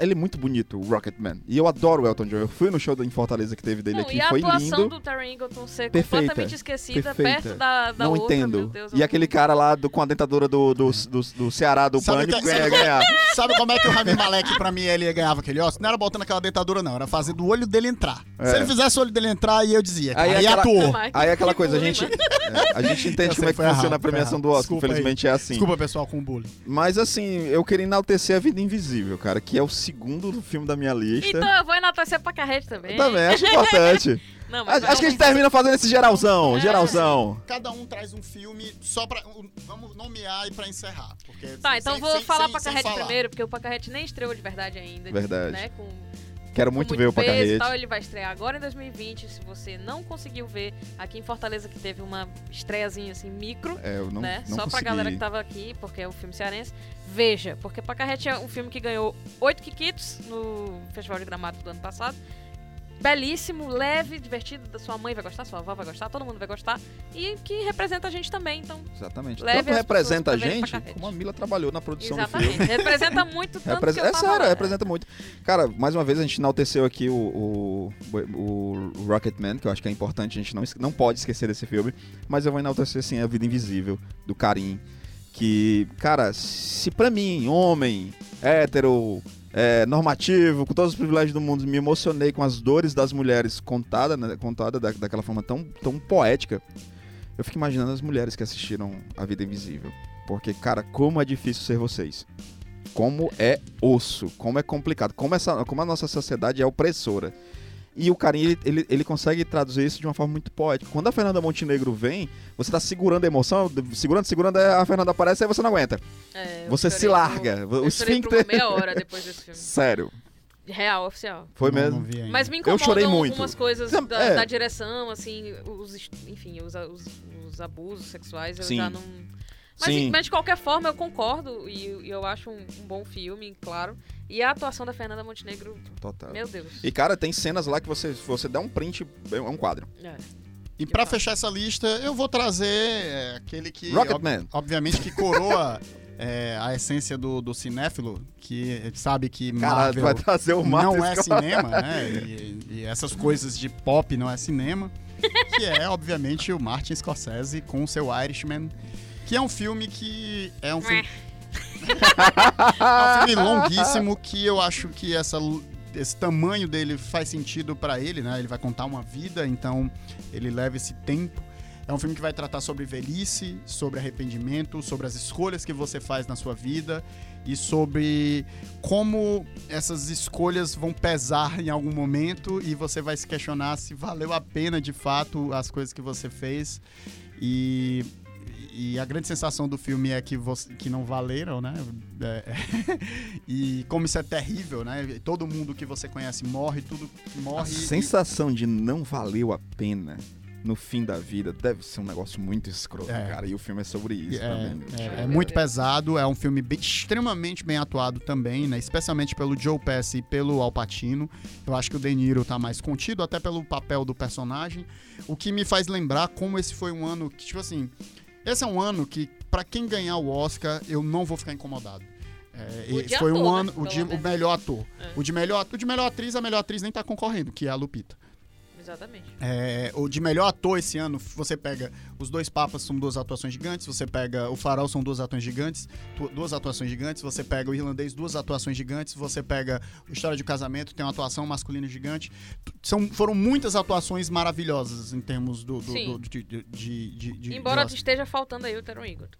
[SPEAKER 2] Ele é muito bonito, o Rocketman. E eu adoro o Elton John. Eu fui no show do- em Fortaleza que teve dele
[SPEAKER 3] Não,
[SPEAKER 2] aqui,
[SPEAKER 3] e a
[SPEAKER 2] foi
[SPEAKER 3] atuação
[SPEAKER 2] lindo.
[SPEAKER 3] do Taron Egerton ser
[SPEAKER 2] Perfeita,
[SPEAKER 3] completamente esquecida
[SPEAKER 2] perfeita.
[SPEAKER 3] perto da, da
[SPEAKER 2] não
[SPEAKER 3] outra,
[SPEAKER 2] entendo.
[SPEAKER 3] meu Deus,
[SPEAKER 2] e aquele cara lá do- com a dentadura do, do, do, do Ceará, do
[SPEAKER 1] Sabe
[SPEAKER 2] Pânico, é,
[SPEAKER 1] que- é
[SPEAKER 2] ganha, ganha.
[SPEAKER 1] Sabe como é que o Rami Malek, pra mim, ele ganhava aquele Oscar? Não era botando aquela dentadura, não. Era fazendo o olho dele entrar.
[SPEAKER 2] É.
[SPEAKER 1] Se ele fizesse o olho dele entrar, aí eu dizia.
[SPEAKER 2] Aí
[SPEAKER 1] Aí, aí
[SPEAKER 2] aquela-
[SPEAKER 1] atuou.
[SPEAKER 3] Ai,
[SPEAKER 2] Aí é aquela
[SPEAKER 3] que
[SPEAKER 2] coisa, a
[SPEAKER 3] bullying,
[SPEAKER 2] gente,
[SPEAKER 3] mano.
[SPEAKER 2] é, a gente
[SPEAKER 1] Eu
[SPEAKER 2] entende
[SPEAKER 1] sei,
[SPEAKER 2] como é que
[SPEAKER 1] foi
[SPEAKER 2] funciona
[SPEAKER 1] errado,
[SPEAKER 2] a premiação
[SPEAKER 1] foi
[SPEAKER 2] do
[SPEAKER 1] errado.
[SPEAKER 2] Oscar.
[SPEAKER 1] Desculpa aí.
[SPEAKER 2] Infelizmente é assim.
[SPEAKER 1] Desculpa, pessoal, com o bullying.
[SPEAKER 2] Mas assim, eu queria enaltecer A Vida Invisível, cara, que é o segundo filme da minha lista.
[SPEAKER 3] Então eu vou enaltecer pra carrete também.
[SPEAKER 2] Também, acho importante.
[SPEAKER 3] Não,
[SPEAKER 2] acho
[SPEAKER 3] mas
[SPEAKER 2] acho que a
[SPEAKER 3] vamos-
[SPEAKER 2] gente termina fazendo esse geralzão,
[SPEAKER 3] É.
[SPEAKER 2] geralzão.
[SPEAKER 1] Cada um traz um filme só pra. um- vamos nomear e pra encerrar. Porque
[SPEAKER 3] Tá,
[SPEAKER 1] sem-
[SPEAKER 3] então
[SPEAKER 1] sem-
[SPEAKER 3] vou
[SPEAKER 1] sem-
[SPEAKER 3] falar
[SPEAKER 1] sem-
[SPEAKER 3] pra
[SPEAKER 1] sem
[SPEAKER 3] Carrete
[SPEAKER 1] falar.
[SPEAKER 3] primeiro, porque o Pacarrete nem estreou de verdade ainda.
[SPEAKER 2] Verdade.
[SPEAKER 3] Né, com,
[SPEAKER 2] Quero
[SPEAKER 3] com
[SPEAKER 2] muito ver o
[SPEAKER 3] peso e
[SPEAKER 2] Pacarrete.
[SPEAKER 3] tal, Ele vai estrear agora em 2020. Se você não conseguiu ver, aqui em Fortaleza que teve uma estreiazinha assim, micro,
[SPEAKER 2] É, eu não,
[SPEAKER 3] né?
[SPEAKER 2] não
[SPEAKER 3] Só
[SPEAKER 2] consegui.
[SPEAKER 3] pra galera que tava aqui, porque é um filme cearense. Veja, porque Pacarrete é um filme que ganhou oito Kikitos no Festival de Gramado do ano passado. Belíssimo, leve, divertido. da Sua mãe vai gostar, sua avó vai gostar, todo mundo vai gostar. E que representa a gente também, então
[SPEAKER 2] Exatamente.
[SPEAKER 3] Leve
[SPEAKER 2] Tanto
[SPEAKER 3] as
[SPEAKER 2] representa a
[SPEAKER 3] pessoas pra verem
[SPEAKER 2] gente,
[SPEAKER 3] Pacarrete.
[SPEAKER 2] como a Mila trabalhou na produção do filme.
[SPEAKER 3] Exatamente. Representa muito tanto
[SPEAKER 2] Repres-
[SPEAKER 3] que eu
[SPEAKER 2] É
[SPEAKER 3] tava
[SPEAKER 2] sério,
[SPEAKER 3] lá.
[SPEAKER 2] representa muito. Cara, mais uma vez a gente enalteceu aqui o, o, o Rocketman, que eu acho que é importante, a gente não, es- não pode esquecer desse filme. Mas eu vou enaltecer, assim, A Vida Invisível, do Karim. Que, cara, se pra mim, homem, hétero, é, normativo, com todos os privilégios do mundo, me emocionei com as dores das mulheres contada, né, contada da- daquela forma tão, tão poética. Eu fico imaginando as mulheres que assistiram A Vida Invisível. Porque, cara, como é difícil ser vocês. Como é osso, como é complicado, como, essa, como a nossa sociedade é opressora. E o carinho, ele, ele, ele consegue traduzir isso de uma forma muito poética. Quando a Fernanda Montenegro vem, você tá segurando a emoção, segurando, segurando, a Fernanda aparece, aí você não aguenta.
[SPEAKER 3] É, eu
[SPEAKER 2] você se
[SPEAKER 3] chorei
[SPEAKER 2] larga.
[SPEAKER 3] Por,
[SPEAKER 2] o
[SPEAKER 3] eu chorei por
[SPEAKER 2] esfíncter.
[SPEAKER 3] uma meia hora depois desse filme.
[SPEAKER 2] Sério,
[SPEAKER 3] Real, oficial.
[SPEAKER 2] foi
[SPEAKER 1] Não,
[SPEAKER 2] mesmo.
[SPEAKER 1] não vi ainda.
[SPEAKER 3] Mas me incomodam
[SPEAKER 2] chorei muito.
[SPEAKER 3] algumas coisas
[SPEAKER 2] Sam-
[SPEAKER 3] da,
[SPEAKER 2] é.
[SPEAKER 3] da direção, assim, os, est- enfim, os, os, os abusos sexuais, eu
[SPEAKER 2] Sim.
[SPEAKER 3] já não... Mas,
[SPEAKER 2] Sim.
[SPEAKER 3] mas de qualquer forma, eu concordo e, e eu acho um, um bom filme, claro. E a atuação da Fernanda Montenegro,
[SPEAKER 2] Total.
[SPEAKER 3] meu Deus.
[SPEAKER 2] E, cara, tem cenas lá que você, você dá um print, é um quadro.
[SPEAKER 3] É.
[SPEAKER 1] E pra fechar essa lista, eu vou trazer é, aquele que. ob-
[SPEAKER 2] Rocketman.
[SPEAKER 1] Obviamente que coroa é, a essência do, do cinéfilo, que sabe que
[SPEAKER 2] Cara,
[SPEAKER 1] Marvel
[SPEAKER 2] vai trazer o Marvel.
[SPEAKER 1] não é cinema, né? E, e essas coisas de pop não é cinema. Que é, obviamente, o Martin Scorsese com o seu Irishman. Que é um filme que. É um filme,
[SPEAKER 2] Ah,
[SPEAKER 1] é um filme longuíssimo que eu acho que essa, lu- esse tamanho dele faz sentido pra ele, né? Ele vai contar uma vida, então ele leva esse tempo. É um filme que vai tratar sobre velhice, sobre arrependimento, sobre as escolhas que você faz na sua vida e sobre como essas escolhas vão pesar em algum momento e você vai se questionar se valeu a pena de fato as coisas que você fez. E, e a grande sensação do filme é que, você, que não valeram, né? É, e como isso é terrível, né? Todo mundo que você conhece morre, tudo
[SPEAKER 2] A
[SPEAKER 1] morre.
[SPEAKER 2] sensação de não valeu a pena no fim da vida deve ser um negócio muito escroto,
[SPEAKER 1] É.
[SPEAKER 2] cara. E o filme é sobre isso também.
[SPEAKER 1] É, é muito pesado, é um filme bem- extremamente bem atuado também, né? Especialmente pelo Joe Pesci e pelo Al Pacino. Eu acho que o De Niro tá mais contido, até pelo papel do personagem. O que me faz lembrar como esse foi um ano que, tipo assim, esse é um ano que, pra quem ganhar o Oscar, eu não vou ficar incomodado. É,
[SPEAKER 3] O
[SPEAKER 1] e
[SPEAKER 3] de
[SPEAKER 1] foi um
[SPEAKER 3] ator, né?
[SPEAKER 1] ano, o,
[SPEAKER 3] Pelo
[SPEAKER 1] de, o
[SPEAKER 3] menos.
[SPEAKER 1] melhor ator.
[SPEAKER 3] É.
[SPEAKER 1] O, de melhor, o de melhor atriz, a melhor atriz nem tá concorrendo, que é a Lupita.
[SPEAKER 3] Exatamente.
[SPEAKER 1] É, o de melhor ator esse ano, você pega Os Dois Papas, são duas atuações gigantes, você pega O Farol, são duas atuações gigantes, tu- duas atuações gigantes, você pega O Irlandês, duas atuações gigantes, você pega o História de um Casamento, tem uma atuação masculina gigante. Tu- São, foram muitas atuações maravilhosas em termos do... do-
[SPEAKER 3] Sim.
[SPEAKER 1] do- de, de, de- de- de-
[SPEAKER 3] Embora
[SPEAKER 1] de Oscar.
[SPEAKER 3] esteja faltando aí o Teron Egerton.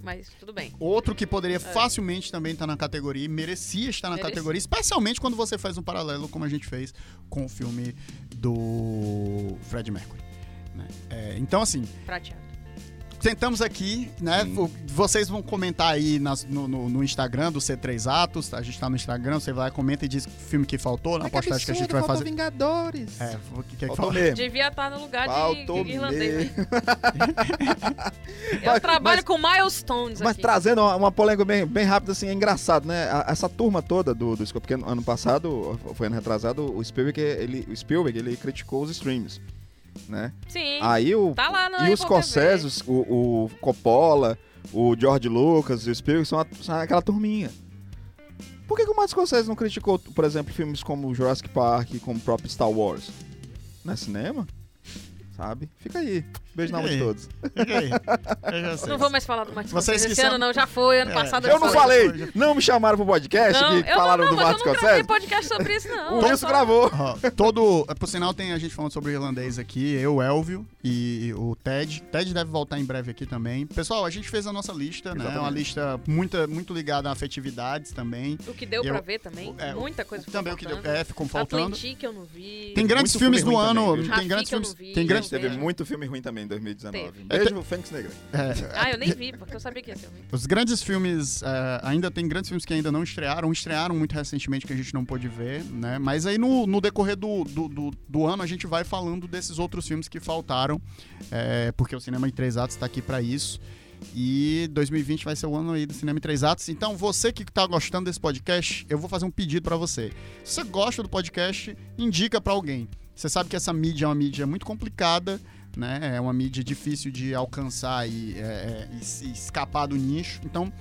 [SPEAKER 3] Mas tudo bem.
[SPEAKER 1] Outro que poderia facilmente também estar na categoria e merecia estar na
[SPEAKER 3] Merecia.
[SPEAKER 1] categoria, especialmente quando você faz um paralelo, como a gente fez com o filme do Fred Mercury. né? É, então, assim,
[SPEAKER 3] Prateado.
[SPEAKER 1] sentamos aqui, né?
[SPEAKER 2] Sim.
[SPEAKER 1] Vo- Vocês vão comentar aí nas- no, no- no Instagram do C3 Atos. A gente tá no Instagram, você vai lá, comenta e diz o filme que faltou, na postagem que a gente vai fazer.
[SPEAKER 2] Vingadores.
[SPEAKER 1] É, o que, que é que
[SPEAKER 2] Faltou
[SPEAKER 1] fala?
[SPEAKER 2] mesmo.
[SPEAKER 3] Devia estar no lugar de,
[SPEAKER 2] Faltou
[SPEAKER 3] de irlandês. né?
[SPEAKER 2] mesmo.
[SPEAKER 3] Eu
[SPEAKER 2] Mas-
[SPEAKER 3] trabalho
[SPEAKER 2] mas-
[SPEAKER 3] com milestones
[SPEAKER 2] Mas
[SPEAKER 3] aqui.
[SPEAKER 2] trazendo uma, uma polêmica bem, bem rápida, assim, é engraçado, né? A- essa turma toda do, do Scoop, porque ano ano passado, foi ano retrasado, o Spielberg, ele, o Spielberg, ele criticou os streams, né?
[SPEAKER 3] Sim.
[SPEAKER 2] Aí o...
[SPEAKER 3] tá lá no
[SPEAKER 2] e os Scorsese, os- o, o Coppola, o George Lucas, o Spielberg, são, a- são aquela turminha. Por que, que o Martin Scorsese não criticou, por exemplo, filmes como Jurassic Park, como o próprio Star Wars? Não é cinema? Sabe? Fica aí. Beijo na alma de
[SPEAKER 1] Fica aí.
[SPEAKER 2] todos.
[SPEAKER 1] Fica aí. Eu já sei.
[SPEAKER 3] Não vou mais falar do Martin
[SPEAKER 1] Vocês
[SPEAKER 3] Scorsese
[SPEAKER 1] que
[SPEAKER 3] esse
[SPEAKER 1] são-
[SPEAKER 3] ano, não. Já foi, ano
[SPEAKER 1] É.
[SPEAKER 3] passado.
[SPEAKER 1] Eu
[SPEAKER 2] Eu
[SPEAKER 3] já
[SPEAKER 2] não
[SPEAKER 3] foi.
[SPEAKER 2] falei! Não me chamaram pro podcast
[SPEAKER 3] Não,
[SPEAKER 2] que
[SPEAKER 3] eu
[SPEAKER 2] falaram
[SPEAKER 3] não,
[SPEAKER 2] do
[SPEAKER 3] não, mas
[SPEAKER 2] Martin
[SPEAKER 3] eu não gravei
[SPEAKER 2] Scorsese?
[SPEAKER 3] podcast sobre isso, não.
[SPEAKER 2] O
[SPEAKER 3] Eu
[SPEAKER 2] Wilson Então
[SPEAKER 3] só-
[SPEAKER 2] gravou.
[SPEAKER 1] Ó, todo, é, por sinal, tem a gente falando sobre o irlandês aqui, eu, Elvio e o Ted. Ted deve voltar em breve aqui também. Pessoal, a gente fez a nossa lista, né? É Uma
[SPEAKER 2] Exatamente.
[SPEAKER 1] lista muita, muito ligada a afetividades também.
[SPEAKER 3] O que deu
[SPEAKER 1] Eu-
[SPEAKER 3] pra ver também.
[SPEAKER 1] é, o-
[SPEAKER 3] Muita coisa
[SPEAKER 1] Também o que deu, é, ficou faltando.
[SPEAKER 3] Atlantique eu não vi.
[SPEAKER 1] Tem grandes
[SPEAKER 2] Muito
[SPEAKER 1] filmes
[SPEAKER 2] filme
[SPEAKER 1] do
[SPEAKER 2] ruim
[SPEAKER 1] ano.
[SPEAKER 2] também, viu?
[SPEAKER 1] tem grandes
[SPEAKER 3] Rafiki eu não
[SPEAKER 1] filmes.
[SPEAKER 3] vi,
[SPEAKER 1] Tem
[SPEAKER 3] eu
[SPEAKER 1] grandes
[SPEAKER 3] não
[SPEAKER 2] Teve
[SPEAKER 1] filmes.
[SPEAKER 3] Veja.
[SPEAKER 2] muito filme ruim também em 2019.
[SPEAKER 3] Teve.
[SPEAKER 2] Beijo, Fênix Negra.
[SPEAKER 1] é,
[SPEAKER 3] Ah, eu nem vi, porque eu sabia que ia um. ser. ruim.
[SPEAKER 1] os grandes filmes. é, ainda tem grandes filmes que ainda não estrearam. Estrearam muito recentemente que a gente não pôde ver, né? Mas aí no, no decorrer do, do, do- do ano a gente vai falando desses outros filmes que faltaram. é, porque o Cinema em Três Atos tá aqui pra isso. E 2020 vai ser o ano aí do Cinema em Três Atos. Então, você que tá gostando desse podcast, eu vou fazer um pedido pra você. Se você gosta do podcast, indica pra alguém. Você sabe que essa mídia é uma mídia muito complicada, né? É uma mídia difícil de alcançar e, é, é, e se escapar do nicho. Então,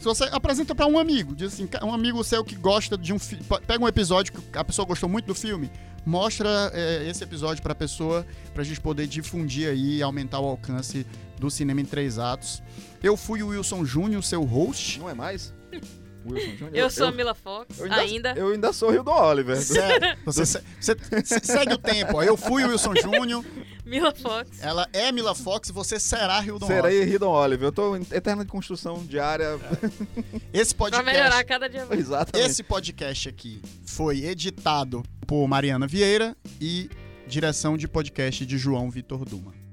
[SPEAKER 1] se você apresenta pra um amigo, diz assim, "Ca- um amigo seu que gosta de um filme, pega um episódio que a pessoa gostou muito do filme, mostra é, esse episódio pra pessoa, pra gente poder difundir aí e aumentar o alcance do cinema em três atos. Eu fui o Wilson Júnior, seu host.
[SPEAKER 2] Não é mais? Wilson Jr.
[SPEAKER 3] Eu sou a Mila Fox,
[SPEAKER 2] eu
[SPEAKER 3] ainda.
[SPEAKER 2] Eu ainda sou o Rio do Oliver.
[SPEAKER 1] Sério, você, se- você se- segue o tempo, ó. Eu fui o Wilson Júnior,
[SPEAKER 3] Mila Fox.
[SPEAKER 1] ela é Mila Fox, você será Hildon
[SPEAKER 2] Será
[SPEAKER 1] Rock.
[SPEAKER 2] aí Hidden Oliver. Eu tô em eterna construção diária.
[SPEAKER 1] Esse
[SPEAKER 3] Pra
[SPEAKER 1] podcast
[SPEAKER 3] melhorar cada dia mais.
[SPEAKER 2] Exatamente.
[SPEAKER 1] Esse podcast aqui foi editado por Mariana Vieira e direção de podcast de João Vitor Duma.